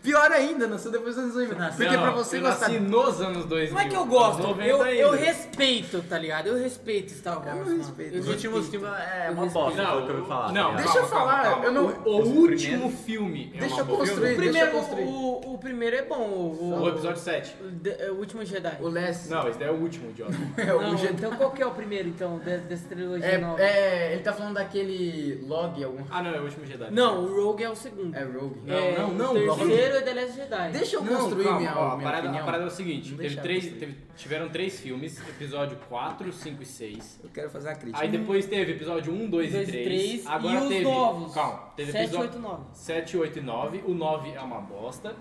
[SPEAKER 1] Pior ainda, nasceu depois dos anos 90. Porque pra você
[SPEAKER 2] eu
[SPEAKER 1] gostar.
[SPEAKER 2] nasci nos anos 2000.
[SPEAKER 3] Não é que eu gosto,
[SPEAKER 2] Anos 90
[SPEAKER 3] eu, eu
[SPEAKER 2] ainda.
[SPEAKER 3] respeito, tá ligado? Eu respeito Star Wars.
[SPEAKER 1] Eu
[SPEAKER 3] mano.
[SPEAKER 1] respeito.
[SPEAKER 3] Eu
[SPEAKER 7] Os últimos
[SPEAKER 3] respeito.
[SPEAKER 7] filmes é uma bosta, pelo que eu ouvi falar.
[SPEAKER 2] Não,
[SPEAKER 7] tá
[SPEAKER 1] Deixa
[SPEAKER 7] ligado?
[SPEAKER 1] eu falar, eu não-
[SPEAKER 2] O, o
[SPEAKER 7] Os
[SPEAKER 2] último filme é
[SPEAKER 1] Deixa
[SPEAKER 2] uma
[SPEAKER 1] eu
[SPEAKER 2] boa.
[SPEAKER 1] construir.
[SPEAKER 3] O primeiro,
[SPEAKER 1] Deixa eu construir.
[SPEAKER 3] o, o primeiro é bom, o,
[SPEAKER 2] O episódio 7.
[SPEAKER 3] o de- é, o último Jedi.
[SPEAKER 1] O Les
[SPEAKER 2] Não, esse daí é o último, idiota.
[SPEAKER 1] é
[SPEAKER 3] Não,
[SPEAKER 1] o Jedi.
[SPEAKER 3] então qual que é o primeiro, então, de- dessa trilogia nova?
[SPEAKER 1] É, é, ele tá falando daquele log, algum.
[SPEAKER 2] Ah, não, é o último Jedi.
[SPEAKER 3] Não, o Rogue é o segundo.
[SPEAKER 1] É Rogue.
[SPEAKER 2] Não,
[SPEAKER 3] É,
[SPEAKER 2] não, não,
[SPEAKER 3] O
[SPEAKER 2] Rogue.
[SPEAKER 3] terceiro é The Last Jedi.
[SPEAKER 1] Deixa eu
[SPEAKER 2] Não,
[SPEAKER 1] construir
[SPEAKER 2] calma,
[SPEAKER 1] minha,
[SPEAKER 2] ó, a,
[SPEAKER 1] minha
[SPEAKER 2] parada, a
[SPEAKER 1] opinião.
[SPEAKER 2] parada é o seguinte,
[SPEAKER 1] Não
[SPEAKER 2] teve
[SPEAKER 1] deixar
[SPEAKER 2] três,
[SPEAKER 1] eu construir.
[SPEAKER 2] teve- tiveram três filmes, episódio 4, 5 e 6.
[SPEAKER 1] Eu quero fazer a crítica.
[SPEAKER 2] Aí depois teve episódio 1, 2 e
[SPEAKER 3] Dois e
[SPEAKER 2] 3.
[SPEAKER 3] três,
[SPEAKER 2] Agora
[SPEAKER 3] e os
[SPEAKER 2] teve.
[SPEAKER 3] novos.
[SPEAKER 2] Calma, teve
[SPEAKER 3] Sete,
[SPEAKER 2] episódio
[SPEAKER 3] oito, nove.
[SPEAKER 2] 7, 8 e 9. O 9 é uma bosta.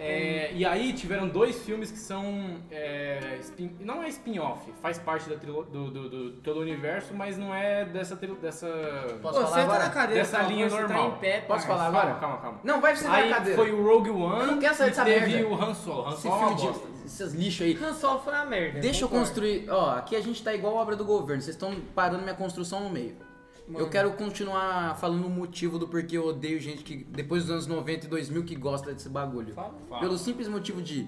[SPEAKER 2] É, E aí tiveram dois filmes que são. é, spin- Não é spin-off, faz parte da trilo- do, do- do- todo o universo, mas não é dessa. trilo- dessa...
[SPEAKER 1] Posso
[SPEAKER 3] Pô,
[SPEAKER 1] falar
[SPEAKER 3] senta
[SPEAKER 1] agora?
[SPEAKER 3] na cadeira,
[SPEAKER 2] Dessa
[SPEAKER 3] por favor,
[SPEAKER 2] linha
[SPEAKER 3] você tá
[SPEAKER 2] normal.
[SPEAKER 3] em pé,
[SPEAKER 1] Posso
[SPEAKER 3] parça.
[SPEAKER 1] falar agora?
[SPEAKER 2] Calma, calma.
[SPEAKER 1] Não, vai sentar na
[SPEAKER 2] Aí
[SPEAKER 1] cadeira.
[SPEAKER 2] foi o Rogue
[SPEAKER 1] Eu não
[SPEAKER 2] One
[SPEAKER 1] quero saber
[SPEAKER 2] e
[SPEAKER 1] dessa
[SPEAKER 2] teve
[SPEAKER 1] merda.
[SPEAKER 2] o Han Solo. Han
[SPEAKER 1] Esse
[SPEAKER 2] Solo é uma
[SPEAKER 1] filme
[SPEAKER 2] bosta.
[SPEAKER 1] de. Esses lixos aí.
[SPEAKER 3] Han Solo foi uma merda.
[SPEAKER 1] Deixa eu
[SPEAKER 3] concordo.
[SPEAKER 1] construir. Ó, aqui a gente tá igual obra do governo. Vocês estão parando minha construção no meio. Eu quero continuar falando o motivo do porquê eu odeio gente que depois dos anos 90 e 2000 que gosta desse bagulho.
[SPEAKER 2] fala.
[SPEAKER 1] Pelo simples motivo de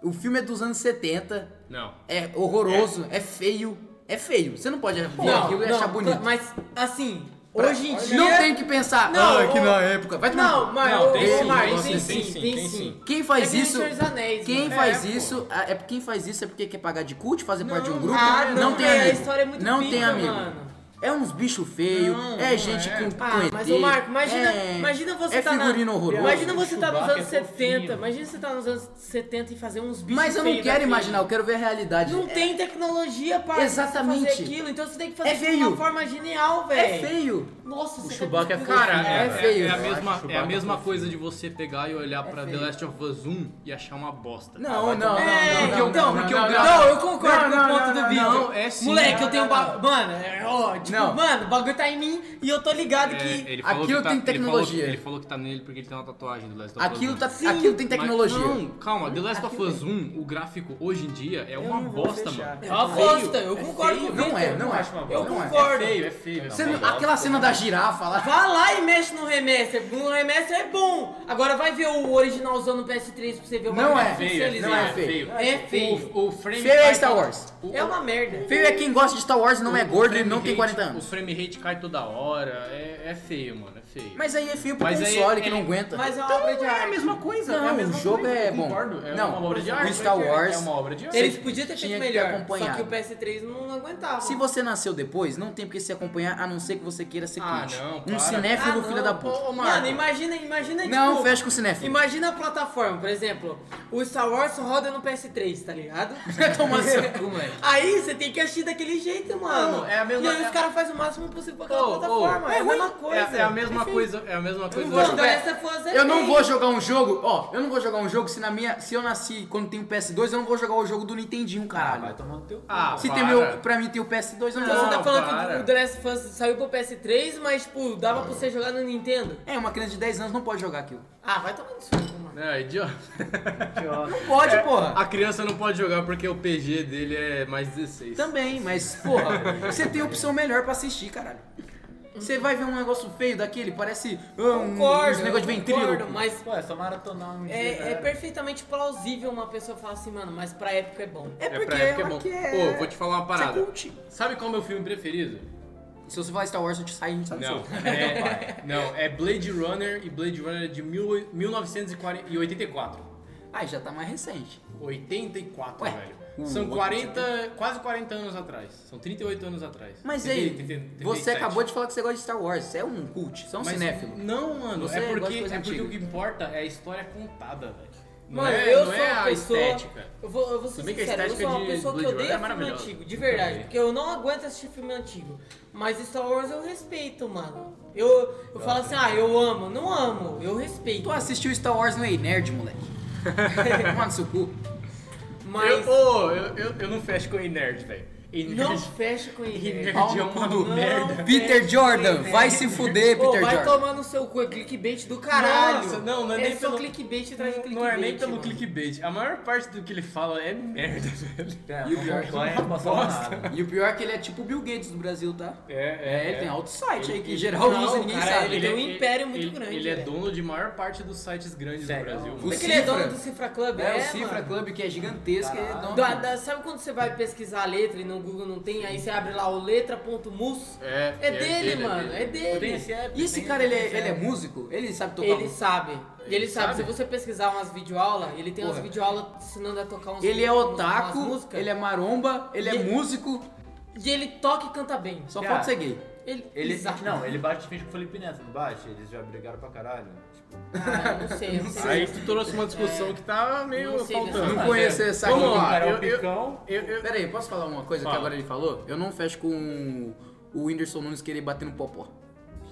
[SPEAKER 1] o filme é dos anos 70,
[SPEAKER 2] Não.
[SPEAKER 1] é horroroso, é, feio, é feio. Você não pode ver
[SPEAKER 3] Não,
[SPEAKER 1] aquilo e
[SPEAKER 3] não,
[SPEAKER 1] achar bonito.
[SPEAKER 3] Mas, assim, Hoje em dia.
[SPEAKER 1] Não tem que pensar,
[SPEAKER 3] Não,
[SPEAKER 1] ah, que
[SPEAKER 3] ô-
[SPEAKER 1] na época. Vai tomar.
[SPEAKER 3] Não, mas.
[SPEAKER 2] Não,
[SPEAKER 3] ô,
[SPEAKER 2] tem
[SPEAKER 3] ô,
[SPEAKER 2] sim,
[SPEAKER 3] Marcos,
[SPEAKER 2] nossa,
[SPEAKER 3] tem
[SPEAKER 2] tem
[SPEAKER 3] sim,
[SPEAKER 2] sim,
[SPEAKER 3] tem
[SPEAKER 2] tem
[SPEAKER 3] sim.
[SPEAKER 1] Quem
[SPEAKER 3] É
[SPEAKER 1] faz
[SPEAKER 3] que nem
[SPEAKER 1] isso?
[SPEAKER 3] Senhor dos Anéis, né?
[SPEAKER 1] Quem
[SPEAKER 3] mano.
[SPEAKER 1] faz
[SPEAKER 2] pô.
[SPEAKER 1] isso? É porque quem faz isso é porque quer pagar de culto, fazer parte de um grupo.
[SPEAKER 3] ah,
[SPEAKER 1] não, tem
[SPEAKER 3] velho,
[SPEAKER 1] amigo.
[SPEAKER 3] A história é muito
[SPEAKER 1] não
[SPEAKER 3] pica,
[SPEAKER 1] tem amigo.
[SPEAKER 3] Mano.
[SPEAKER 1] É uns bichos feios, é gente com, com
[SPEAKER 3] Ah, mas ô
[SPEAKER 1] ET,
[SPEAKER 3] Marco, imagina,
[SPEAKER 1] é-
[SPEAKER 3] imagina você
[SPEAKER 1] é
[SPEAKER 3] tá na...
[SPEAKER 1] figurino horroroso.
[SPEAKER 3] Imagina você tá nos
[SPEAKER 2] Chewbacca
[SPEAKER 3] anos
[SPEAKER 2] é
[SPEAKER 3] 70,
[SPEAKER 2] fofinho.
[SPEAKER 3] imagina você tá nos anos 70 e fazer uns bichos
[SPEAKER 1] Mas eu não
[SPEAKER 3] feios
[SPEAKER 1] quero
[SPEAKER 3] daquele.
[SPEAKER 1] imaginar, eu quero ver a realidade. É,
[SPEAKER 3] Não tem tecnologia para
[SPEAKER 1] Exatamente.
[SPEAKER 3] fazer aquilo, então você tem que fazer
[SPEAKER 1] É
[SPEAKER 3] isso de
[SPEAKER 1] feio.
[SPEAKER 3] uma forma genial,
[SPEAKER 1] É,
[SPEAKER 3] velho.
[SPEAKER 1] feio.
[SPEAKER 3] Nossa, você tá
[SPEAKER 5] Chewbacca é
[SPEAKER 3] cara.
[SPEAKER 2] Cara, é,
[SPEAKER 1] É
[SPEAKER 2] é-
[SPEAKER 1] feio.
[SPEAKER 2] é a
[SPEAKER 1] Eu
[SPEAKER 2] mesma,
[SPEAKER 5] acho
[SPEAKER 2] é a
[SPEAKER 5] Chewbacca
[SPEAKER 2] mesma
[SPEAKER 5] um
[SPEAKER 2] coisa de você pegar e olhar pra The
[SPEAKER 1] feio.
[SPEAKER 2] Last of Us 1 e achar uma bosta. Ah,
[SPEAKER 1] Não, não, não,
[SPEAKER 3] É,
[SPEAKER 1] não,
[SPEAKER 2] porque eu-
[SPEAKER 1] não,
[SPEAKER 2] não,
[SPEAKER 1] não,
[SPEAKER 2] porque eu
[SPEAKER 1] não,
[SPEAKER 2] gravo-
[SPEAKER 1] não.
[SPEAKER 3] Não, eu concordo
[SPEAKER 1] Não,
[SPEAKER 3] com o
[SPEAKER 1] não,
[SPEAKER 3] ponto
[SPEAKER 1] não,
[SPEAKER 3] do
[SPEAKER 1] não,
[SPEAKER 3] Vitor.
[SPEAKER 2] não, é sim.
[SPEAKER 3] Moleque,
[SPEAKER 2] Não,
[SPEAKER 3] eu tenho.
[SPEAKER 2] não,
[SPEAKER 3] ba- Mano, é, ó, tipo,
[SPEAKER 1] Não.
[SPEAKER 3] mano, o bagulho tá em mim e eu tô ligado
[SPEAKER 2] É,
[SPEAKER 3] que.
[SPEAKER 2] ele falou
[SPEAKER 1] aquilo
[SPEAKER 2] que tá-
[SPEAKER 1] tem
[SPEAKER 2] ele falou-
[SPEAKER 1] tecnologia.
[SPEAKER 2] Ele falou, que tá nele porque ele tem uma tatuagem do Last of Us
[SPEAKER 1] Aquilo,
[SPEAKER 2] 1.
[SPEAKER 1] tá, aquilo tem
[SPEAKER 2] Mas-
[SPEAKER 1] tecnologia.
[SPEAKER 2] não, calma, The Last of Us 1, o gráfico hoje em dia é uma bosta, mano.
[SPEAKER 3] É uma bosta, eu concordo com o
[SPEAKER 1] Não é,
[SPEAKER 3] Vitor.
[SPEAKER 1] não é.
[SPEAKER 3] Eu
[SPEAKER 1] não é.
[SPEAKER 3] concordo.
[SPEAKER 2] Feio, é feio. é
[SPEAKER 1] Você
[SPEAKER 2] feio.
[SPEAKER 1] não- aquela cena da girafa lá.
[SPEAKER 3] Vai lá e mexe no remaster. No remaster é bom. Agora vai ver o original usando o PS3 pra você ver o
[SPEAKER 1] Não
[SPEAKER 3] bagulho
[SPEAKER 1] é feio,
[SPEAKER 3] pixelizado.
[SPEAKER 1] não é feio.
[SPEAKER 3] É feio.
[SPEAKER 2] O, o frame
[SPEAKER 1] Feio é
[SPEAKER 2] cai
[SPEAKER 1] Star
[SPEAKER 2] toda-
[SPEAKER 1] Wars.
[SPEAKER 2] o-
[SPEAKER 3] É uma merda.
[SPEAKER 1] Feio é quem gosta de Star Wars, não é
[SPEAKER 2] o
[SPEAKER 1] gordo e
[SPEAKER 2] frame
[SPEAKER 1] não tem
[SPEAKER 2] rate-
[SPEAKER 1] 40 anos.
[SPEAKER 2] O frame rate cai toda hora, é, é feio, mano, é feio.
[SPEAKER 1] Mas aí é feio pro
[SPEAKER 2] Mas aí
[SPEAKER 1] console
[SPEAKER 2] é-
[SPEAKER 1] que não aguenta.
[SPEAKER 3] Mas é uma obra de arte.
[SPEAKER 2] coisa,
[SPEAKER 1] Não, o jogo é
[SPEAKER 2] eu
[SPEAKER 1] bom.
[SPEAKER 2] concordo, é
[SPEAKER 1] Não,
[SPEAKER 2] uma obra de
[SPEAKER 1] o
[SPEAKER 2] arte.
[SPEAKER 1] Star Wars-
[SPEAKER 2] É uma obra de arte.
[SPEAKER 3] Eles podiam ter
[SPEAKER 1] tinha
[SPEAKER 3] feito
[SPEAKER 1] que ter
[SPEAKER 3] melhor, só
[SPEAKER 1] acompanhado.
[SPEAKER 3] que o PS3 não aguentava.
[SPEAKER 1] Se você nasceu depois, não tem porque se acompanhar, a não ser que você queira ser
[SPEAKER 2] Ah,
[SPEAKER 1] cult.
[SPEAKER 2] não,
[SPEAKER 1] um
[SPEAKER 2] para.
[SPEAKER 1] cinéfilo
[SPEAKER 3] Ah,
[SPEAKER 1] filho
[SPEAKER 3] não,
[SPEAKER 1] da
[SPEAKER 3] pô,
[SPEAKER 1] puta.
[SPEAKER 3] Mano, imagina, imagina,
[SPEAKER 1] não,
[SPEAKER 3] tipo...
[SPEAKER 1] fecha com o cinéfilo.
[SPEAKER 3] Imagina a plataforma, por exemplo, o Star Wars roda no PS3, tá ligado?
[SPEAKER 1] É, Toma seu cu, mano.
[SPEAKER 3] Aí você tem que assistir daquele jeito, mano.
[SPEAKER 2] Não, é a mesma-
[SPEAKER 3] e aí os
[SPEAKER 2] é-
[SPEAKER 3] caras fazem o máximo possível pra aquela
[SPEAKER 2] Ô, ô,
[SPEAKER 3] plataforma. é a mesma coisa.
[SPEAKER 2] É, é a mesma coisa, é a mesma coisa.
[SPEAKER 3] Quando
[SPEAKER 1] jogar.
[SPEAKER 3] essa é fosse
[SPEAKER 1] Eu não vou jogar um jogo, ó, eu não vou jogar um jogo se na minha, se eu nasci quando tem o PS2, eu não vou jogar o jogo do Nintendinho, caralho.
[SPEAKER 2] Ah,
[SPEAKER 1] se
[SPEAKER 2] para.
[SPEAKER 1] tem meu, pra mim tem o PS2, eu não,
[SPEAKER 3] Você
[SPEAKER 1] vou
[SPEAKER 3] tá
[SPEAKER 1] jogar.
[SPEAKER 2] Não,
[SPEAKER 3] falando que
[SPEAKER 2] Ah, para.
[SPEAKER 3] o The Last of Us saiu pro PS3, mas, tipo, dava pra você jogar no Nintendo?
[SPEAKER 1] É, uma criança de 10 anos não pode jogar aquilo.
[SPEAKER 3] Ah, vai tomar no seu cu, mano.
[SPEAKER 2] É, idiota.
[SPEAKER 1] Não pode,
[SPEAKER 2] É.
[SPEAKER 1] porra.
[SPEAKER 2] A criança não pode jogar porque o PG dele é mais 16.
[SPEAKER 1] Também, mas, porra, você tem opção melhor pra assistir, caralho. Você vai ver um negócio feio daquele, parece ah, um,
[SPEAKER 3] Concordo,
[SPEAKER 1] uns negócio de
[SPEAKER 3] eu concordo,
[SPEAKER 1] ventríloco.
[SPEAKER 3] mas
[SPEAKER 7] Pô, é só maratonar um dia.
[SPEAKER 3] é, é
[SPEAKER 7] né?
[SPEAKER 3] perfeitamente plausível uma pessoa falar assim, mano, mas pra época é bom.
[SPEAKER 1] É porque
[SPEAKER 2] pra época é
[SPEAKER 1] ela
[SPEAKER 2] bom.
[SPEAKER 1] quer
[SPEAKER 2] Ô, vou te falar uma
[SPEAKER 1] ser
[SPEAKER 2] parada.
[SPEAKER 1] cult.
[SPEAKER 2] Sabe qual é o meu filme preferido?
[SPEAKER 1] Se você falar Star Wars, eu te saio, então. a gente sabe
[SPEAKER 2] Não,
[SPEAKER 1] disso.
[SPEAKER 2] é, não, é Blade Runner e Blade Runner é de mil- 1984.
[SPEAKER 1] Ah, já tá mais recente.
[SPEAKER 2] 84,
[SPEAKER 1] Ué.
[SPEAKER 2] velho.
[SPEAKER 1] Hum,
[SPEAKER 2] São
[SPEAKER 1] outro
[SPEAKER 2] 40, quase 40 anos atrás. São 38 anos atrás.
[SPEAKER 1] Mas
[SPEAKER 2] Trinta-
[SPEAKER 1] aí,
[SPEAKER 2] trinta- trinta e
[SPEAKER 1] você
[SPEAKER 2] sete.
[SPEAKER 1] acabou de falar que você gosta de Star Wars. Você é um cult, você é um
[SPEAKER 2] Mas
[SPEAKER 1] cinéfilo.
[SPEAKER 2] Não, mano,
[SPEAKER 1] Você
[SPEAKER 2] é
[SPEAKER 1] gosta
[SPEAKER 2] porque,
[SPEAKER 1] de coisa
[SPEAKER 2] é porque
[SPEAKER 1] antiga.
[SPEAKER 2] o que importa é a história contada, velho. Não
[SPEAKER 3] Mano,
[SPEAKER 2] é,
[SPEAKER 3] eu
[SPEAKER 2] não
[SPEAKER 3] sou
[SPEAKER 2] é
[SPEAKER 3] uma
[SPEAKER 2] a
[SPEAKER 3] pessoa.
[SPEAKER 2] estética.
[SPEAKER 3] Eu vou, eu vou ser
[SPEAKER 2] Tudo bem que a
[SPEAKER 3] sincero, eu sou
[SPEAKER 2] estética
[SPEAKER 3] uma
[SPEAKER 2] de
[SPEAKER 3] pessoa que
[SPEAKER 2] Blade Runner
[SPEAKER 3] odeia
[SPEAKER 2] é
[SPEAKER 3] filme
[SPEAKER 2] maravilhosa.
[SPEAKER 3] antigo, de
[SPEAKER 2] Eu
[SPEAKER 3] verdade.
[SPEAKER 2] também.
[SPEAKER 3] Porque eu não aguento assistir filme antigo. Mas Star Wars eu respeito, mano. Eu, eu falo assim, ah, eu amo. Não amo, eu respeito.
[SPEAKER 1] Tu assistiu Star Wars no Ei Nerd, moleque. Mano, seu cu.
[SPEAKER 3] Mas
[SPEAKER 2] Eu, ô, eu, eu, eu não fecho com o nerd, velho. E
[SPEAKER 3] não
[SPEAKER 2] nerd-
[SPEAKER 3] fecha com
[SPEAKER 2] e
[SPEAKER 3] ele.
[SPEAKER 2] nerd é uma
[SPEAKER 3] Não
[SPEAKER 2] merda.
[SPEAKER 3] fecha
[SPEAKER 1] Peter
[SPEAKER 3] com
[SPEAKER 1] Jordan,
[SPEAKER 3] ele.
[SPEAKER 1] vai se fuder,
[SPEAKER 3] Ô,
[SPEAKER 1] Peter
[SPEAKER 3] vai
[SPEAKER 1] Jordan.
[SPEAKER 3] tomar no seu cu, é clickbait do caralho.
[SPEAKER 2] Nossa, não, não é
[SPEAKER 3] é
[SPEAKER 2] nem
[SPEAKER 3] só
[SPEAKER 2] pelo-
[SPEAKER 3] clickbait atrás de clickbait.
[SPEAKER 2] Não é nem pelo
[SPEAKER 3] mano.
[SPEAKER 2] clickbait. A maior parte do que ele fala é merda, velho.
[SPEAKER 7] É,
[SPEAKER 1] E o pior
[SPEAKER 7] não é não passou nada.
[SPEAKER 1] E o pior é que ele é tipo o Bill Gates do Brasil, tá?
[SPEAKER 2] É,
[SPEAKER 1] É, ele tem alto site aí que geral
[SPEAKER 3] Não,
[SPEAKER 1] usa e ninguém
[SPEAKER 3] cara,
[SPEAKER 1] sabe.
[SPEAKER 3] ele- tem um império muito
[SPEAKER 2] ele-
[SPEAKER 3] grande,
[SPEAKER 2] Ele é
[SPEAKER 3] velho.
[SPEAKER 2] dono de maior parte dos sites grandes
[SPEAKER 7] Sério?
[SPEAKER 2] do Brasil.
[SPEAKER 1] O
[SPEAKER 3] Porque ele é
[SPEAKER 1] Cifra.
[SPEAKER 3] dono do Cifra Club,
[SPEAKER 1] É,
[SPEAKER 3] é,
[SPEAKER 1] o Cifra
[SPEAKER 3] mano.
[SPEAKER 1] Club, que é gigantesco, é dono.
[SPEAKER 3] Da- da- sabe quando você vai pesquisar a letra e no Google não tem? Aí você abre lá o letra.mus.
[SPEAKER 2] É,
[SPEAKER 3] É dele, mano. É
[SPEAKER 7] Tem
[SPEAKER 3] dele.
[SPEAKER 7] esse app,
[SPEAKER 1] E esse
[SPEAKER 7] tem
[SPEAKER 1] cara,
[SPEAKER 5] né?
[SPEAKER 1] ele é,
[SPEAKER 7] esse
[SPEAKER 1] ele é
[SPEAKER 7] app.
[SPEAKER 1] músico? Ele sabe tocar
[SPEAKER 3] Ele
[SPEAKER 1] música?
[SPEAKER 3] sabe. Ele,
[SPEAKER 2] um- Ele
[SPEAKER 3] sabe.
[SPEAKER 2] sabe?
[SPEAKER 3] Se você pesquisar umas videoaulas, ele tem umas
[SPEAKER 1] Porra.
[SPEAKER 3] videoaulas te ensinando a tocar uns
[SPEAKER 1] Ele é
[SPEAKER 3] umas- umas
[SPEAKER 1] otaku,
[SPEAKER 3] músicas.
[SPEAKER 1] ele é maromba, ele
[SPEAKER 3] E-
[SPEAKER 1] é músico,
[SPEAKER 3] E ele toca e canta bem.
[SPEAKER 1] só
[SPEAKER 7] Cara,
[SPEAKER 1] falta ser gay.
[SPEAKER 3] Ele,
[SPEAKER 7] Ele,
[SPEAKER 3] Exato.
[SPEAKER 7] não, ele bate de frente com o Felipe Neto, não bate? Eles já brigaram pra caralho. Tipo,
[SPEAKER 3] Ah, eu não sei, eu não sei.
[SPEAKER 2] Aí tu trouxe uma discussão que tava meio
[SPEAKER 3] É. Não sei dessa
[SPEAKER 2] faltando.
[SPEAKER 1] Não conheço essa
[SPEAKER 2] Vamos
[SPEAKER 1] aqui.
[SPEAKER 2] lá.
[SPEAKER 7] cara, é
[SPEAKER 2] eu-
[SPEAKER 7] um
[SPEAKER 2] eu-
[SPEAKER 7] picão.
[SPEAKER 2] Eu, eu,
[SPEAKER 1] Pera aí, posso falar uma coisa
[SPEAKER 2] Fala.
[SPEAKER 1] que agora ele falou? Eu não fecho com o Whindersson Nunes querer bater no popó.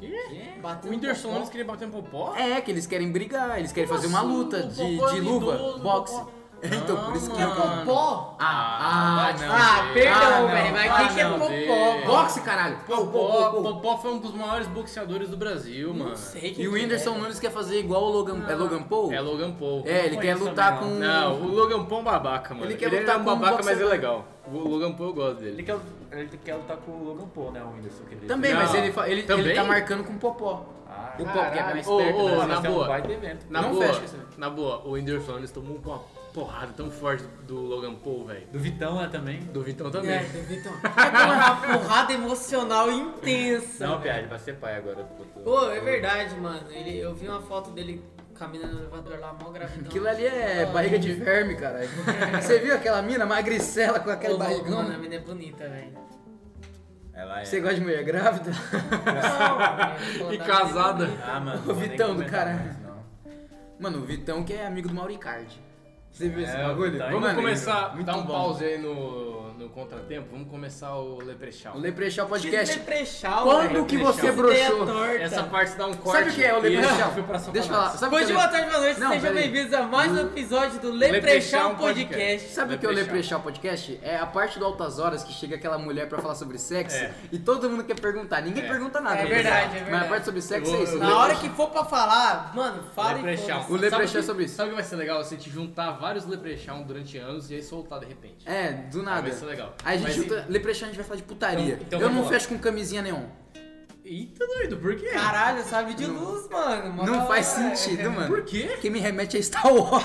[SPEAKER 3] um
[SPEAKER 2] o Whindersson Nunes queria bater no popó?
[SPEAKER 1] É, que eles querem brigar, eles querem
[SPEAKER 2] Como
[SPEAKER 1] fazer uma
[SPEAKER 2] assim?
[SPEAKER 1] luta
[SPEAKER 2] O
[SPEAKER 1] de,
[SPEAKER 2] popó é
[SPEAKER 1] de luva,
[SPEAKER 2] idoso,
[SPEAKER 1] boxe.
[SPEAKER 2] o popó-
[SPEAKER 1] Então, por isso que
[SPEAKER 3] é
[SPEAKER 1] eu
[SPEAKER 2] mano.
[SPEAKER 3] popó?
[SPEAKER 1] Ah, ah, não.
[SPEAKER 3] Ah, perdão,
[SPEAKER 1] não.
[SPEAKER 3] velho. Mas
[SPEAKER 1] Ah,
[SPEAKER 3] quem que é
[SPEAKER 1] não.
[SPEAKER 3] popó? mano?
[SPEAKER 1] Boxe, caralho. Pô, pô,
[SPEAKER 2] Popó,
[SPEAKER 1] pô, pô.
[SPEAKER 2] popó foi um dos maiores boxeadores do Brasil, mano.
[SPEAKER 3] Sei quem
[SPEAKER 1] E o
[SPEAKER 3] que é.
[SPEAKER 1] Whindersson Nunes quer fazer igual o Logan... É Logan Paul?
[SPEAKER 2] É Logan Paul.
[SPEAKER 1] É, ele quer lutar com...
[SPEAKER 2] Não, o Logan Paul é um babaca, mano.
[SPEAKER 1] Ele quer lutar
[SPEAKER 2] é um
[SPEAKER 1] com um
[SPEAKER 2] babaca, mas é
[SPEAKER 1] boxeador.
[SPEAKER 2] legal. O Logan Paul eu gosto
[SPEAKER 7] ele,
[SPEAKER 2] dele.
[SPEAKER 7] quer, ele quer lutar com o Logan Paul, né, o Whindersson? que ele-
[SPEAKER 1] Também, mas
[SPEAKER 2] Não.
[SPEAKER 1] ele, fa- ele, ele
[SPEAKER 2] Também?
[SPEAKER 1] tá marcando com o Popó.
[SPEAKER 7] Ah,
[SPEAKER 1] O Popó que é mais
[SPEAKER 2] Ô,
[SPEAKER 1] perto,
[SPEAKER 2] ô,
[SPEAKER 1] né?
[SPEAKER 2] na
[SPEAKER 7] Mas é um
[SPEAKER 2] boa.
[SPEAKER 7] baita evento.
[SPEAKER 2] Na
[SPEAKER 1] Não
[SPEAKER 2] boa,
[SPEAKER 1] fecha assim. esse-
[SPEAKER 2] na boa, o Whindersson Nunes tomou uma porrada tão forte do, do Logan Paul, velho.
[SPEAKER 5] Do Vitão é também.
[SPEAKER 2] Do Vitão também.
[SPEAKER 1] né?
[SPEAKER 3] É, do Vitão. Vai tomar uma porrada emocional intensa.
[SPEAKER 1] né?
[SPEAKER 5] Não, Piá, ele vai ser pai agora. puto.
[SPEAKER 3] Pô, é verdade, mano. Ele, eu vi uma foto dele caminhando no elevador lá, mó gravidão.
[SPEAKER 1] Aquilo ali é barriga de verme, caralho. Você viu aquela mina magricela com aquele
[SPEAKER 3] Ô, louco, Mano, a
[SPEAKER 1] barrigão? né?
[SPEAKER 3] mina é bonita, velho.
[SPEAKER 5] Ela é.
[SPEAKER 1] Você gosta de mulher grávida? tá
[SPEAKER 3] e
[SPEAKER 6] casada.
[SPEAKER 5] Ah, mano.
[SPEAKER 1] Ô,
[SPEAKER 5] não vou nem
[SPEAKER 1] Vitão do
[SPEAKER 5] comentar
[SPEAKER 1] caralho.
[SPEAKER 5] mais, não.
[SPEAKER 1] Mano, o Vitão que é amigo do Mauricardi. Você viu esse
[SPEAKER 5] É, o
[SPEAKER 1] bagulho?
[SPEAKER 5] Vitão é
[SPEAKER 2] Vamos
[SPEAKER 5] Maneiro.
[SPEAKER 2] começar,
[SPEAKER 1] muito
[SPEAKER 2] dar um
[SPEAKER 1] bom.
[SPEAKER 2] pause aí no, no contratempo. Vamos começar o Leprechaun.
[SPEAKER 1] O Leprechal Podcast.
[SPEAKER 3] Leprechal,
[SPEAKER 1] Quando
[SPEAKER 3] é velho.
[SPEAKER 1] que você
[SPEAKER 3] Ideia
[SPEAKER 1] broxou?
[SPEAKER 3] torta.
[SPEAKER 2] Essa parte dá um corte.
[SPEAKER 1] Sabe o que é o
[SPEAKER 2] e
[SPEAKER 1] Leprechal?
[SPEAKER 2] fui pra São
[SPEAKER 1] Deixa eu
[SPEAKER 2] Paulo.
[SPEAKER 1] falar. Sabe o
[SPEAKER 3] Bom
[SPEAKER 1] que
[SPEAKER 3] dia,
[SPEAKER 1] é o
[SPEAKER 3] boa
[SPEAKER 1] Le-
[SPEAKER 3] tarde, boa noite.
[SPEAKER 1] Não,
[SPEAKER 3] Sejam
[SPEAKER 1] peraí.
[SPEAKER 3] bem-vindos a mais um episódio do
[SPEAKER 1] é um
[SPEAKER 2] Leprechal
[SPEAKER 3] Leprechal Podcast.
[SPEAKER 1] Sabe o que é o
[SPEAKER 2] Leprechal.
[SPEAKER 1] Leprechal Podcast? É a parte do Altas Horas que chega aquela mulher pra falar sobre sexo
[SPEAKER 2] É.
[SPEAKER 1] e todo mundo quer perguntar. Ninguém
[SPEAKER 2] É.
[SPEAKER 1] pergunta nada.
[SPEAKER 3] É
[SPEAKER 1] beleza?
[SPEAKER 3] verdade, é
[SPEAKER 1] Mas a
[SPEAKER 3] verdade.
[SPEAKER 1] parte sobre sexo
[SPEAKER 2] Eu vou-
[SPEAKER 1] é isso.
[SPEAKER 2] eu
[SPEAKER 1] né?
[SPEAKER 3] Na hora que for pra falar, mano, fala e
[SPEAKER 2] Leprechaun.
[SPEAKER 3] foda-se.
[SPEAKER 1] O Leprechaun
[SPEAKER 2] Sabe
[SPEAKER 1] é sobre isso.
[SPEAKER 2] Sabe o que vai ser legal? Se a gente juntar vários Leprechaun durante anos e aí soltar de repente.
[SPEAKER 1] É, do nada.
[SPEAKER 2] Vai ser legal.
[SPEAKER 1] Aí a gente
[SPEAKER 2] Ah, Mas-
[SPEAKER 1] junta. Leprechal a gente vai falar de putaria.
[SPEAKER 2] Então- então
[SPEAKER 1] eu
[SPEAKER 2] vamos
[SPEAKER 1] não
[SPEAKER 2] lá.
[SPEAKER 1] fecho com camisinha nenhum.
[SPEAKER 2] Eita, doido, por quê?
[SPEAKER 3] Caralho, sabe de luz, mano. Mó da
[SPEAKER 1] Não faz
[SPEAKER 3] hora, é.
[SPEAKER 1] sentido, mano.
[SPEAKER 2] Por quê?
[SPEAKER 1] Quem me remete é Star Wars.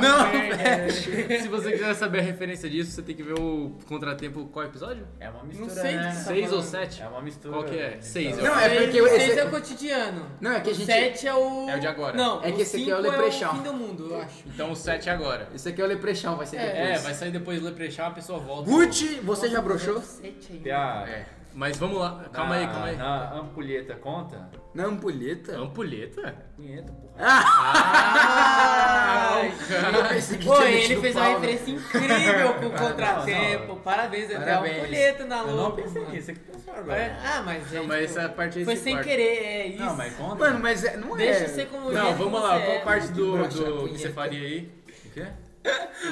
[SPEAKER 1] não,
[SPEAKER 2] É,
[SPEAKER 1] fecha.
[SPEAKER 2] Se você quiser saber a referência disso, você tem que ver o contratempo qual episódio?
[SPEAKER 5] É uma mistura.
[SPEAKER 3] Não sei
[SPEAKER 5] né?
[SPEAKER 3] disso.
[SPEAKER 2] Seis ou
[SPEAKER 3] falando.
[SPEAKER 2] sete?
[SPEAKER 5] É uma mistura.
[SPEAKER 2] Qual que Tá é?
[SPEAKER 5] de
[SPEAKER 2] Seis,
[SPEAKER 5] tal.
[SPEAKER 1] Não, é
[SPEAKER 3] Seis-
[SPEAKER 1] porque esse-
[SPEAKER 3] seis é o cotidiano.
[SPEAKER 1] Não, é que a gente-
[SPEAKER 3] 7 é o.
[SPEAKER 2] É o de agora.
[SPEAKER 3] Não,
[SPEAKER 1] É que esse aqui é o
[SPEAKER 3] cinco
[SPEAKER 1] Leprechaun.
[SPEAKER 3] É o fim do mundo, eu acho.
[SPEAKER 2] Então o sete é agora.
[SPEAKER 1] Esse aqui é o Leprechal, vai ser
[SPEAKER 2] É,
[SPEAKER 1] depois.
[SPEAKER 2] vai sair depois do Leprechaun, a pessoa volta.
[SPEAKER 1] Gucci, você já broxou?
[SPEAKER 3] Sete aí.
[SPEAKER 7] Piá,
[SPEAKER 2] É. Mas vamos lá. Calma
[SPEAKER 5] Na-
[SPEAKER 2] aí, calma aí.
[SPEAKER 5] Na ampulheta conta?
[SPEAKER 1] Na ampulheta?
[SPEAKER 2] Ampulheta?
[SPEAKER 5] Punheta, porra.
[SPEAKER 3] Ai,
[SPEAKER 1] Eu pensei que
[SPEAKER 3] Pô,
[SPEAKER 1] tinha
[SPEAKER 3] ele
[SPEAKER 1] metido
[SPEAKER 3] fez
[SPEAKER 1] pau,
[SPEAKER 3] uma
[SPEAKER 1] né?
[SPEAKER 3] referência incrível com o contratempo. Parabéns, até o
[SPEAKER 1] Parabéns.
[SPEAKER 3] colheto na
[SPEAKER 5] Eu não
[SPEAKER 3] louca.
[SPEAKER 5] pensei
[SPEAKER 3] Tá mano.
[SPEAKER 5] nisso, é que pensou agora.
[SPEAKER 3] Ah, mas gente,
[SPEAKER 2] Mas essa parte aí
[SPEAKER 3] foi
[SPEAKER 2] se
[SPEAKER 3] sem
[SPEAKER 2] corta.
[SPEAKER 3] querer, é isso.
[SPEAKER 5] Não, mas conta. né?
[SPEAKER 1] Mano, mas é- não é.
[SPEAKER 3] Deixa eu ser como o
[SPEAKER 2] Não,
[SPEAKER 3] jeito
[SPEAKER 2] vamos
[SPEAKER 3] que
[SPEAKER 2] lá.
[SPEAKER 3] você
[SPEAKER 2] Qual
[SPEAKER 3] é.
[SPEAKER 2] parte do,
[SPEAKER 1] broxa,
[SPEAKER 2] do que
[SPEAKER 1] punheta.
[SPEAKER 2] você faria aí?
[SPEAKER 5] O quê?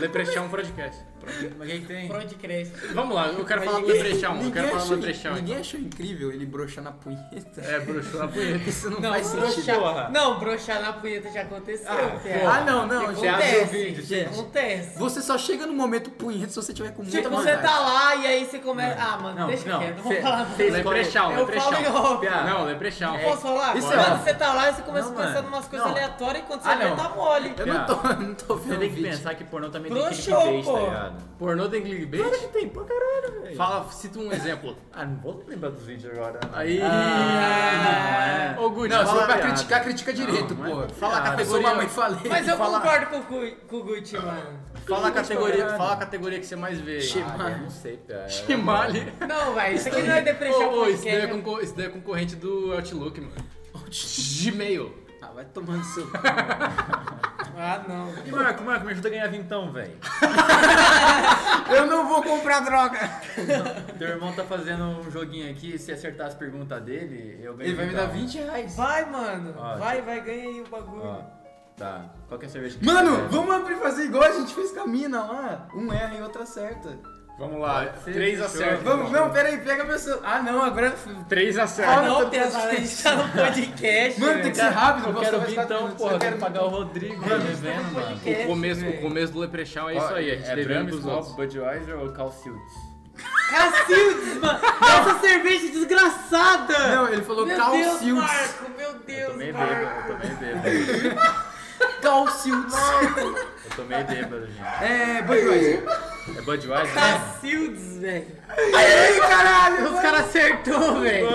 [SPEAKER 2] Leprechaun podcast.
[SPEAKER 5] Mas o que que tem?
[SPEAKER 3] Pra onde cresce.
[SPEAKER 2] Vamos lá, eu quero
[SPEAKER 3] Mas
[SPEAKER 2] falar do
[SPEAKER 3] ninguém-
[SPEAKER 2] Leprechaun. Eu
[SPEAKER 1] Ninguém,
[SPEAKER 2] quero falar do
[SPEAKER 1] achou,
[SPEAKER 2] Leprechaun.
[SPEAKER 1] ninguém
[SPEAKER 2] então.
[SPEAKER 1] achou incrível ele broxar na punheta?
[SPEAKER 2] É, broxou a punheta.
[SPEAKER 1] Isso não,
[SPEAKER 3] Não,
[SPEAKER 1] faz sentido.
[SPEAKER 3] broxar, não, broxar na punheta já aconteceu. Piá.
[SPEAKER 1] Ah, não, não,
[SPEAKER 3] Acontece,
[SPEAKER 1] gente. gente.
[SPEAKER 3] acontece.
[SPEAKER 1] Você só chega no momento punheta se você tiver com muita
[SPEAKER 3] Tipo, você
[SPEAKER 1] vontade.
[SPEAKER 3] tá lá e aí você começa. Ah, mano,
[SPEAKER 5] Não,
[SPEAKER 3] deixa
[SPEAKER 5] não,
[SPEAKER 3] quieto, não vou
[SPEAKER 5] cê-
[SPEAKER 3] falar
[SPEAKER 5] cê-
[SPEAKER 3] muito.
[SPEAKER 2] Leprechaun,
[SPEAKER 3] Eu falo em
[SPEAKER 2] Leprechaun.
[SPEAKER 3] off.
[SPEAKER 5] Piá.
[SPEAKER 2] Ah, Não, Leprechaun.
[SPEAKER 3] Posso falar?
[SPEAKER 1] Isso
[SPEAKER 3] mano,
[SPEAKER 1] é-
[SPEAKER 3] você tá lá e você começa a
[SPEAKER 5] Não,
[SPEAKER 3] pensar em
[SPEAKER 5] mano.
[SPEAKER 3] umas coisas
[SPEAKER 5] Não.
[SPEAKER 3] aleatórias e quando
[SPEAKER 5] Ah,
[SPEAKER 3] você vê,
[SPEAKER 5] não.
[SPEAKER 3] tá mole.
[SPEAKER 1] Eu não tô, não tô vendo
[SPEAKER 5] Você
[SPEAKER 1] o
[SPEAKER 5] tem que
[SPEAKER 1] vídeo.
[SPEAKER 5] pensar que pornô também
[SPEAKER 3] Broxou,
[SPEAKER 5] tem clickbait,
[SPEAKER 3] pô.
[SPEAKER 5] tá ligado?
[SPEAKER 2] Pornô tem clickbait?
[SPEAKER 5] que tem pra caralho, velho.
[SPEAKER 2] Fala, cita um exemplo.
[SPEAKER 5] Ah, não vou lembrar dos vídeos agora. né?
[SPEAKER 2] Aí.
[SPEAKER 3] É.
[SPEAKER 5] Ah,
[SPEAKER 2] Ô, Gucci,
[SPEAKER 1] Não, se
[SPEAKER 2] fala-
[SPEAKER 1] for pra
[SPEAKER 5] piada.
[SPEAKER 1] criticar, critica direito,
[SPEAKER 5] não é
[SPEAKER 1] pô.
[SPEAKER 5] piada.
[SPEAKER 1] Fala com a pessoa,
[SPEAKER 2] Categoria-
[SPEAKER 1] mamãe, falei.
[SPEAKER 3] Mas eu
[SPEAKER 5] Fala-
[SPEAKER 3] concordo com, o Gu- com o Gucci, mano.
[SPEAKER 2] fala a categoria,
[SPEAKER 5] caralho.
[SPEAKER 2] fala a categoria que você mais vê.
[SPEAKER 1] Chima-
[SPEAKER 5] Ah, eu não sei, cara.
[SPEAKER 1] é
[SPEAKER 2] Chimale.
[SPEAKER 3] Não, velho, isso aqui não é depressão.
[SPEAKER 2] Ô, ô, isso, daí é
[SPEAKER 3] podcast,
[SPEAKER 2] concor- isso daí é concorrente do Outlook, mano. Gmail.
[SPEAKER 1] Ah, vai tomando seu.
[SPEAKER 3] né? Ah, não.
[SPEAKER 5] E Marco, Marco, me ajuda a ganhar vintão, velho.
[SPEAKER 1] eu não vou comprar droga.
[SPEAKER 5] Teu irmão tá fazendo um joguinho aqui, se acertar as perguntas dele, eu ganho
[SPEAKER 1] Ele vai me
[SPEAKER 5] vintão.
[SPEAKER 1] dar
[SPEAKER 2] Então.
[SPEAKER 1] 20 reais.
[SPEAKER 3] Vai, mano.
[SPEAKER 5] Ó,
[SPEAKER 3] Vai, vai, ganha aí o bagulho.
[SPEAKER 5] Ó, tá. Qual que é a cerveja que
[SPEAKER 1] Mano,
[SPEAKER 5] você
[SPEAKER 1] vamos abrir e fazer igual a gente fez com a mina lá. Um erra e outro acerta.
[SPEAKER 2] Vamos lá,
[SPEAKER 5] Pode ser,
[SPEAKER 2] três
[SPEAKER 5] fechou.
[SPEAKER 2] acertos.
[SPEAKER 1] Vamos, não, pera aí, pega a pessoa. Ah, não, agora.
[SPEAKER 2] Três
[SPEAKER 3] Ah,
[SPEAKER 2] acertos.
[SPEAKER 1] Fala
[SPEAKER 3] não,
[SPEAKER 1] do
[SPEAKER 3] Piazada, a gente tá no podcast. Tá
[SPEAKER 1] Mano, tem que ser rápido,
[SPEAKER 5] quer? Eu
[SPEAKER 1] posso
[SPEAKER 5] quero
[SPEAKER 1] só mais quatro
[SPEAKER 5] vintão,
[SPEAKER 1] minutos,
[SPEAKER 5] porra.
[SPEAKER 1] eu
[SPEAKER 5] Eu
[SPEAKER 1] quero
[SPEAKER 5] quero pagar o Rodrigo, tá me vendo, mano.
[SPEAKER 2] O começo, o começo do Leprechaun é isso aí, a gente
[SPEAKER 5] é
[SPEAKER 2] devendo
[SPEAKER 5] Brahms,
[SPEAKER 2] pros
[SPEAKER 5] Bob,
[SPEAKER 2] outros.
[SPEAKER 5] Budweiser ou Calcildes?
[SPEAKER 3] Cacildes, mano. Essa cerveja desgraçada.
[SPEAKER 1] Não, ele falou
[SPEAKER 3] Meu Deus,
[SPEAKER 1] calcius.
[SPEAKER 3] Marco, meu Deus,
[SPEAKER 5] Tomei
[SPEAKER 3] Marco.
[SPEAKER 5] bêbado, eu tomei bêbado.
[SPEAKER 1] Calcius.
[SPEAKER 5] Eu tomei bêbado, gente.
[SPEAKER 1] É, Budweiser.
[SPEAKER 5] É Budweiser?
[SPEAKER 3] Tá.
[SPEAKER 5] né?
[SPEAKER 3] Cacildes, velho.
[SPEAKER 1] Ei, caralho!
[SPEAKER 3] Os caras acertou, velho.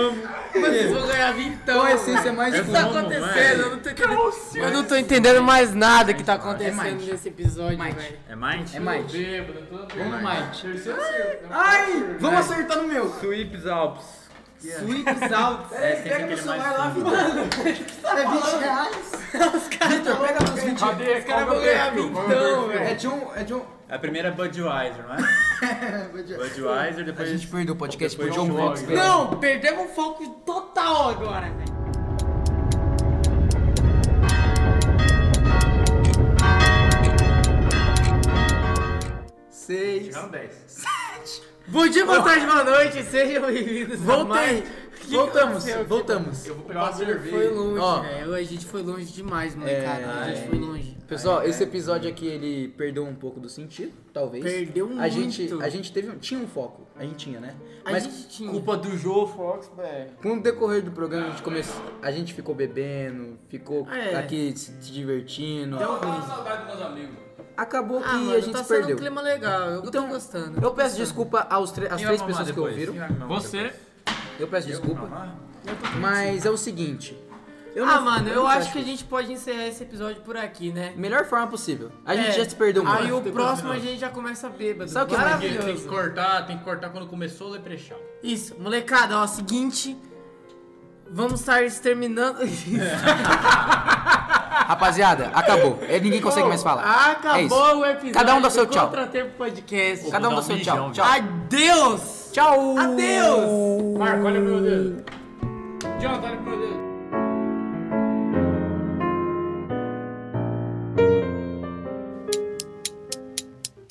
[SPEAKER 3] Mas vocês vão ganhar vintão.
[SPEAKER 1] Então a essência é mais
[SPEAKER 5] Eu
[SPEAKER 3] O que
[SPEAKER 1] comum.
[SPEAKER 3] tá
[SPEAKER 5] Vamos,
[SPEAKER 3] acontecendo? Eu não
[SPEAKER 5] vai.
[SPEAKER 3] tô entendendo. Eu não tô entendendo mais nada que tá
[SPEAKER 1] É
[SPEAKER 3] acontecendo
[SPEAKER 1] mais.
[SPEAKER 3] nesse episódio, velho.
[SPEAKER 5] É Mind?
[SPEAKER 1] É mais.
[SPEAKER 2] Bêbado, é tudo bem.
[SPEAKER 1] Vamos mais.
[SPEAKER 2] Terceiro acerto.
[SPEAKER 1] Ai, vamos acertar no meu.
[SPEAKER 5] Sweeps Alps.
[SPEAKER 3] Sweeps out.
[SPEAKER 5] É, sempre
[SPEAKER 1] Pega meu
[SPEAKER 5] aquele mais
[SPEAKER 1] celular lá,
[SPEAKER 5] fundo.
[SPEAKER 1] Vitor. É 20 reais. Vitor, pega meus 20 reais.
[SPEAKER 3] Os caras vão ganhar vintão, Então, velho.
[SPEAKER 1] É de um. É de um.
[SPEAKER 5] A primeira é Budweiser, não é? Budweiser, depois...
[SPEAKER 1] perdeu o podcast
[SPEAKER 5] Depois John Fox, velho.
[SPEAKER 3] Não, perdemos o foco total agora, velho.
[SPEAKER 1] Seis.
[SPEAKER 5] Chegamos 10.
[SPEAKER 3] Bom dia, boa tarde, boa noite. Sejam bem-vindos. a mais-
[SPEAKER 1] Voltei! Voltamos, voltamos.
[SPEAKER 2] Eu vou pegar uma
[SPEAKER 3] Foi
[SPEAKER 2] cerveja.
[SPEAKER 3] longe,
[SPEAKER 1] Ó.
[SPEAKER 3] velho. A gente foi longe demais, molecada. a gente
[SPEAKER 1] é.
[SPEAKER 3] foi longe.
[SPEAKER 1] Pessoal, esse episódio aqui ele perdeu um pouco do sentido, talvez.
[SPEAKER 3] Perdeu
[SPEAKER 1] A gente,
[SPEAKER 3] muito.
[SPEAKER 1] a gente teve, um- tinha um foco, a gente tinha, né?
[SPEAKER 3] A
[SPEAKER 1] Mas
[SPEAKER 3] gente tinha.
[SPEAKER 5] Culpa do Joe Fox, velho.
[SPEAKER 1] com o decorrer do programa a gente começou, a gente ficou bebendo, ficou
[SPEAKER 3] É. Então,
[SPEAKER 1] aqui se se divertindo.
[SPEAKER 2] Eu tava com saudade dos meus amigos.
[SPEAKER 1] Acabou que
[SPEAKER 3] Ah, mano,
[SPEAKER 1] a gente
[SPEAKER 3] tá sendo
[SPEAKER 1] perdeu.
[SPEAKER 3] um clima legal. Eu
[SPEAKER 1] Então,
[SPEAKER 3] tô gostando.
[SPEAKER 1] Eu peço desculpa aos tre- às
[SPEAKER 5] Quem
[SPEAKER 1] três
[SPEAKER 5] vai mamar
[SPEAKER 1] pessoas que
[SPEAKER 5] depois?
[SPEAKER 1] ouviram.
[SPEAKER 5] Quem vai mamar
[SPEAKER 6] Você,
[SPEAKER 1] Eu peço desculpa. Mas é o seguinte. eu
[SPEAKER 3] ah,
[SPEAKER 1] não-
[SPEAKER 3] mano, eu
[SPEAKER 1] não
[SPEAKER 3] acho que a gente pode encerrar esse episódio por aqui, né?
[SPEAKER 1] Melhor forma possível. A gente
[SPEAKER 3] É.
[SPEAKER 1] já se perdeu muito.
[SPEAKER 3] Aí o próximo a gente já começa bêbado.
[SPEAKER 1] Sabe o que é mais-
[SPEAKER 2] Tem que
[SPEAKER 3] Maravilhoso.
[SPEAKER 2] cortar, tem que cortar quando começou o leprechal.
[SPEAKER 3] Isso, molecada, ó, seguinte. Vamos estar exterminando.
[SPEAKER 1] Rapaziada, acabou. É, ninguém consegue mais falar.
[SPEAKER 3] Acabou
[SPEAKER 1] É isso.
[SPEAKER 3] o episódio.
[SPEAKER 1] Cada um dá seu
[SPEAKER 3] do
[SPEAKER 1] tchau.
[SPEAKER 3] Contratempo Podcast.
[SPEAKER 1] Cada um dá seu tchau. Tchau.
[SPEAKER 3] Adeus!
[SPEAKER 1] Tchau.
[SPEAKER 3] Adeus!
[SPEAKER 2] Marco, olha pro meu dedo. Jonathan, olha pro meu dedo.